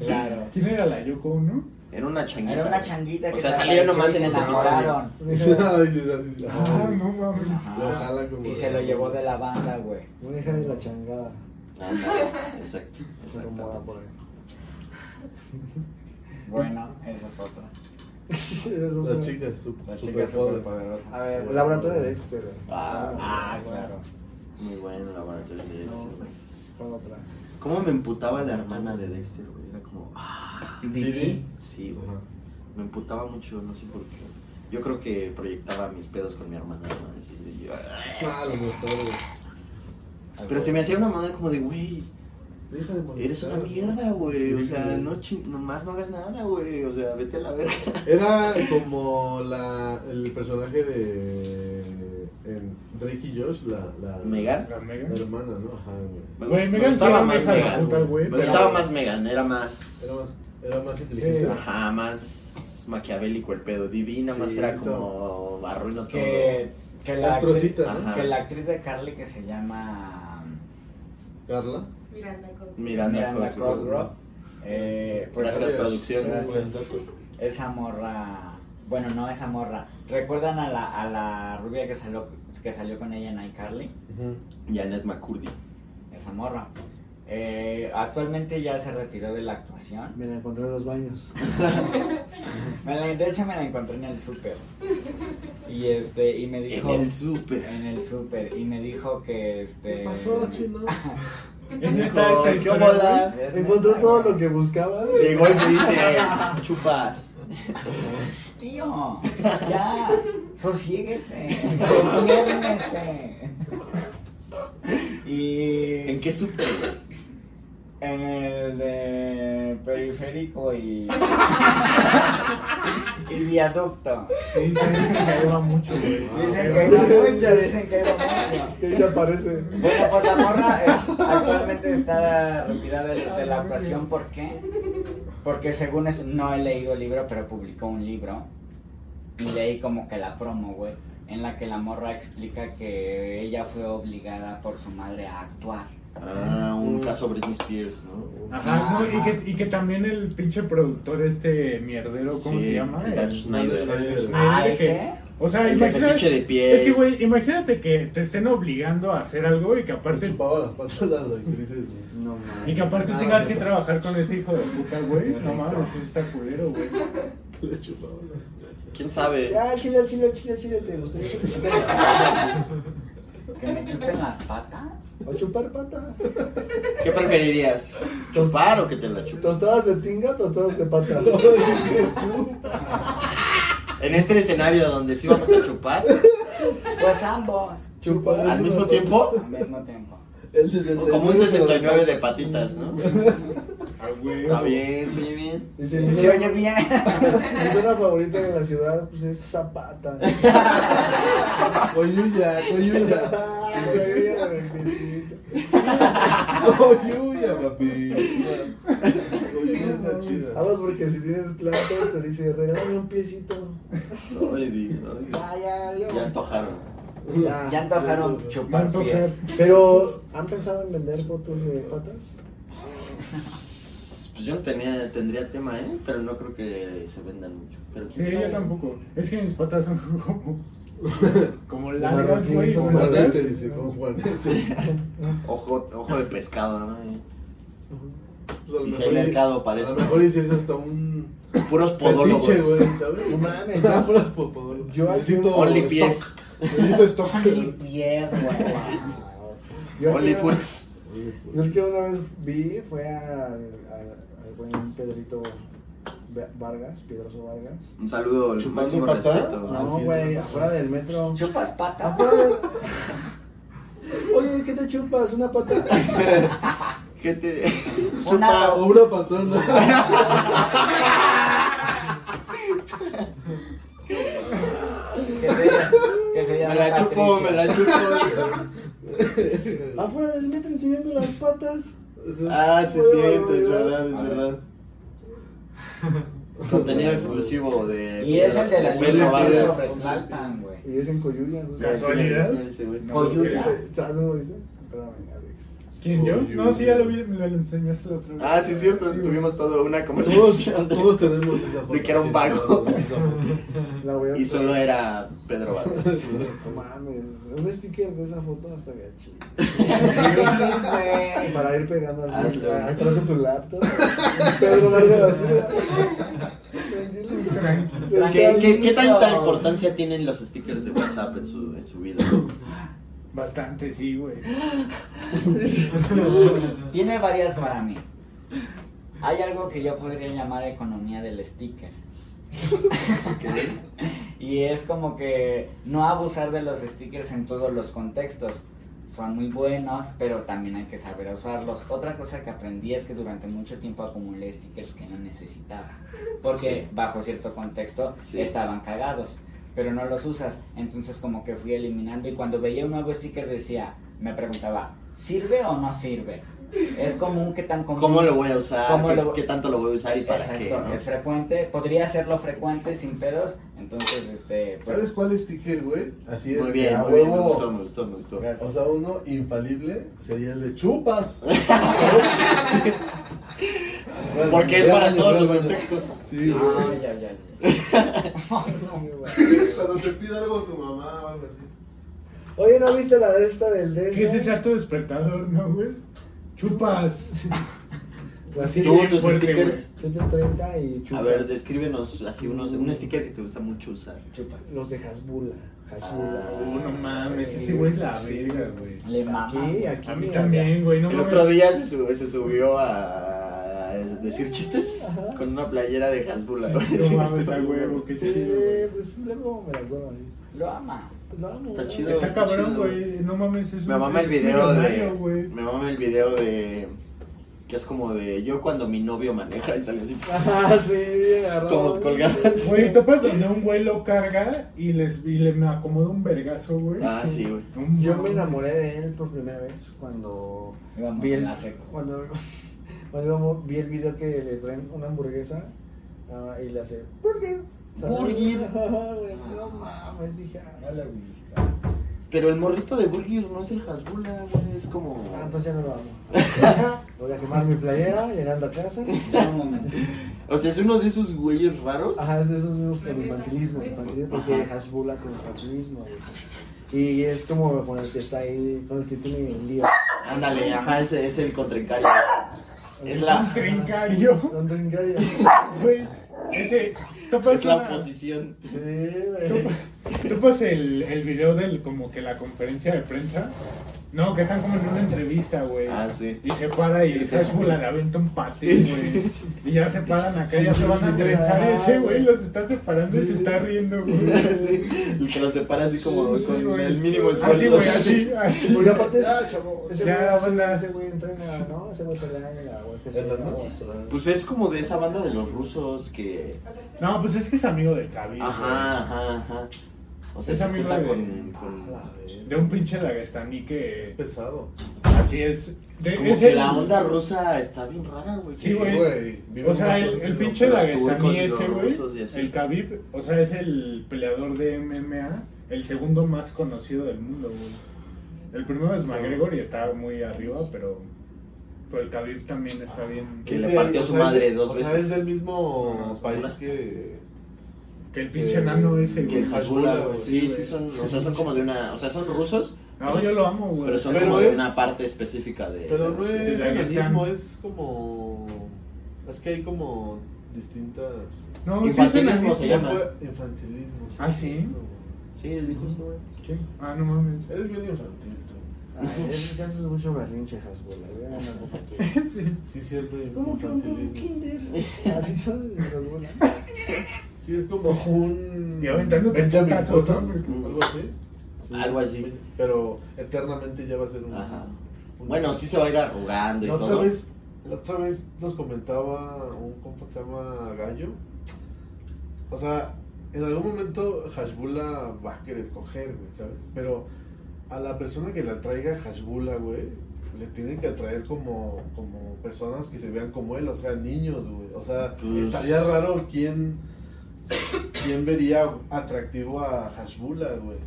Speaker 5: Claro.
Speaker 2: ¿quién era la Yoko, no?
Speaker 3: Era una changuita.
Speaker 5: Era una
Speaker 3: güey.
Speaker 5: changuita
Speaker 3: O
Speaker 5: que
Speaker 3: sea,
Speaker 5: se
Speaker 3: salieron
Speaker 5: apareció
Speaker 3: nomás
Speaker 5: y
Speaker 3: en
Speaker 5: se
Speaker 3: ese, no
Speaker 5: enamoraron.
Speaker 6: [laughs] Ay, sí, sí, sí.
Speaker 2: Ah, no mames.
Speaker 5: Ajá.
Speaker 6: Ojalá
Speaker 3: Ah,
Speaker 6: como-
Speaker 5: Y se lo llevó de la banda, güey.
Speaker 7: No dejar de la changada.
Speaker 5: [laughs]
Speaker 3: Ándale, Ah, Exacto.
Speaker 7: Pero moda por
Speaker 3: exactamente.
Speaker 7: ahí.
Speaker 5: Bueno, esa es otra.
Speaker 7: [laughs] Esa es otra.
Speaker 6: Las chicas, su-
Speaker 5: La chica
Speaker 6: superpoder.
Speaker 5: superpoderosa.
Speaker 7: A ver, el laboratorio de Dexter.
Speaker 3: Ah,
Speaker 5: Ah, claro.
Speaker 3: Muy bueno, la verdad. el de Dexter,
Speaker 7: No.
Speaker 3: güey.
Speaker 7: ¿Cuál otra?
Speaker 3: ¿Cómo me emputaba la hermana de Dexter, güey? Era como, ah,
Speaker 6: Didi.
Speaker 3: sí, güey.
Speaker 6: Ajá.
Speaker 3: Me emputaba mucho, no sé por qué. Yo creo que proyectaba mis pedos con mi hermana, ¿no? Así de, yo, "Ah".
Speaker 6: Claro, güey, claro, güey.
Speaker 3: Pero se me hacía una mamada como de, güey,
Speaker 6: Deja de molestar.
Speaker 3: Eres una mierda, güey. O sea, no chi- nomás no hagas nada, güey. O sea, vete a la verga.
Speaker 6: Era como la, el personaje de en Drake y Josh, la, la,
Speaker 3: [laughs] Megan.
Speaker 2: La mega.
Speaker 6: la hermana, ¿no? Ajá, güey.
Speaker 2: Güey, Megan
Speaker 3: gustaba
Speaker 2: sí era una
Speaker 3: más
Speaker 2: hija de
Speaker 3: Megan.
Speaker 2: puta, güey,
Speaker 3: Me
Speaker 2: pero-
Speaker 3: gustaba más Megan, era más.
Speaker 6: Era más, era más inteligente.
Speaker 3: Ajá, más maquiavélico el pedo. Divina, más
Speaker 6: Sí,
Speaker 3: era
Speaker 6: estaba-
Speaker 3: como. Arruino todo.
Speaker 5: Que, que, la
Speaker 6: Más
Speaker 5: actriz,
Speaker 6: trocita, ¿no?
Speaker 3: Ajá.
Speaker 5: que la actriz de Carly que se llama
Speaker 6: Carla.
Speaker 8: Miranda Cosgrove.
Speaker 3: Miranda,
Speaker 5: Miranda
Speaker 3: Cosgrove.
Speaker 5: Cosgrove, eh, pues
Speaker 3: Gracias, producción.
Speaker 5: Gracias. esa morra, bueno, no esa morra, ¿recuerdan a la, a la rubia que salió, que salió con ella en iCarly?
Speaker 6: Ujú.
Speaker 3: Janet McCurdy.
Speaker 5: Esa morra. Eh, actualmente ya se retiró de la actuación.
Speaker 4: Me la encontré en los baños.
Speaker 5: Me la- de hecho me la encontré en el súper. Y este, y me dijo.
Speaker 3: En el súper.
Speaker 5: en el súper. Y me dijo que este.
Speaker 6: ¿Qué pasó,
Speaker 7: Eh,
Speaker 6: chino?
Speaker 2: Es neta
Speaker 3: Dijo,
Speaker 2: esta
Speaker 3: "¿Qué
Speaker 2: historia,
Speaker 3: bola?"
Speaker 2: güey.
Speaker 5: Es
Speaker 4: Encontró
Speaker 5: neta,
Speaker 4: todo
Speaker 5: güey.
Speaker 4: lo que buscaba.
Speaker 3: Llegó y me
Speaker 2: [laughs]
Speaker 3: dice: chupas.
Speaker 5: Tío, ya, sosiéguese, gobiérnese.
Speaker 3: ¿En
Speaker 5: Y
Speaker 3: qué súper, güey?
Speaker 5: en el de periférico y, y viaducto.
Speaker 2: Sí, sí, dicen que ayuda mucho, güey.
Speaker 5: Dicen que era mucho, dicen que era mucho.
Speaker 4: Que ya aparece.
Speaker 5: Bueno, pues la morra eh, actualmente está retirada de, de la actuación, ¿por qué? Porque según eso, no he leído el libro, pero publicó un libro y leí como que la promo, güey, en la que la morra explica que ella fue obligada por su madre a actuar.
Speaker 3: Ah, un caso Britney Spears, ¿no?
Speaker 2: Ajá, no, y que, y que también el pinche productor este mierdero, ¿cómo
Speaker 3: Sí,
Speaker 2: se llama?
Speaker 3: Dan
Speaker 2: El-
Speaker 3: Schneider.
Speaker 2: el Schneider,
Speaker 5: Ah,
Speaker 2: que-
Speaker 5: ¿ese?
Speaker 2: O sea,
Speaker 3: El
Speaker 2: imagínate.
Speaker 3: fetiche de pies.
Speaker 2: Es que, güey, imagínate que te estén obligando a hacer algo y que
Speaker 6: Aparte
Speaker 2: aparte
Speaker 6: chupaba las patas a las actrices.
Speaker 4: No
Speaker 2: y que
Speaker 4: mames.
Speaker 2: aparte
Speaker 6: Ah,
Speaker 2: tengas
Speaker 6: sí.
Speaker 2: que trabajar con ese hijo de puta, güey. No
Speaker 4: Rico.
Speaker 2: mames, pues está culero, güey.
Speaker 6: Le chupaba.
Speaker 3: ¿Quién sabe?
Speaker 4: Ya, chile, al chile, al chile, al chile, te gustaría que te
Speaker 6: [laughs]
Speaker 4: chupara?
Speaker 5: ¿Que me chupen las patas?
Speaker 4: O chupar pata.
Speaker 3: ¿Qué preferirías? ¿Chupar o que te la chupen?
Speaker 4: Tostadas de tinga, tostadas de pata. [laughs]
Speaker 3: En este escenario donde sí vamos a chupar
Speaker 5: Pues ambos,
Speaker 4: Chupar.
Speaker 3: al mismo tiempo,
Speaker 5: al mismo tiempo.
Speaker 6: El
Speaker 3: o
Speaker 6: 69
Speaker 3: como un 69 de
Speaker 6: la-
Speaker 3: patitas, ¿no?
Speaker 2: Ah, güey.
Speaker 3: Está bien, se oye bien.
Speaker 4: Dice,
Speaker 5: Y
Speaker 4: mi
Speaker 5: Se oye
Speaker 4: zona,
Speaker 5: bien.
Speaker 4: mi zona favorita de la ciudad pues es
Speaker 5: [laughs]
Speaker 4: Zapata.
Speaker 6: Coyuya, coyuya.
Speaker 3: [laughs]
Speaker 4: Ah, güey, ya me arrepentí.
Speaker 6: Coyuya, papi. Coyuya es la chida.
Speaker 4: Hablas porque si tienes plantas te dice, regálame un piecito.
Speaker 3: Ay, Dios, ay, Dios.
Speaker 4: Ya, ya, ya.
Speaker 3: Ya antojaron.
Speaker 5: Ya antojaron chupar
Speaker 2: Tanto
Speaker 5: pies.
Speaker 2: que-
Speaker 4: Pero, ¿han pensado en vender fotos de patas?
Speaker 3: Pues yo no tenía, tendría tema, ¿eh? Pero no creo que se vendan mucho. Pero quién
Speaker 2: Sí,
Speaker 3: sabe.
Speaker 2: yo tampoco. Es que mis patas son [laughs] como. Como largas,
Speaker 4: Marroquín,
Speaker 2: güey.
Speaker 4: son
Speaker 6: Con
Speaker 2: como largas.
Speaker 6: Juanete, dice, con Juanete.
Speaker 3: Ojo, ojo de pescado, ¿no?
Speaker 6: Pues a lo
Speaker 3: Y si
Speaker 6: mejor
Speaker 3: hay mercado para
Speaker 6: A
Speaker 3: eso.
Speaker 6: lo mejor dices hasta un
Speaker 3: Puros podólogos.
Speaker 6: fetiche, güey, ¿sabes?
Speaker 4: No mames,
Speaker 6: Ah,
Speaker 4: yo-
Speaker 6: puras podólogos.
Speaker 4: yo al-
Speaker 6: necesito
Speaker 3: Only
Speaker 6: stock.
Speaker 3: pies.
Speaker 6: Necesito stock.
Speaker 5: Only pies, güey.
Speaker 4: Yo,
Speaker 3: Only
Speaker 4: yo,
Speaker 3: foods.
Speaker 6: pues,
Speaker 4: yo el que una vez vi fue al, al- al buen Pedrito Ve- Vargas, Piedroso Vargas.
Speaker 3: Un saludo, el
Speaker 6: Chupando
Speaker 3: máximo
Speaker 6: patá.
Speaker 3: respeto.
Speaker 6: Ah,
Speaker 4: No,
Speaker 6: Piedroso.
Speaker 4: güey, afuera del metro.
Speaker 5: ¿Chupas patas?
Speaker 4: Afuera del- [laughs] Oye, ¿qué te chupas? ¿Una pata?
Speaker 3: ¿Qué [laughs] te.?
Speaker 5: Una,
Speaker 6: Ah, o una patona.
Speaker 5: que se, que se llama
Speaker 3: Me la chupo,
Speaker 5: Patricia.
Speaker 3: me la chupo.
Speaker 5: [laughs]
Speaker 4: Afuera del metro enseñando las patas.
Speaker 3: Ah, sí, es cierto, es verdad, es verdad. [laughs] Contenido exclusivo de.
Speaker 5: Y es el de la
Speaker 3: de
Speaker 5: Liga
Speaker 3: Pedro
Speaker 5: Azul
Speaker 3: Vargas.
Speaker 5: sobre Tlalpan,
Speaker 3: [laughs]
Speaker 5: güey.
Speaker 4: Y es en Coyuya, güey.
Speaker 2: ¿Casualidad? No,
Speaker 5: Coyuya.
Speaker 2: güey.
Speaker 4: ¿Sabes cómo dice? Perdóname, Alex.
Speaker 2: ¿Quién, yo?
Speaker 6: Coyuya.
Speaker 2: No, sí, ya lo vi, me lo enseñaste la otra vez.
Speaker 3: Ah, sí, es cierto,
Speaker 2: güey.
Speaker 3: tuvimos toda una
Speaker 6: Todos,
Speaker 3: conversación.
Speaker 5: [laughs]
Speaker 3: de-
Speaker 6: todos tenemos esa foto.
Speaker 3: de que era un
Speaker 6: sí,
Speaker 3: vago.
Speaker 6: todos tenemos esa foto.
Speaker 4: La voy a
Speaker 3: Y solo era Pedro Vargas.
Speaker 4: No mames, un sticker de esa foto hasta bien [laughs] chido.
Speaker 5: Sí, güey.
Speaker 4: Para ir pegando así
Speaker 3: Hazlo.
Speaker 4: atrás de tu laptop. Pedro Vargas Tranquilo.
Speaker 3: ¿Qué, qué, qué tanta
Speaker 5: Tranquilito.
Speaker 3: importancia tienen los stickers de WhatsApp en su, en su vida?
Speaker 2: Bastante, sí, güey.
Speaker 5: Tiene varias para mí. Hay algo que yo podría llamar economía del sticker.
Speaker 3: ¿Qué?
Speaker 5: [laughs] Y es como que no abusar de los stickers en todos los contextos. son muy buenos, pero también hay que saber usarlos. Otra cosa que aprendí es que durante mucho tiempo acumulé stickers que no necesitaba, porque bajo cierto contexto
Speaker 3: Sí.
Speaker 5: estaban cagados, pero no los usas. Entonces como que fui eliminando y cuando veía un nuevo sticker decía, me preguntaba, ¿sirve o no sirve? Es común que tan común.
Speaker 3: ¿Cómo lo voy a usar?
Speaker 5: ¿Cómo
Speaker 3: ¿Qué,
Speaker 5: lo voy-
Speaker 3: qué tanto lo voy a usar y para
Speaker 5: Exacto,
Speaker 3: qué? no?
Speaker 5: es frecuente, podría hacerlo frecuente sin pedos, entonces este pues,
Speaker 6: ¿Sabes cuál sticker, güey? Así es.
Speaker 3: Muy bien,
Speaker 6: a
Speaker 3: muy bien, me
Speaker 6: huevo.
Speaker 3: gustó, me gustó, me gustó.
Speaker 5: gracias.
Speaker 6: O sea, uno infalible sería el de
Speaker 3: [laughs]
Speaker 6: chupas. Bueno,
Speaker 3: Porque es
Speaker 6: ya
Speaker 3: para
Speaker 6: baño,
Speaker 3: todos
Speaker 6: ya
Speaker 3: los
Speaker 6: baño.
Speaker 3: contextos.
Speaker 6: Sí, güey.
Speaker 5: Ah, ya, ya, ya.
Speaker 6: Cuando te pide algo tu mamá o algo así.
Speaker 4: Oye, ¿no viste la de esta del DS?
Speaker 2: Que ese sea tu despertador, ¿no, güey? Chupas.
Speaker 4: Pues
Speaker 2: Así
Speaker 3: Tú,
Speaker 2: bien
Speaker 3: tus
Speaker 2: fuerte,
Speaker 3: stickers.
Speaker 4: 730 y chupas.
Speaker 3: A ver, descríbenos así unos, un sticker que te gusta mucho usar.
Speaker 5: Chupas.
Speaker 4: Los de Hasbula. Hasbula.
Speaker 3: Ah,
Speaker 2: güey. [laughs] Oh, no mames, ese güey es la verga, güey.
Speaker 5: Le mama.
Speaker 4: Aquí, aquí.
Speaker 2: A mí
Speaker 4: mira,
Speaker 2: también, güey, no
Speaker 3: El
Speaker 2: mames.
Speaker 3: otro día se, sub- se subió a a decir chistes con una playera de Hasbula. güey.
Speaker 2: No
Speaker 3: Sí,
Speaker 2: mames,
Speaker 3: está
Speaker 2: a
Speaker 3: muy
Speaker 2: huevo,
Speaker 3: bueno.
Speaker 2: qué
Speaker 4: Sí,
Speaker 2: chido, güey.
Speaker 4: pues luego me las dan así.
Speaker 5: Lo ama.
Speaker 4: Pues, Lo amo.
Speaker 3: Está
Speaker 4: ¿no?
Speaker 3: chido.
Speaker 2: Está
Speaker 3: está
Speaker 2: cabrón,
Speaker 3: chido.
Speaker 2: güey. No mames, es un
Speaker 3: Me mama el
Speaker 2: es un
Speaker 3: video de.
Speaker 2: millonario, güey.
Speaker 3: Me mama el video de. Que es como de. Yo cuando mi novio maneja y sale así.
Speaker 4: [laughs] Ah, sí, bien
Speaker 3: Como
Speaker 4: agarrado.
Speaker 3: colgadas.
Speaker 2: Güey, topas donde un güey lo carga y, les, y le me acomoda un vergazo, güey.
Speaker 3: Ah, sí, güey.
Speaker 2: No mames.
Speaker 4: Yo me enamoré de él por primera vez cuando
Speaker 5: Íbamos
Speaker 4: vi
Speaker 5: en
Speaker 4: el,
Speaker 5: la seco.
Speaker 4: cuando, [laughs] cuando íbamos- vi el video que le traen una hamburguesa ah, y le hace burger. ¿sabes?
Speaker 3: Burger.
Speaker 4: Ajá, [laughs] güey, No mames, dije. ah,
Speaker 5: lo he visto.
Speaker 3: Pero el morrito de Burger no es el Hasbula, güey. Es como.
Speaker 4: ah, entonces ya no lo amo. [laughs] Voy a quemar mi playera llegando a casa.
Speaker 5: Ya un [laughs] momento.
Speaker 3: O sea, es uno de esos güeyes raros.
Speaker 4: Ajá, es de esos mismos con infantilismo, infantilismo, porque
Speaker 3: Ajá.
Speaker 4: Hasbula con infantilismo. güey. Y es como con el que está ahí, con el que tiene un lío.
Speaker 3: Ándale, ajá, ese es el contraencario. Es la.
Speaker 2: Trincario,
Speaker 4: Don Trincario.
Speaker 2: güey. Ese. Topas
Speaker 3: Es la
Speaker 2: Pues una-
Speaker 3: posición.
Speaker 4: Sí, güey.
Speaker 2: Topas el, el video del como que la conferencia de prensa. No, que están como en una entrevista, güey.
Speaker 3: Ah, sí.
Speaker 2: Y se para y
Speaker 3: Sí.
Speaker 2: esa fula le avienta un patín,
Speaker 3: Sí.
Speaker 2: güey. Y ya se paran acá, ya
Speaker 4: Sí,
Speaker 2: se van
Speaker 4: sí,
Speaker 2: a
Speaker 4: sí,
Speaker 2: trenzar.
Speaker 3: Ah,
Speaker 4: güey.
Speaker 2: Ese güey los está separando y se está riendo, güey.
Speaker 3: Sí, el que lo separa así como
Speaker 2: Sí,
Speaker 3: con
Speaker 2: güey.
Speaker 3: el mínimo esfuerzo.
Speaker 2: Así, güey, así, así.
Speaker 4: Porque aparte es-
Speaker 6: Ya, chavo.
Speaker 4: ese
Speaker 2: Ya,
Speaker 4: güey hace-
Speaker 2: banda.
Speaker 4: ese güey entrena, ¿no? Ese güey pelea en la UFC,
Speaker 6: En la
Speaker 4: ¿no?
Speaker 6: noche.
Speaker 3: Pues es como de esa banda de los rusos que.
Speaker 2: No, pues es que es amigo del Cabildo.
Speaker 3: Ajá, ajá, ajá. O sea,
Speaker 2: Es
Speaker 3: se
Speaker 2: amigo
Speaker 3: junta
Speaker 2: de-
Speaker 3: con.
Speaker 4: A
Speaker 3: con...
Speaker 4: la verga.
Speaker 2: De un pinche Dagestaní
Speaker 6: Es
Speaker 2: que.
Speaker 6: pesado.
Speaker 2: Así es. De,
Speaker 3: pues- Como
Speaker 2: es
Speaker 3: que
Speaker 2: el-
Speaker 3: la onda rusa está bien rara, güey.
Speaker 2: Sí, güey.
Speaker 6: Viven
Speaker 2: O sea,
Speaker 6: más
Speaker 2: el,
Speaker 6: cosas,
Speaker 2: el
Speaker 6: ¿no?
Speaker 2: pinche
Speaker 3: los
Speaker 2: Dagestaní
Speaker 3: turcos y los
Speaker 2: ese, güey.
Speaker 3: rusos y así.
Speaker 2: El Khabib, o sea, es el peleador de MMA, el segundo más conocido del mundo, güey. El primero es McGregor y está muy arriba, pero. Pero el Khabib también está bien.
Speaker 3: Que
Speaker 6: Es
Speaker 3: le
Speaker 6: de-
Speaker 3: partió
Speaker 6: o
Speaker 3: su
Speaker 6: sea,
Speaker 3: madre
Speaker 6: es-
Speaker 3: dos
Speaker 6: o sea,
Speaker 3: veces.
Speaker 6: es del mismo
Speaker 3: Ah,
Speaker 6: país
Speaker 3: hola.
Speaker 6: que.
Speaker 2: Que el pinche
Speaker 6: que-
Speaker 2: enano ese,
Speaker 3: Que
Speaker 2: güey.
Speaker 3: el Hasbula, güey. Sí,
Speaker 2: güey.
Speaker 3: sí, son. O sea, son como de una. O sea, son rusos.
Speaker 2: No, yo lo amo, güey. eh,
Speaker 3: Pero son
Speaker 6: Pero
Speaker 3: como de
Speaker 6: es-
Speaker 3: una parte específica de.
Speaker 6: Pero
Speaker 3: de
Speaker 6: no
Speaker 3: Rusia.
Speaker 6: es
Speaker 2: Dagestán.
Speaker 6: nanismo, es como. Es que hay como distintas.
Speaker 2: No, sí es
Speaker 3: Infantilismo
Speaker 2: enanismo.
Speaker 3: se llama.
Speaker 6: Infantilismo.
Speaker 2: Ah,
Speaker 6: es
Speaker 2: ¿sí?
Speaker 6: cierto.
Speaker 3: Sí, él dijo eso, güey.
Speaker 2: Ah, no mames. [laughs]
Speaker 6: Eres bien infantil, tú.
Speaker 4: Ay, es que haces mucho berrinche, Hasbula, güey, no, no, porque-
Speaker 2: Sí.
Speaker 6: Sí, siempre
Speaker 4: ¿Cómo que un un
Speaker 6: infantilismo.
Speaker 4: kinder? Así son los Hasbula.
Speaker 6: Sí, es como un.
Speaker 2: Y aventándote
Speaker 6: Benjamin
Speaker 2: putazos, ¿no?
Speaker 6: Button,
Speaker 2: Porque-
Speaker 6: Algo así. Sí.
Speaker 3: Algo así.
Speaker 6: Pero eternamente ya va a ser un.
Speaker 3: Ajá.
Speaker 6: un-
Speaker 3: Bueno, sí se va a ir arrugando y
Speaker 6: La otra
Speaker 3: todo.
Speaker 6: vez, la otra vez nos comentaba un compa que se llama Gallo. O sea, en algún momento Hashbula va a querer coger, güey, ¿sabes? Pero a la persona que la traiga Hashbula, güey, le tienen que atraer como, como personas que se vean como él, o sea, niños, güey. O sea,
Speaker 3: Pues-
Speaker 6: estaría raro quién, quién vería atractivo a Hashbula, güey.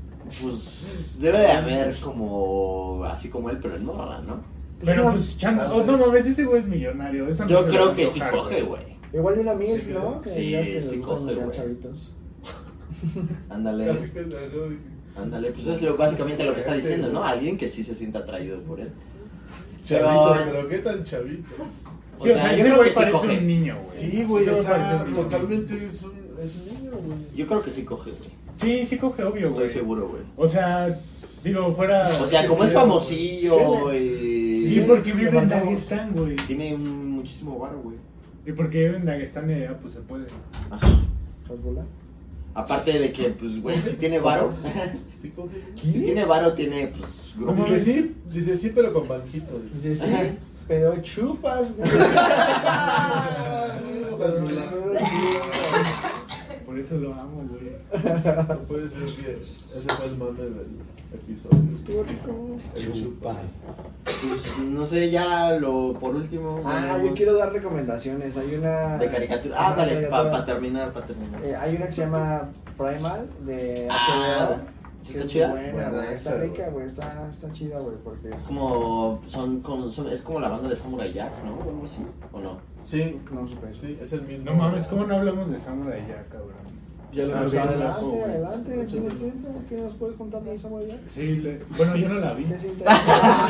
Speaker 3: Pues debe de haber como. Así como él, pero en morra, ¿no?
Speaker 2: Pero
Speaker 4: no,
Speaker 2: pues, chanda. oh, no mames, ese güey es millonario. eso no se
Speaker 3: Yo
Speaker 2: le va
Speaker 3: creo
Speaker 2: a
Speaker 3: que sí
Speaker 2: antojar,
Speaker 3: coge, güey.
Speaker 4: Igual una MILF,
Speaker 6: Sí,
Speaker 4: ¿no? Que
Speaker 3: sí,
Speaker 4: digas que les
Speaker 3: sí
Speaker 4: gustan
Speaker 3: coge,
Speaker 4: ya
Speaker 3: güey.
Speaker 4: chavitos.
Speaker 6: Así
Speaker 3: Ándale,
Speaker 6: que la- yo dije,
Speaker 3: ándale. Pues es lo, básicamente lo que está diciendo, ¿no? Alguien que sí se sienta atraído por él. Pero-
Speaker 6: Chavitos, pero qué tan chavitos.
Speaker 2: Sí, o sea,
Speaker 3: yo
Speaker 2: ese
Speaker 3: creo que
Speaker 2: güey
Speaker 3: sí
Speaker 2: parece
Speaker 3: coge.
Speaker 2: un niño, güey.
Speaker 6: Sí, güey,
Speaker 2: Ese
Speaker 6: o
Speaker 2: parece
Speaker 6: sea,
Speaker 2: un niño.
Speaker 6: totalmente es un, es un niño, güey.
Speaker 3: Yo creo que sí coge, güey.
Speaker 2: Sí, sí coge, obvio,
Speaker 3: Estoy
Speaker 2: güey. Ah,
Speaker 3: seguro, güey.
Speaker 2: O sea, digo, fuera.
Speaker 3: O sea, como es famosillo
Speaker 2: Sí,
Speaker 3: y
Speaker 2: porque vive en
Speaker 4: Levantamos.
Speaker 2: Dagestán, güey.
Speaker 3: tiene un muchísimo varo, güey.
Speaker 2: Y porque vive en Dagestán, eh, pues se puede.
Speaker 3: Ajá.
Speaker 4: Hasbula.
Speaker 3: Aparte de que, pues, güey, si tiene varo,
Speaker 6: Sí, como que-
Speaker 3: [laughs] si tiene varo, tiene, pues, grupo.
Speaker 6: Dice sí, dice sí, pero con banquito. dice.
Speaker 4: Dice, sí, pero chupas.
Speaker 3: [laughs]
Speaker 6: "Ah,
Speaker 2: Por eso lo amo, güey.
Speaker 6: No puede ser que ese fue el mame del episodio.
Speaker 4: Estuvo rico.
Speaker 6: El chupas.
Speaker 3: Pues, no sé, ya lo, por último.
Speaker 4: Ah,
Speaker 3: hablamos
Speaker 4: yo quiero dar recomendaciones. Hay una.
Speaker 3: De caricatura. Ah,
Speaker 4: Ajá,
Speaker 3: dale, para
Speaker 4: caricatura.
Speaker 3: terminar, para terminar.
Speaker 4: Eh, hay una que se llama Primal de
Speaker 3: Ah,
Speaker 4: HBO.
Speaker 3: ¿sí
Speaker 4: que
Speaker 3: está
Speaker 4: es
Speaker 3: chida?
Speaker 4: Buena,
Speaker 6: Buena
Speaker 4: güey. Está
Speaker 6: esa,
Speaker 4: rica,
Speaker 6: güey.
Speaker 4: güey. Está, está chida, güey. Porque es
Speaker 3: Es como, son, con- son- es como la banda de Samurai Jack, ¿no? O algo así, ¿o no?
Speaker 6: Sí,
Speaker 4: No, super.
Speaker 6: sí, es el mismo.
Speaker 2: No mames, ¿cómo no hablamos de Samurai ya, cabrón?
Speaker 6: Ya lo
Speaker 2: Ah,
Speaker 6: mencioné en la
Speaker 2: adelante,
Speaker 6: foto,
Speaker 4: Adelante,
Speaker 6: güey.
Speaker 4: adelante. ¿Tienes tiempo? ¿Qué nos puedes contar de esa güey?
Speaker 2: Sí, le- bueno, yo no la vi.
Speaker 4: ¿Qué se
Speaker 3: [laughs]
Speaker 4: interesa?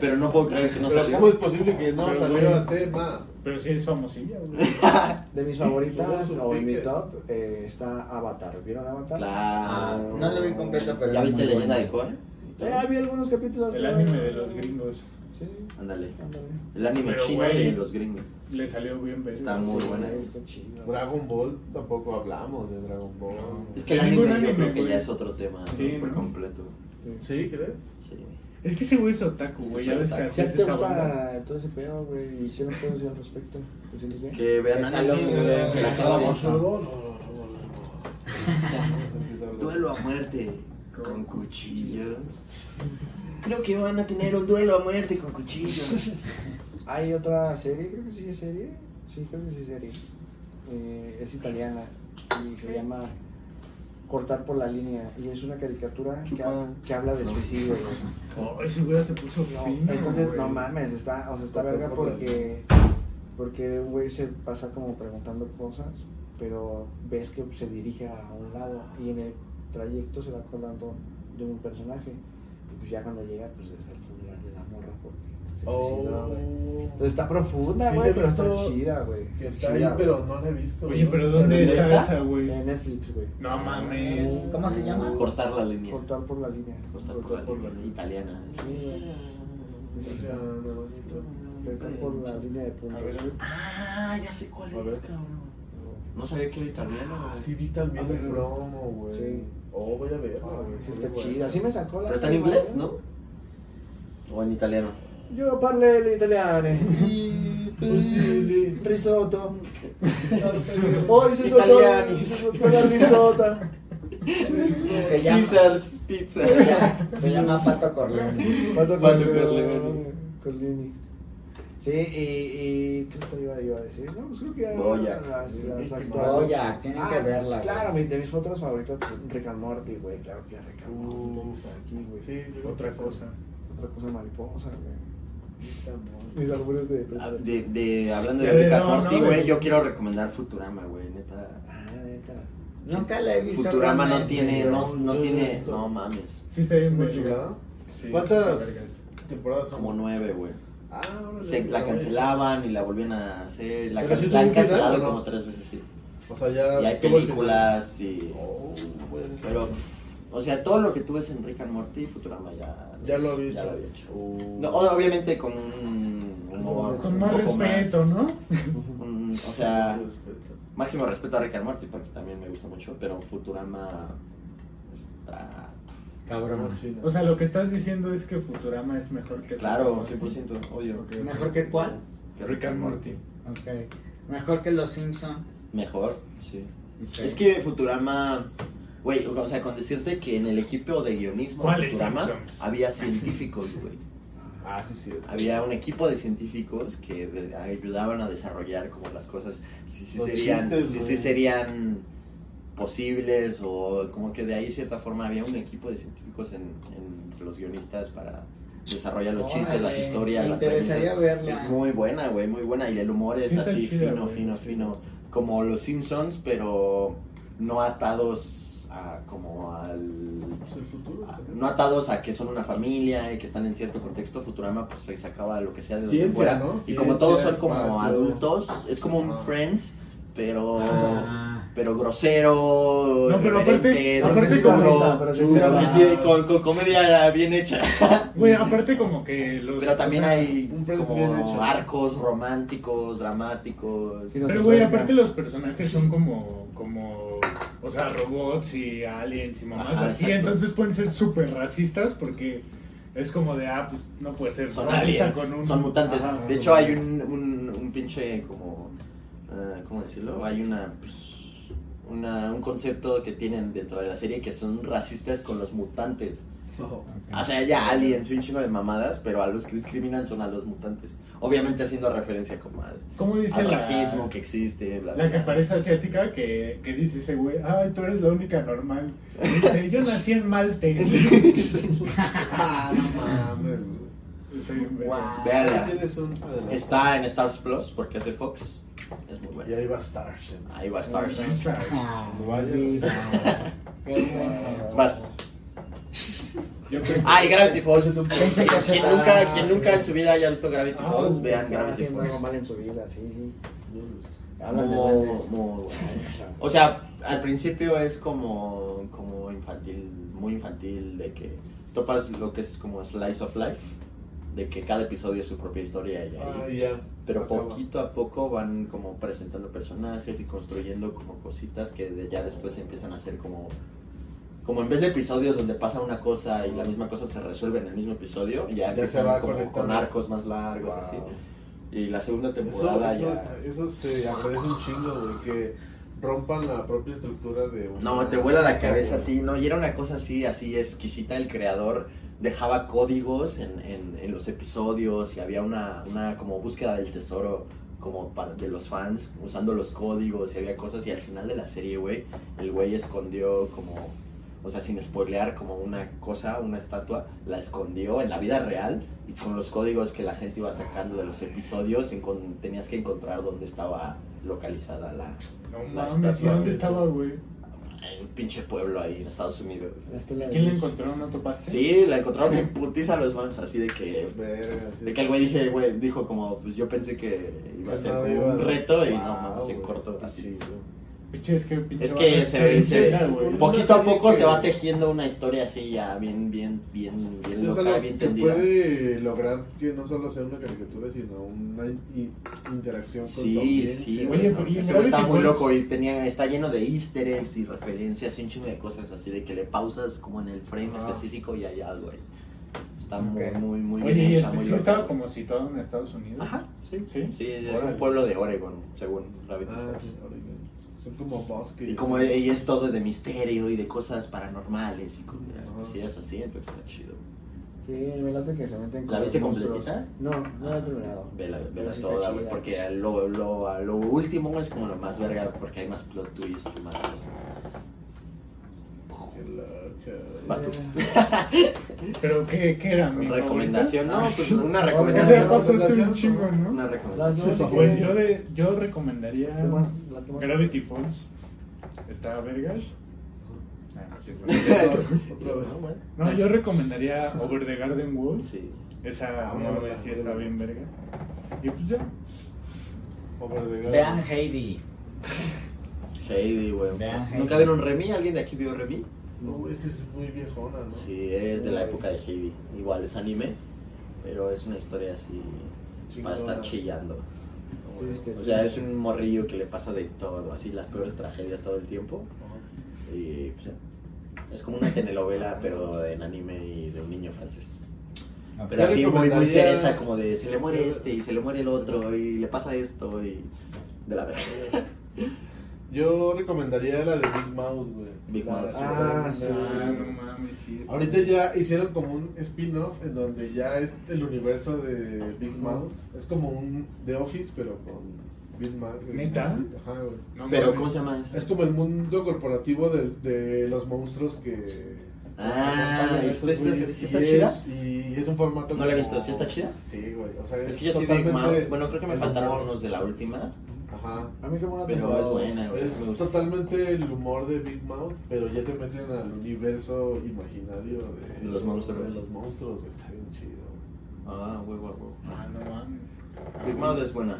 Speaker 3: Pero no puedo creer que no
Speaker 6: Pero
Speaker 3: salga.
Speaker 6: ¿cómo es posible que no
Speaker 2: Pero,
Speaker 6: saliera
Speaker 2: güey.
Speaker 6: a tema?
Speaker 2: Pero sí es famosilla, güey.
Speaker 4: De mis favoritas o en mi top eh, está Avatar. ¿Vieron Avatar?
Speaker 3: Claro.
Speaker 5: No lo vi completo, pero.
Speaker 3: ¿Ya
Speaker 5: es
Speaker 3: viste
Speaker 5: muy
Speaker 3: Leyenda
Speaker 5: bueno.
Speaker 3: de Korra?
Speaker 4: Eh, había algunos capítulos.
Speaker 2: El
Speaker 4: pero-
Speaker 2: anime de los gringos.
Speaker 4: Sí, sí,
Speaker 3: Ándale.
Speaker 4: ándale.
Speaker 3: El anime
Speaker 2: Pero,
Speaker 3: chino
Speaker 2: güey.
Speaker 3: de los gringos.
Speaker 2: Le salió bien bestia.
Speaker 3: Está muy
Speaker 4: Sí,
Speaker 3: buena.
Speaker 4: Está chido.
Speaker 6: Dragon Ball, tampoco hablamos de Dragon Ball.
Speaker 3: Es que el
Speaker 2: Que ningún
Speaker 3: anime yo
Speaker 2: anime,
Speaker 3: creo que
Speaker 2: güey.
Speaker 3: ya es otro tema ¿no?
Speaker 2: Sí,
Speaker 3: por
Speaker 2: ¿no?
Speaker 3: completo.
Speaker 6: ¿Sí, crees?
Speaker 3: Sí.
Speaker 2: Es que ese güey es otaku,
Speaker 3: Sí,
Speaker 2: güey.
Speaker 3: sí,
Speaker 2: Ya ves que
Speaker 3: otaku.
Speaker 2: así
Speaker 4: ¿Qué
Speaker 2: es
Speaker 4: te
Speaker 2: esa banda.
Speaker 4: gusta todo ese pedo, güey? ¿Y qué nos puedes decir al respecto? ¿Te sientes bien?
Speaker 3: Que vean
Speaker 5: Está
Speaker 3: anime,
Speaker 5: loco,
Speaker 3: güey,
Speaker 5: güey.
Speaker 3: que la
Speaker 5: Está
Speaker 3: acabamos.
Speaker 5: loco.
Speaker 6: Empieza a hablar.
Speaker 3: Duelo a muerte con cuchillos. Creo que van a tener un duelo a muerte con cuchillos.
Speaker 4: Hay otra serie, creo que sí es serie. Sí, creo que sí es serie. Eh, es italiana y se llama Cortar por la línea. Y es una caricatura que, ha- que habla del suicidio. güey.
Speaker 2: Oh, ese güey se puso fino,
Speaker 4: Entonces, no
Speaker 2: güey.
Speaker 4: mames, está, o sea, está verga
Speaker 6: Cortar por la
Speaker 4: porque, porque un güey se pasa como preguntando cosas, pero ves que se dirige a un lado y en el trayecto se va acordando de un personaje. Y pues ya cuando llega, pues es el funeral de la morra porque se suicidó, güey.
Speaker 6: Oh.
Speaker 4: Entonces, Está profunda,
Speaker 6: Sí,
Speaker 4: güey,
Speaker 6: te he
Speaker 4: pero está
Speaker 6: visto
Speaker 4: chida, güey. Está
Speaker 6: Que está ahí,
Speaker 4: chida,
Speaker 6: pero no la he visto.
Speaker 2: Oye,
Speaker 6: güey.
Speaker 2: pero
Speaker 6: No sé si
Speaker 2: ¿dónde
Speaker 6: está
Speaker 2: está
Speaker 6: bien.
Speaker 2: esa,
Speaker 4: güey.
Speaker 2: güey?
Speaker 4: En Netflix, güey.
Speaker 2: No mames.
Speaker 5: ¿Cómo se llama?
Speaker 3: Cortar la línea.
Speaker 4: Cortar por la línea.
Speaker 3: Cortar por la línea. Italiana.
Speaker 6: O sea, no, bonito.
Speaker 4: Cortar por la línea de puntos.
Speaker 2: A ver, a ver.
Speaker 3: Ah, ya sé cuál
Speaker 6: A
Speaker 3: es,
Speaker 6: ver.
Speaker 3: cabrón. No sabía que era italiano.
Speaker 6: Ah,
Speaker 3: güey.
Speaker 6: sí vi también el promo, güey.
Speaker 4: Sí.
Speaker 6: Oh, voy a ver.
Speaker 4: Ah, güey, Sí, está chida. Sí me sacó la.
Speaker 3: Pero está en
Speaker 4: lengua,
Speaker 3: inglés,
Speaker 4: eh.
Speaker 3: ¿no? O en italiano.
Speaker 4: Yo parlé el italiano. eh.
Speaker 6: Fusilli.
Speaker 4: [laughs] Risotto. Hoy se soltó,
Speaker 3: Italianis.
Speaker 4: se soltó la risota.
Speaker 5: Se llama-
Speaker 3: Caesar's Pizza.
Speaker 5: Se llama Pato Corleone.
Speaker 4: Pato
Speaker 6: Pato
Speaker 4: Corleone.
Speaker 6: Corleone.
Speaker 4: Corleone. Sí, y, y ¿qué otra iba iba a decir? No, pues creo que ya
Speaker 3: Bojack.
Speaker 4: las, las actuales. Ah,
Speaker 5: Goya, tienen que verla. güey.
Speaker 4: Claro, mi- de mis fotos favoritas, pues, Rick and Morty, güey. Claro que Rick and Morty
Speaker 6: Uf.
Speaker 4: está aquí, güey.
Speaker 6: Sí, yo creo
Speaker 2: Otra
Speaker 6: que sí.
Speaker 2: cosa.
Speaker 4: Otra cosa mariposa, güey.
Speaker 6: Está muy-
Speaker 4: Mis albures de.
Speaker 3: Ah, De, de, hablando
Speaker 2: Eh,
Speaker 3: de Rick and
Speaker 2: no,
Speaker 3: Morty,
Speaker 2: no,
Speaker 3: güey,
Speaker 2: güey.
Speaker 3: yo quiero recomendar Futurama, güey, neta.
Speaker 4: Ah, neta.
Speaker 5: [laughs] Nunca la he visto.
Speaker 3: Futurama no
Speaker 5: realmente,
Speaker 3: tiene,
Speaker 5: güey.
Speaker 3: no, no
Speaker 6: Yo no he
Speaker 3: tiene,
Speaker 6: visto.
Speaker 3: no mames.
Speaker 2: Sí, está
Speaker 6: ¿Es
Speaker 2: bien,
Speaker 6: una
Speaker 2: güey.
Speaker 6: chulada?
Speaker 2: Sí,
Speaker 6: ¿Cuántas
Speaker 2: vergas.
Speaker 6: temporadas son?
Speaker 3: Como nueve, güey.
Speaker 6: Ah, órale,
Speaker 3: Se, la
Speaker 6: güey.
Speaker 3: cancelaban y la volvían a hacer. La,
Speaker 6: Pero
Speaker 3: can-
Speaker 6: sí
Speaker 3: la han
Speaker 6: tuvo un final,
Speaker 3: cancelado
Speaker 6: ¿no?
Speaker 3: como tres veces, sí.
Speaker 6: O sea, ya.
Speaker 3: Y hay
Speaker 6: tuvo el
Speaker 3: películas y...
Speaker 6: final. Oh, güey.
Speaker 3: Pero, o sea, todo lo que tú ves en Rick and Morty, Futurama ya...
Speaker 6: Ya lo había hecho.
Speaker 3: Ya lo había hecho.
Speaker 6: Oh.
Speaker 3: No, o- obviamente con un humor...
Speaker 2: Con
Speaker 3: un
Speaker 2: más
Speaker 3: poco
Speaker 2: respeto,
Speaker 3: más-
Speaker 2: ¿no?
Speaker 3: un- o sea,
Speaker 6: Con respeto.
Speaker 3: máximo respeto a Rick and Morty porque también me gusta mucho, pero Futurama está...
Speaker 5: Cabrón.
Speaker 6: Más fino.
Speaker 2: O sea, lo que estás diciendo es que Futurama es mejor que...
Speaker 3: Claro, 100%, obvio.
Speaker 2: Ok.
Speaker 5: ¿Mejor que cuál?
Speaker 2: Que Rick and Morty.
Speaker 5: Ok. Mejor que Los Simpson.
Speaker 3: Mejor, sí.
Speaker 5: Ok.
Speaker 3: Es que Futurama, güey, o sea, con decirte que en el equipo de guionismo de
Speaker 2: ¿Cuáles
Speaker 3: Futurama
Speaker 2: Simpsons?
Speaker 3: había científicos, güey.
Speaker 6: Ah, sí, sí.
Speaker 3: Había un equipo de científicos que de- ayudaban a desarrollar como las cosas, si sí
Speaker 6: Los
Speaker 3: serían,
Speaker 6: chistes,
Speaker 3: si sí
Speaker 6: güey.
Speaker 3: serían posibles o como que de ahí cierta forma había un equipo de científicos en, en- entre los guionistas para desarrollar los chistes, las
Speaker 5: Órale,
Speaker 3: historias,
Speaker 5: me
Speaker 3: las
Speaker 5: interesaría verla.
Speaker 3: Es muy buena, güey, muy buena y el humor es
Speaker 2: Sí está
Speaker 3: así
Speaker 2: chida,
Speaker 3: fino,
Speaker 2: güey.
Speaker 3: fino, fino, como los Simpsons, pero no atados a como al
Speaker 6: Pues el futuro.
Speaker 3: Ah, no atados a que son una familia y que están en cierto contexto, Futurama pues se sacaba lo que sea de donde
Speaker 6: Ciencia,
Speaker 3: fuera.
Speaker 6: ¿no?
Speaker 3: Y
Speaker 6: Ciencia,
Speaker 3: como todos son como
Speaker 6: espacio.
Speaker 3: adultos, es como un
Speaker 6: Ajá.
Speaker 3: Friends, pero
Speaker 5: Ah.
Speaker 3: pero grosero,
Speaker 2: No, pero aparte-
Speaker 3: irreverente,
Speaker 2: aparte
Speaker 3: duro,
Speaker 2: con
Speaker 4: risa, pero sí
Speaker 3: pero
Speaker 4: está
Speaker 3: que
Speaker 4: más-
Speaker 3: sí, con, con comedia bien hecha.
Speaker 2: Güey, aparte como que los...
Speaker 3: Pero también
Speaker 2: o sea,
Speaker 3: hay
Speaker 6: un Friends bien
Speaker 3: como
Speaker 6: hecho.
Speaker 3: arcos románticos, dramáticos.
Speaker 4: Sí, no
Speaker 2: Pero,
Speaker 4: se
Speaker 2: güey,
Speaker 4: puede,
Speaker 2: aparte
Speaker 4: ya.
Speaker 2: los personajes son como... como O sea, robots y aliens y mamás
Speaker 3: Ajá,
Speaker 2: así.
Speaker 3: exacto.
Speaker 2: Entonces pueden ser súper racistas porque es como de, ah, pues no puede ser
Speaker 3: Son
Speaker 2: racista
Speaker 3: aliens,
Speaker 2: con un-
Speaker 3: son mutantes.
Speaker 2: Ajá.
Speaker 3: de hecho, hay un, un, un pinche como. ah, ¿Cómo decirlo? Hay una, pues, una. Un concepto que tienen dentro de la serie que son racistas con los mutantes. O sea, ya aliens y un chingo de mamadas, pero a los que discriminan son a los mutantes. Obviamente haciendo referencia como al,
Speaker 2: ¿Cómo dice
Speaker 3: al
Speaker 2: la-
Speaker 3: racismo que existe, bla, bla,
Speaker 2: La que
Speaker 3: bla.
Speaker 2: parece asiática que, que dice ese güey, ay, tú eres la única normal. Y Dice, yo nací en
Speaker 3: [laughs]
Speaker 2: Malte.
Speaker 6: Ah, no mames. güey.
Speaker 2: Estoy bien verga.
Speaker 5: Guau.
Speaker 3: Véanla.
Speaker 6: Tienes un adelanto.
Speaker 3: Está en Stars Plus porque es de Fox. Es muy
Speaker 6: Y
Speaker 3: bueno.
Speaker 6: ahí va Starship.
Speaker 3: Ahí va
Speaker 2: Star
Speaker 3: Stars.
Speaker 2: Stars.
Speaker 5: Ah,
Speaker 6: No vaya.
Speaker 5: qué hermoso.
Speaker 3: Vas.
Speaker 2: Yo creo que-
Speaker 3: Ay, Gravity Falls.
Speaker 7: Gente que hace-
Speaker 3: Quien nunca, quien
Speaker 7: Ah,
Speaker 3: nunca
Speaker 7: sí.
Speaker 3: en su vida haya visto Gravity
Speaker 2: Ah,
Speaker 3: Falls, vean
Speaker 7: Está
Speaker 3: Gravity
Speaker 7: haciendo algo
Speaker 3: Falls.
Speaker 7: mal en su vida, sí, sí. pues, Hablan de
Speaker 3: Muy,
Speaker 7: duendes.
Speaker 3: muy bueno.
Speaker 4: [laughs]
Speaker 3: O sea, al principio es como, como infantil, muy infantil, de que topas lo que es como slice of life, de que cada episodio es su propia historia y ahí
Speaker 6: Ah, ya.
Speaker 3: pero
Speaker 6: Acaba.
Speaker 3: poquito a poco van como presentando personajes y construyendo como cositas que de- ya después se empiezan a hacer como como en vez de episodios donde pasa una cosa y la misma cosa se resuelve en el mismo episodio ya,
Speaker 6: Ya se
Speaker 3: empiezan
Speaker 6: va
Speaker 3: como
Speaker 6: conectando.
Speaker 3: con arcos más largos
Speaker 6: Wow.
Speaker 3: así y la segunda
Speaker 6: Eso,
Speaker 3: temporada
Speaker 6: eso,
Speaker 3: ya
Speaker 6: está- eso se agradece un chingo, güey, que rompan la propia estructura de un-
Speaker 3: no te vuela la cabeza
Speaker 6: güey.
Speaker 3: así no y era una cosa así así exquisita el creador dejaba códigos en, en- en los episodios y había una, una como búsqueda del tesoro como para, de los fans usando los códigos y había cosas y al final de la serie, güey, el güey escondió como, o sea, sin spoilear como una cosa, una estatua, la escondió en la vida real y con los códigos que la gente iba sacando de los episodios encon- tenías que encontrar dónde estaba localizada la,
Speaker 2: No
Speaker 3: [laughs] la
Speaker 2: mames, ¿y
Speaker 3: estatua,
Speaker 2: dónde
Speaker 3: güey.
Speaker 2: estaba, güey?
Speaker 3: el pinche pueblo ahí en Estados Unidos.
Speaker 7: La estela de
Speaker 2: ¿Quién la
Speaker 7: luz.
Speaker 2: encontró? ¿No topaste?
Speaker 3: Sí, la encontraron en putiza los fans, así de que
Speaker 6: Verga, sí.
Speaker 3: de que el güey dije, güey, dijo como, pues yo pensé que iba a ser
Speaker 6: Nada,
Speaker 3: como
Speaker 6: iba-
Speaker 3: un reto y
Speaker 6: Wow,
Speaker 3: no, mames, se
Speaker 6: güey,
Speaker 3: cortó
Speaker 6: qué
Speaker 3: así.
Speaker 6: chido.
Speaker 2: Pinche, es que, pinche
Speaker 3: Es que
Speaker 2: vato,
Speaker 3: se,
Speaker 2: bien
Speaker 3: se-
Speaker 2: chida, güey.
Speaker 3: poquito a
Speaker 6: Una serie
Speaker 3: poco se
Speaker 6: que-
Speaker 3: va tejiendo una historia así ya bien, bien, bien, bien
Speaker 6: Eso es
Speaker 3: loca,
Speaker 6: algo
Speaker 3: bien
Speaker 6: que
Speaker 3: tendida.
Speaker 6: puede lograr que no solo sea una caricatura, sino una in- interacción con tu
Speaker 3: Sí,
Speaker 6: audiencia.
Speaker 3: sí,
Speaker 2: Oye,
Speaker 3: güey.
Speaker 2: pero ¿y en
Speaker 3: Ese güey está
Speaker 2: Gravity
Speaker 3: muy
Speaker 2: Falls?
Speaker 3: loco y tenía, está lleno de easter eggs y referencias y un chingo de cosas así de que le pausas como en el frame
Speaker 6: Ah.
Speaker 3: específico y hay algo ahí. Está
Speaker 7: Ok.
Speaker 3: muy, muy, muy
Speaker 2: Oye,
Speaker 3: bien
Speaker 2: ¿y
Speaker 3: hecha,
Speaker 2: este
Speaker 3: muy
Speaker 2: sí
Speaker 3: loca.
Speaker 2: estaba como situado en Estados Unidos?
Speaker 3: Ajá, sí.
Speaker 2: ¿Sí?
Speaker 3: Sí, es
Speaker 2: Órale.
Speaker 3: un pueblo de Oregon, según Gravity
Speaker 6: Ah,
Speaker 3: Falls.
Speaker 6: sí, oigan. Son como bosques.
Speaker 3: Y como eh,
Speaker 6: así.
Speaker 3: ella es todo de misterio y de cosas paranormales y con-
Speaker 6: Ajá.
Speaker 3: cosillas así, entonces está chido.
Speaker 7: Sí, me late que se meten con
Speaker 3: ¿La viste
Speaker 7: los monstruos.
Speaker 3: completita?
Speaker 7: No, no la he terminado.
Speaker 3: Vela,
Speaker 7: Pero
Speaker 3: vela
Speaker 7: sí está
Speaker 3: toda, güey,
Speaker 7: chida.
Speaker 3: porque a lo, lo, a lo último es como lo más verga, porque hay más plot twist y más cosas.
Speaker 6: Qué loca.
Speaker 3: Vas tú.
Speaker 4: Eh,
Speaker 2: ¿Pero qué, qué era, mi
Speaker 3: Recomendación, no, pues una
Speaker 2: favorita? O sea,
Speaker 3: recomendación.
Speaker 2: pasó hace un chingo,
Speaker 3: [laughs]
Speaker 2: ¿no?
Speaker 3: Una
Speaker 7: Las
Speaker 3: recomendación.
Speaker 7: dos, si
Speaker 2: Pues
Speaker 7: quieres,
Speaker 2: yo, de, yo recomendaría
Speaker 7: ¿qué más? La que más-
Speaker 2: Gravity Falls. ¿Está vergas? Ah, no, sí,
Speaker 6: Otra vez.
Speaker 3: No, güey.
Speaker 2: No, yo recomendaría Over the Garden Wall.
Speaker 3: Sí.
Speaker 2: Esa
Speaker 6: Ah,
Speaker 2: no,
Speaker 6: bueno,
Speaker 2: sí
Speaker 6: bueno.
Speaker 2: está bien verga. Y pues ya.
Speaker 6: Over the Garden.
Speaker 5: Vean Heidi.
Speaker 3: Heidi, güey.
Speaker 5: Vean
Speaker 3: pues,
Speaker 5: Heidi.
Speaker 3: ¿Nunca vieron Remy? ¿Alguien de aquí vio Remy?
Speaker 6: No, güey, es que es muy viejona, ¿no?
Speaker 3: Sí, es de la época de Heidi. Igual es anime, pero es una historia así para estar chillando.
Speaker 7: Triste.
Speaker 3: O sea, es un morrillo que le pasa de todo, así las peores tragedias todo el tiempo. Y, pues, ya. es como una telenovela, pero en anime y de un niño francés. Pero
Speaker 6: Yo
Speaker 3: así muy, muy
Speaker 6: recomendaría-
Speaker 3: Teresa, como de se le muere este y se le muere el otro y le pasa esto y de la verga.
Speaker 6: Yo recomendaría la de Big Mouth, güey.
Speaker 3: Big
Speaker 6: La-
Speaker 3: Mouth, sí,
Speaker 6: Ah,
Speaker 7: está
Speaker 6: sí.
Speaker 7: bien.
Speaker 2: Ah, no mames, sí. está-
Speaker 6: Ahorita ya hicieron como un spin-off en donde ya es el universo de Big Mouth. Es como un The Office, pero con Big Mouth.
Speaker 2: ¿Neta?
Speaker 6: Ajá, güey.
Speaker 2: No
Speaker 3: Pero,
Speaker 2: mames.
Speaker 3: ¿cómo se llama eso?
Speaker 6: Es como el mundo corporativo de, de los monstruos que.
Speaker 3: Ah,
Speaker 6: acompañan a
Speaker 3: ¿está-
Speaker 6: estos
Speaker 3: está-
Speaker 6: güeyes.
Speaker 3: sí está
Speaker 6: y
Speaker 3: chida?
Speaker 6: Es, y es un formato.
Speaker 3: No la he
Speaker 6: como-
Speaker 3: visto, ¿sí está chida?
Speaker 6: Sí, güey. O sea, es,
Speaker 3: Es que yo sí Big
Speaker 6: totalmente
Speaker 3: Mouth. Bueno, creo que me
Speaker 6: el
Speaker 3: faltaron
Speaker 6: humor.
Speaker 3: unos de la última,
Speaker 6: Ajá.
Speaker 7: A mí que buena
Speaker 3: pero ah, es buena, güey. me
Speaker 6: Es
Speaker 3: gusta.
Speaker 6: totalmente el humor de Big Mouth, pero ya te meten al universo imaginario de
Speaker 3: De los monstruos.
Speaker 6: de los monstruos, güey, está bien chido.
Speaker 3: Ah, huevo, huevo. Eh.
Speaker 2: Ah, no mames.
Speaker 3: Big Mouth es buena.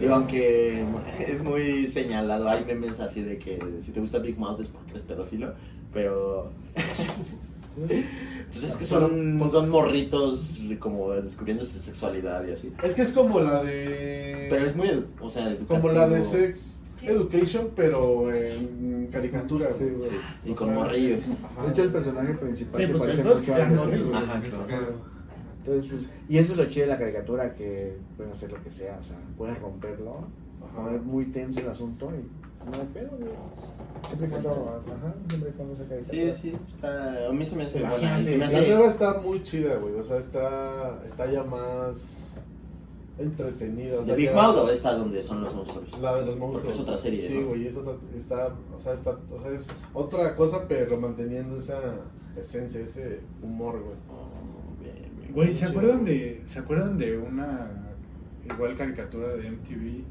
Speaker 3: Digo, aunque [laughs] es muy señalado, hay memes así de que si te gusta Big Mouth es porque eres pedófilo, pero... [laughs] pues es que son, son morritos como descubriendo su sexualidad y así.
Speaker 6: Es que es como la de.
Speaker 3: Pero es muy, edu- o sea, educativo.
Speaker 6: como la de Sex Education, pero en caricatura, güey.
Speaker 4: Sí, güey.
Speaker 3: Ah, Y
Speaker 6: O
Speaker 3: con
Speaker 6: sea,
Speaker 3: morrillos.
Speaker 6: Ajá.
Speaker 4: De hecho, el personaje principal
Speaker 2: Sí,
Speaker 4: se
Speaker 2: pues,
Speaker 4: parece
Speaker 2: el
Speaker 4: mucho
Speaker 2: dos que
Speaker 4: a
Speaker 2: ya no,
Speaker 4: Jesús, güey.
Speaker 3: Ajá,
Speaker 6: claro.
Speaker 4: Entonces, pues, y eso es lo chido de la caricatura, que pueden hacer lo que sea, o sea, pueden romperlo, poner
Speaker 6: Ajá.
Speaker 4: muy tenso el asunto y no hay pedo, güey. Siempre cuando, ajá, siempre cuando se
Speaker 3: Sí,
Speaker 4: caricatura.
Speaker 3: sí, está... a mí se me hace
Speaker 6: Imagínate,
Speaker 3: buena. y se me
Speaker 6: La nueva
Speaker 3: hace...
Speaker 6: está muy chida, güey. O sea, está, está ya más entretenida. O
Speaker 3: ¿De
Speaker 6: sea,
Speaker 3: Big
Speaker 6: ya-
Speaker 3: Mouth o esta donde son los monstruos?
Speaker 6: La de los monstruos.
Speaker 3: Porque es otra serie,
Speaker 6: Sí,
Speaker 3: ¿no?
Speaker 6: güey, es otra, está, o sea, está, o sea, es otra cosa, pero manteniendo esa esencia, ese humor, güey.
Speaker 3: Oh, bien, bien.
Speaker 2: Güey, ¿se acuerdan de, ¿se acuerdan de una igual caricatura de MTV?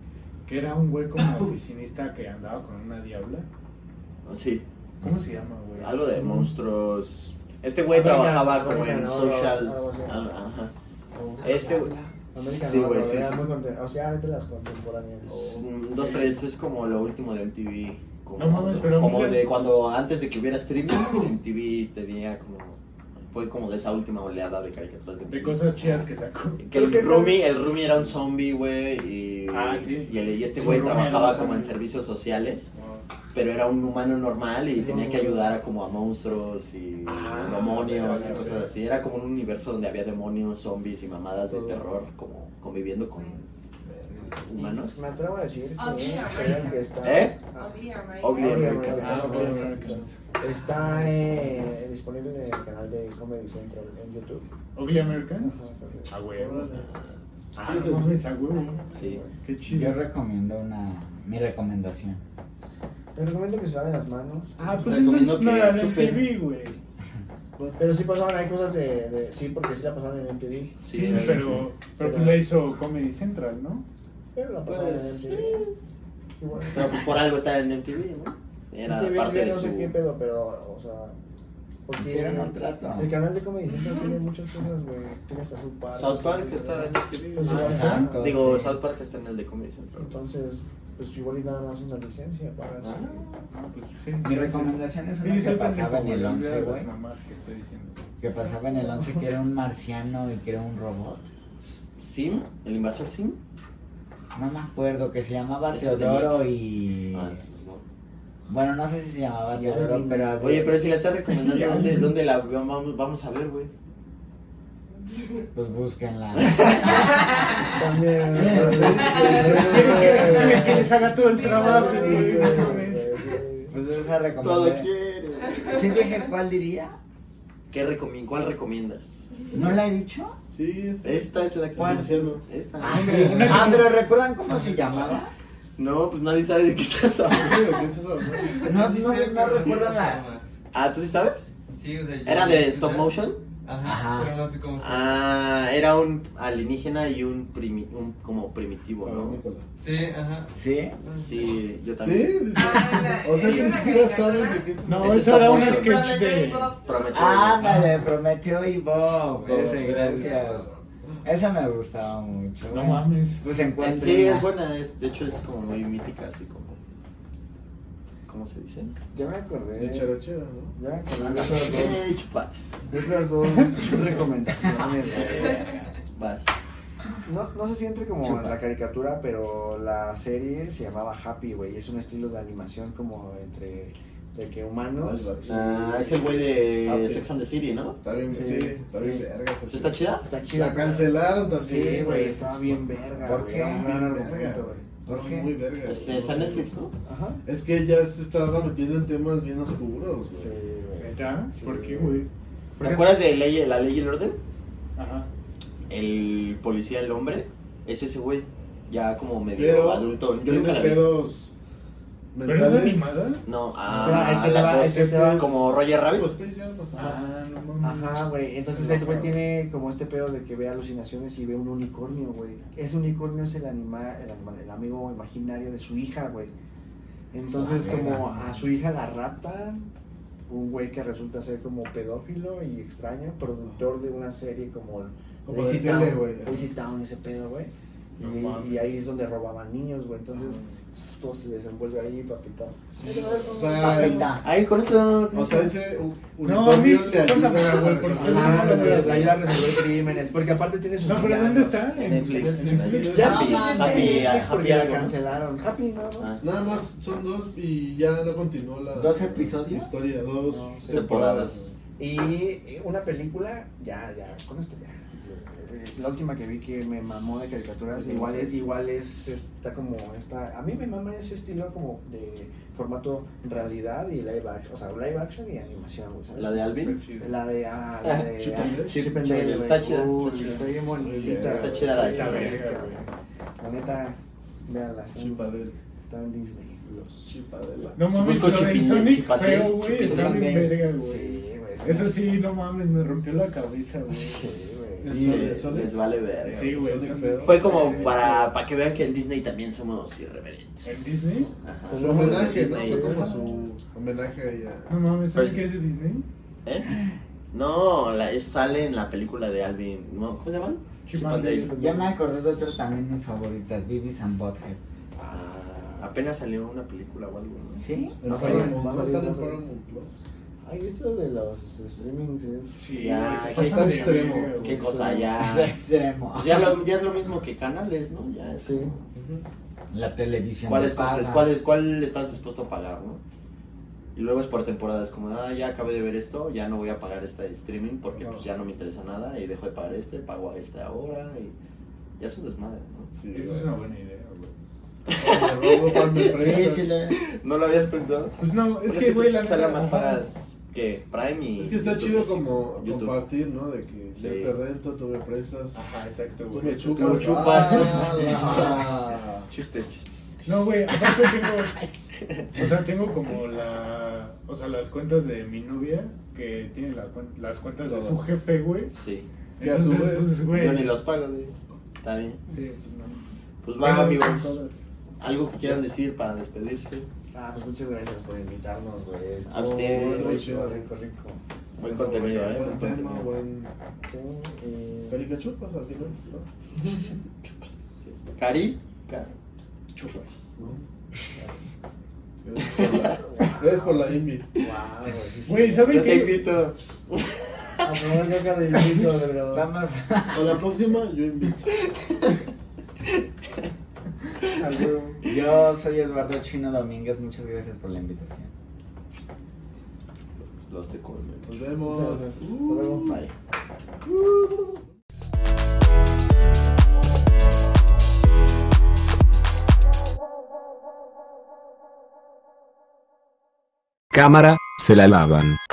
Speaker 2: Que era un güey
Speaker 3: [coughs]
Speaker 2: como oficinista que andaba con una diabla.
Speaker 3: Sí,
Speaker 2: ¿Cómo se llama, güey?
Speaker 3: algo de monstruos. Este güey
Speaker 4: American-
Speaker 3: trabajaba como
Speaker 4: American
Speaker 3: en
Speaker 4: Horror,
Speaker 3: social.
Speaker 4: algo así.
Speaker 3: Ah, ajá.
Speaker 4: O-
Speaker 3: Este, güey.
Speaker 4: American
Speaker 3: Sí,
Speaker 4: Horror,
Speaker 3: güey, sí,
Speaker 4: era
Speaker 3: sí.
Speaker 4: muy conte- O sea, entre las contemporáneas.
Speaker 3: Es, mm, Dos, tres, es como lo último de MTV. Como,
Speaker 2: No mames, pero a mí
Speaker 3: como
Speaker 2: ya-
Speaker 3: de cuando antes de que hubiera streaming, [clears throat] MTV tenía como. Fue como de esa última oleada de caricaturas de MTV.
Speaker 2: De cosas chidas que sacó.
Speaker 3: Que
Speaker 4: Creo que
Speaker 3: el
Speaker 4: esa-
Speaker 3: Rumi, el Rumi era un zombie, güey. Y,
Speaker 2: Ah, sí.
Speaker 3: y, el- y este
Speaker 2: Sí,
Speaker 3: güey
Speaker 2: Rumi era
Speaker 3: trabajaba
Speaker 2: un
Speaker 3: como en
Speaker 2: zombie.
Speaker 3: servicios sociales, pero era un humano normal y tenía que ayudar a, como a monstruos y
Speaker 2: Ah,
Speaker 3: demonios y
Speaker 2: ya, ya,
Speaker 3: cosas
Speaker 2: ya.
Speaker 3: así. Era como un universo donde había demonios, zombies y mamadas de terror, como conviviendo con humanos.
Speaker 4: Me atrevo a decir
Speaker 7: Ah,
Speaker 4: que
Speaker 7: sí,
Speaker 4: creo que está,
Speaker 3: ¿Eh? Obvio,
Speaker 4: Obvio,
Speaker 3: American.
Speaker 4: American.
Speaker 3: Ah,
Speaker 4: Obvio, está eh, disponible en el canal de Comedy Central en YouTube.
Speaker 2: Ugly Americans.
Speaker 4: Ajá, creo que-
Speaker 2: A huevo. Ah,
Speaker 6: Sí, sí,
Speaker 2: no mames, ah, a huevo.
Speaker 3: Sí.
Speaker 2: Qué
Speaker 5: Yo
Speaker 2: chido.
Speaker 5: recomiendo una. Mi recomendación.
Speaker 4: Les recomiendo que se laven las manos.
Speaker 2: Ah, pues
Speaker 3: Recomiendo
Speaker 2: entonces no
Speaker 3: que
Speaker 2: era de
Speaker 3: chupen.
Speaker 2: MTV, güey.
Speaker 4: Pero sí pasaban, hay cosas de, de- Sí, porque sí la pasaban en MTV.
Speaker 3: Sí,
Speaker 2: Sí,
Speaker 3: era-
Speaker 2: pero, pero pues la hizo Comedy Central, ¿no?
Speaker 4: Pero la pasaban
Speaker 3: Pues,
Speaker 4: en MTV. Igual.
Speaker 3: Pero pues por algo estaba en MTV, ¿no? Era
Speaker 4: MTV,
Speaker 3: parte
Speaker 4: yo
Speaker 3: de
Speaker 4: no sé qué
Speaker 3: su.
Speaker 4: pedo, pero, o sea. Porque
Speaker 5: Hicieron un trato.
Speaker 4: El canal de Comedy Central tiene muchas cosas, güey. Tiene hasta South Park.
Speaker 3: South Park Ah. estaba en
Speaker 6: este
Speaker 4: Pues
Speaker 3: MTV.
Speaker 4: igual,
Speaker 5: exacto.
Speaker 4: ¿no?
Speaker 3: Digo, South Park está en el de Comedy Central.
Speaker 4: Entonces, pues igual y nada más una licencia para eso.
Speaker 2: Ah, pues sí.
Speaker 5: Mi recomendación es
Speaker 2: Sí,
Speaker 5: una que
Speaker 2: soy
Speaker 5: pasaba en
Speaker 2: pendejo,
Speaker 5: el
Speaker 2: me olvidé
Speaker 5: 11,
Speaker 2: de
Speaker 5: güey.
Speaker 2: las mamás que estoy diciendo.
Speaker 5: Que pasaba en el 11 que era un marciano y que era un robot.
Speaker 3: Sim, el invasor Sim.
Speaker 5: No me acuerdo, que se llamaba
Speaker 3: Ese es de
Speaker 5: Teodoro y...
Speaker 3: Ah, entonces no.
Speaker 5: Bueno, no sé si se llamaba
Speaker 4: Ya
Speaker 5: Teodoro,
Speaker 4: vi.
Speaker 5: pero... había-
Speaker 3: Oye, pero si la estás recomendando, ¿dónde, dónde la vamos, vamos a ver, güey?
Speaker 5: Pues búsquenla.
Speaker 4: Ah.
Speaker 2: [laughs]
Speaker 4: También. pues, este,
Speaker 2: Quiero que- que les haga todo el trabajo,
Speaker 4: Sí,
Speaker 2: güey, no
Speaker 4: güey,
Speaker 2: mames.
Speaker 4: güey.
Speaker 5: Pues esa
Speaker 3: Todo
Speaker 5: recomendación.
Speaker 3: quiere.
Speaker 5: ¿Sí dije cuál diría?
Speaker 3: ¿Qué recomi- ¿Cuál recomiendas?
Speaker 5: ¿No la he dicho?
Speaker 6: Sí, es,
Speaker 3: Esta es la que
Speaker 5: ¿Cuál?
Speaker 3: estás diciendo. Esta.
Speaker 5: Ah, sí. Ah, pero ¿recuerdan cómo se llamaba?
Speaker 3: No, pues nadie sabe de qué estás
Speaker 6: no
Speaker 3: hablando.
Speaker 6: sé de qué
Speaker 3: [laughs]
Speaker 6: es eso, güey.
Speaker 5: No, no, no recuerdo la...
Speaker 3: Ah, ¿tú sí sabes?
Speaker 9: Sí, o sea, yo-
Speaker 3: ¿Era de
Speaker 9: o sea,
Speaker 3: stop
Speaker 4: este,
Speaker 3: motion?
Speaker 9: Ajá,
Speaker 5: Ajá.
Speaker 9: pero no sé cómo se llama.
Speaker 3: Ah, era un alienígena y un, primi- un como primitivo,
Speaker 6: Ah,
Speaker 3: ¿no?
Speaker 6: Nicolás.
Speaker 9: Sí, ajá.
Speaker 5: ¿Sí?
Speaker 3: Sí, yo también.
Speaker 6: Sí, dice.
Speaker 7: Ah, la-
Speaker 6: O sea,
Speaker 7: es
Speaker 6: ni
Speaker 7: una
Speaker 6: siquiera
Speaker 7: caricatura.
Speaker 6: sabes de qué es
Speaker 2: No,
Speaker 3: Ese
Speaker 2: eso
Speaker 3: está
Speaker 2: era un
Speaker 3: bueno.
Speaker 2: sketch de...
Speaker 3: Prometeo.
Speaker 5: Ándale, prometió y Bob. Ese, gracias.
Speaker 9: Gracias.
Speaker 5: Esa me gustaba mucho.
Speaker 2: No mames.
Speaker 5: Pues
Speaker 3: Ah,
Speaker 5: encuentren.
Speaker 3: Sí, es buena. es- de hecho, es como muy mítica, así como... ¿Cómo se dice?
Speaker 4: Ya me acordé.
Speaker 6: De charochera, ¿no?
Speaker 4: Ya me acordé de otras dos.
Speaker 3: Eh, chupas.
Speaker 4: [laughs] De otras dos recomendaciones, güey.
Speaker 3: Vas.
Speaker 4: No, no sé si entre como en
Speaker 5: Chupas.
Speaker 4: la caricatura, pero la serie se llamaba Happy, güey. Es un estilo de animación como entre de que humanos. y-
Speaker 3: Ah, es el güey de
Speaker 6: Ah, ok.
Speaker 3: Sex and the City, ¿no?
Speaker 6: Está bien,
Speaker 4: Sí,
Speaker 6: sí, está
Speaker 4: sí.
Speaker 6: bien verga. esa
Speaker 3: ¿Sí está
Speaker 6: serie.
Speaker 3: chida?
Speaker 4: Está
Speaker 6: La
Speaker 4: chida.
Speaker 6: cancelaron también.
Speaker 4: Sí, güey, estaba bien verga.
Speaker 5: ¿Por
Speaker 4: güey,
Speaker 5: qué?
Speaker 4: era Un gran
Speaker 6: Bien verga.
Speaker 4: argumento, güey.
Speaker 5: ¿Por qué?
Speaker 6: Muy verga.
Speaker 3: Pues, está en
Speaker 6: No sé.
Speaker 3: Netflix, ¿no?
Speaker 4: Ajá.
Speaker 6: Es que ella se estaba metiendo en temas bien oscuros.
Speaker 4: Sí,
Speaker 6: güey.
Speaker 4: güey.
Speaker 2: ¿Neta?
Speaker 4: Sí.
Speaker 2: ¿Por qué, güey?
Speaker 3: ¿Te acuerdas de ley, La Ley y el Orden?
Speaker 2: Ajá.
Speaker 3: El policía, el hombre, es ese güey, ya como medio
Speaker 6: Pero
Speaker 3: adulto. Yo
Speaker 6: tiene
Speaker 3: nunca la vi.
Speaker 6: pedos
Speaker 2: ¿Pero es
Speaker 6: mentales.
Speaker 2: animada?
Speaker 3: No,
Speaker 4: Pero
Speaker 3: ah,
Speaker 4: ahí te
Speaker 3: las
Speaker 4: va,
Speaker 3: dos.
Speaker 4: ahí te va.
Speaker 3: como Roger Rabbit.
Speaker 6: Pues, pues, ya, pues, ajá.
Speaker 2: Ah, no mames.
Speaker 4: Ajá, güey. Entonces
Speaker 6: No,
Speaker 4: el güey
Speaker 6: no.
Speaker 4: tiene como este pedo de que ve alucinaciones y ve un unicornio, güey. Ese unicornio es el anima, el, animal- el amigo imaginario de su hija, güey. Entonces
Speaker 5: Ah,
Speaker 4: como
Speaker 5: verga.
Speaker 4: a su hija la raptan, un güey que resulta ser como pedófilo y extraño, productor de una serie como
Speaker 6: Como de tele, güey.
Speaker 4: Lazy Town, ese pedo, güey.
Speaker 2: No
Speaker 4: Y,
Speaker 2: mames.
Speaker 6: Ah.
Speaker 4: y ahí es donde robaban niños, güey. Entonces
Speaker 7: todo se desenvuelve ahí, papita.
Speaker 6: O sea,
Speaker 3: Ahí con eso.
Speaker 6: o sea, ese u-
Speaker 2: No,
Speaker 6: unicornio
Speaker 2: a mí-
Speaker 6: le ayuda
Speaker 2: cuéntame,
Speaker 6: a
Speaker 2: güey,
Speaker 6: resolver-
Speaker 2: porque-
Speaker 4: Ah, no, pero la ayuda a resolver crímenes. Porque aparte tiene sus.
Speaker 2: No, pero
Speaker 4: villanos.
Speaker 2: ¿dónde está?
Speaker 3: En Netflix.
Speaker 2: En Netflix.
Speaker 4: Ya
Speaker 3: Ah,
Speaker 4: sí, sí,
Speaker 3: Happy,
Speaker 4: está en Netflix
Speaker 3: Happy
Speaker 4: porque la
Speaker 3: algo, ¿no?
Speaker 4: cancelaron. Happy, nada más.
Speaker 6: Nada más son dos y ya no continuó la
Speaker 5: ¿Dos episodios?
Speaker 6: historia, dos
Speaker 4: No, sí.
Speaker 6: temporadas.
Speaker 4: Y eh, una película, ya, ya, con esto ya. Eh, La última que vi que me mamó de caricaturas, igual es, igual es, está como, está, a mí me mama ese estilo como de formato realidad y live action, o sea, live action y animación, güey, ¿sabes?
Speaker 3: La de Alvin.
Speaker 4: La de, ah, la de,
Speaker 6: Chip
Speaker 4: ah,
Speaker 6: and Dale.
Speaker 4: Chip and
Speaker 3: Chip
Speaker 4: Dale,
Speaker 3: and Dale,
Speaker 4: güey.
Speaker 3: está chida,
Speaker 4: Uy,
Speaker 3: está chida.
Speaker 4: está bien bonita,
Speaker 6: Está
Speaker 4: güey.
Speaker 3: chida la de
Speaker 4: Está
Speaker 2: Chip and
Speaker 4: bien
Speaker 2: Dale,
Speaker 4: rica, güey. La neta, véanla, está en-
Speaker 6: Chipadel.
Speaker 4: está en Disney.
Speaker 6: Los Chipadela.
Speaker 2: No
Speaker 3: Busco
Speaker 2: mames, lo del
Speaker 3: Chipin-
Speaker 2: Sonic
Speaker 3: Chipatín.
Speaker 2: feo, güey. Está
Speaker 5: Chipatín.
Speaker 2: bien verga, güey.
Speaker 4: Sí, güey.
Speaker 2: Eso sí, no mames, me rompió la cabeza, güey.
Speaker 4: Sí, güey.
Speaker 2: El
Speaker 3: Sí,
Speaker 2: Sonic, el Sonic.
Speaker 3: les vale ver.
Speaker 2: Sí, güey. el
Speaker 6: Sonic
Speaker 2: Sonic.
Speaker 6: feo.
Speaker 3: Fue como para, para que vean que en Disney también somos irreverentes.
Speaker 2: ¿En Disney?
Speaker 3: Ajá.
Speaker 6: Su homenaje, Pues, ¿no?
Speaker 3: Disney.
Speaker 6: Fue como su homenaje ahí a
Speaker 2: No mames, ¿sabes
Speaker 3: Pues-
Speaker 2: qué es de Disney?
Speaker 3: ¿Eh? No, la, es- sale en la película de Alvin. ¿no? ¿Cómo se llaman?
Speaker 2: Chip
Speaker 3: Chip
Speaker 2: and
Speaker 3: and Dale.
Speaker 2: Dale.
Speaker 5: Ya me acordé de otro también mis favoritas, Bibis and Butthead.
Speaker 3: Ah, apenas salió una película o algo. ¿no?
Speaker 5: ¿Sí?
Speaker 6: El
Speaker 4: No,
Speaker 6: Paramount,
Speaker 4: no,
Speaker 6: ¿no?
Speaker 4: no,
Speaker 6: Están en
Speaker 4: no, no.
Speaker 6: Paramount Plus.
Speaker 7: Ay, esto de los streamings es.
Speaker 2: Sí,
Speaker 3: Ya,
Speaker 2: güey, se
Speaker 3: ah, qué
Speaker 2: pasan de
Speaker 6: extremo.
Speaker 2: verga, güey.
Speaker 3: Qué cosa,
Speaker 5: [laughs] Es
Speaker 3: ya.
Speaker 5: extremo.
Speaker 3: Pues Ah, ya, lo- ya es lo mismo que canales, ¿no? Ya es-
Speaker 7: Sí.
Speaker 5: La televisión.
Speaker 3: ¿Cuál,
Speaker 5: de
Speaker 3: es,
Speaker 5: paga.
Speaker 3: pues, cuál, es- cuál estás dispuesto a pagar, no? Y luego es por temporadas, como, ah, ya acabé de ver esto, ya no voy a pagar este streaming porque
Speaker 6: No.
Speaker 3: pues ya no me interesa nada y dejo de pagar este, pago a este ahora y ya es un desmadre, ¿no?
Speaker 6: Sí,
Speaker 2: Eso es una buena idea, güey.
Speaker 6: Me robo cuando me
Speaker 5: Sí,
Speaker 6: prestas.
Speaker 5: sí, la-
Speaker 3: ¿No lo habías pensado?
Speaker 2: Pues no, es
Speaker 3: Pues
Speaker 2: que, güey, la
Speaker 3: sale
Speaker 2: neta-
Speaker 3: más pagas que Prime y
Speaker 6: Es que está
Speaker 3: YouTube,
Speaker 6: chido
Speaker 3: sí.
Speaker 6: como
Speaker 3: YouTube.
Speaker 6: compartir, ¿no? De que
Speaker 3: Sí.
Speaker 6: yo te rento, tú me prestas.
Speaker 2: Ajá, exacto,
Speaker 6: Tú
Speaker 2: güey.
Speaker 6: me
Speaker 2: Eso
Speaker 6: chupas.
Speaker 2: está-
Speaker 3: chupas. [laughs]
Speaker 6: Ah, la-
Speaker 3: Chistes, chistes.
Speaker 2: No, güey, aparte tengo. O sea, tengo como la. O sea, las cuentas de mi novia que tiene la cuen- las cuentas de su jefe, güey.
Speaker 3: Sí.
Speaker 6: Que a su
Speaker 2: Entonces,
Speaker 6: vez-
Speaker 2: pues, güey.
Speaker 3: Yo ni los pago, güey. Está bien.
Speaker 2: Sí, pues no.
Speaker 3: Pues va,
Speaker 2: Esas son
Speaker 3: amigos.
Speaker 2: todas.
Speaker 3: Algo que quieran decir para despedirse.
Speaker 4: Ah, pues muchas gracias por invitarnos, güey. Estuvo
Speaker 3: A ustedes,
Speaker 4: muy
Speaker 6: güey,
Speaker 4: chido,
Speaker 6: chido.
Speaker 4: rico, rico.
Speaker 3: Buen contenido, ¿eh?
Speaker 6: ah.
Speaker 3: Buen
Speaker 6: Buen tema,
Speaker 3: contenido.
Speaker 6: buen...
Speaker 4: Sí, y-
Speaker 6: Pero que chupas al final, ¿no? [laughs]
Speaker 3: Sí. Cari. Ca-
Speaker 2: Chupas.
Speaker 6: Gracias por la invi.
Speaker 4: Guau, güey, sí, sí.
Speaker 2: Güey, ¿saben
Speaker 3: Yo te
Speaker 2: qué?
Speaker 3: invito.
Speaker 7: A favor, yo acá de invito, de verdad.
Speaker 5: Vamos. [laughs]
Speaker 6: A la próxima yo invito.
Speaker 5: Yo soy Eduardo Chino Domínguez, muchas gracias por la invitación.
Speaker 3: Los te comen.
Speaker 6: Nos vemos.
Speaker 3: Bye.
Speaker 1: Cámara, se la lavan.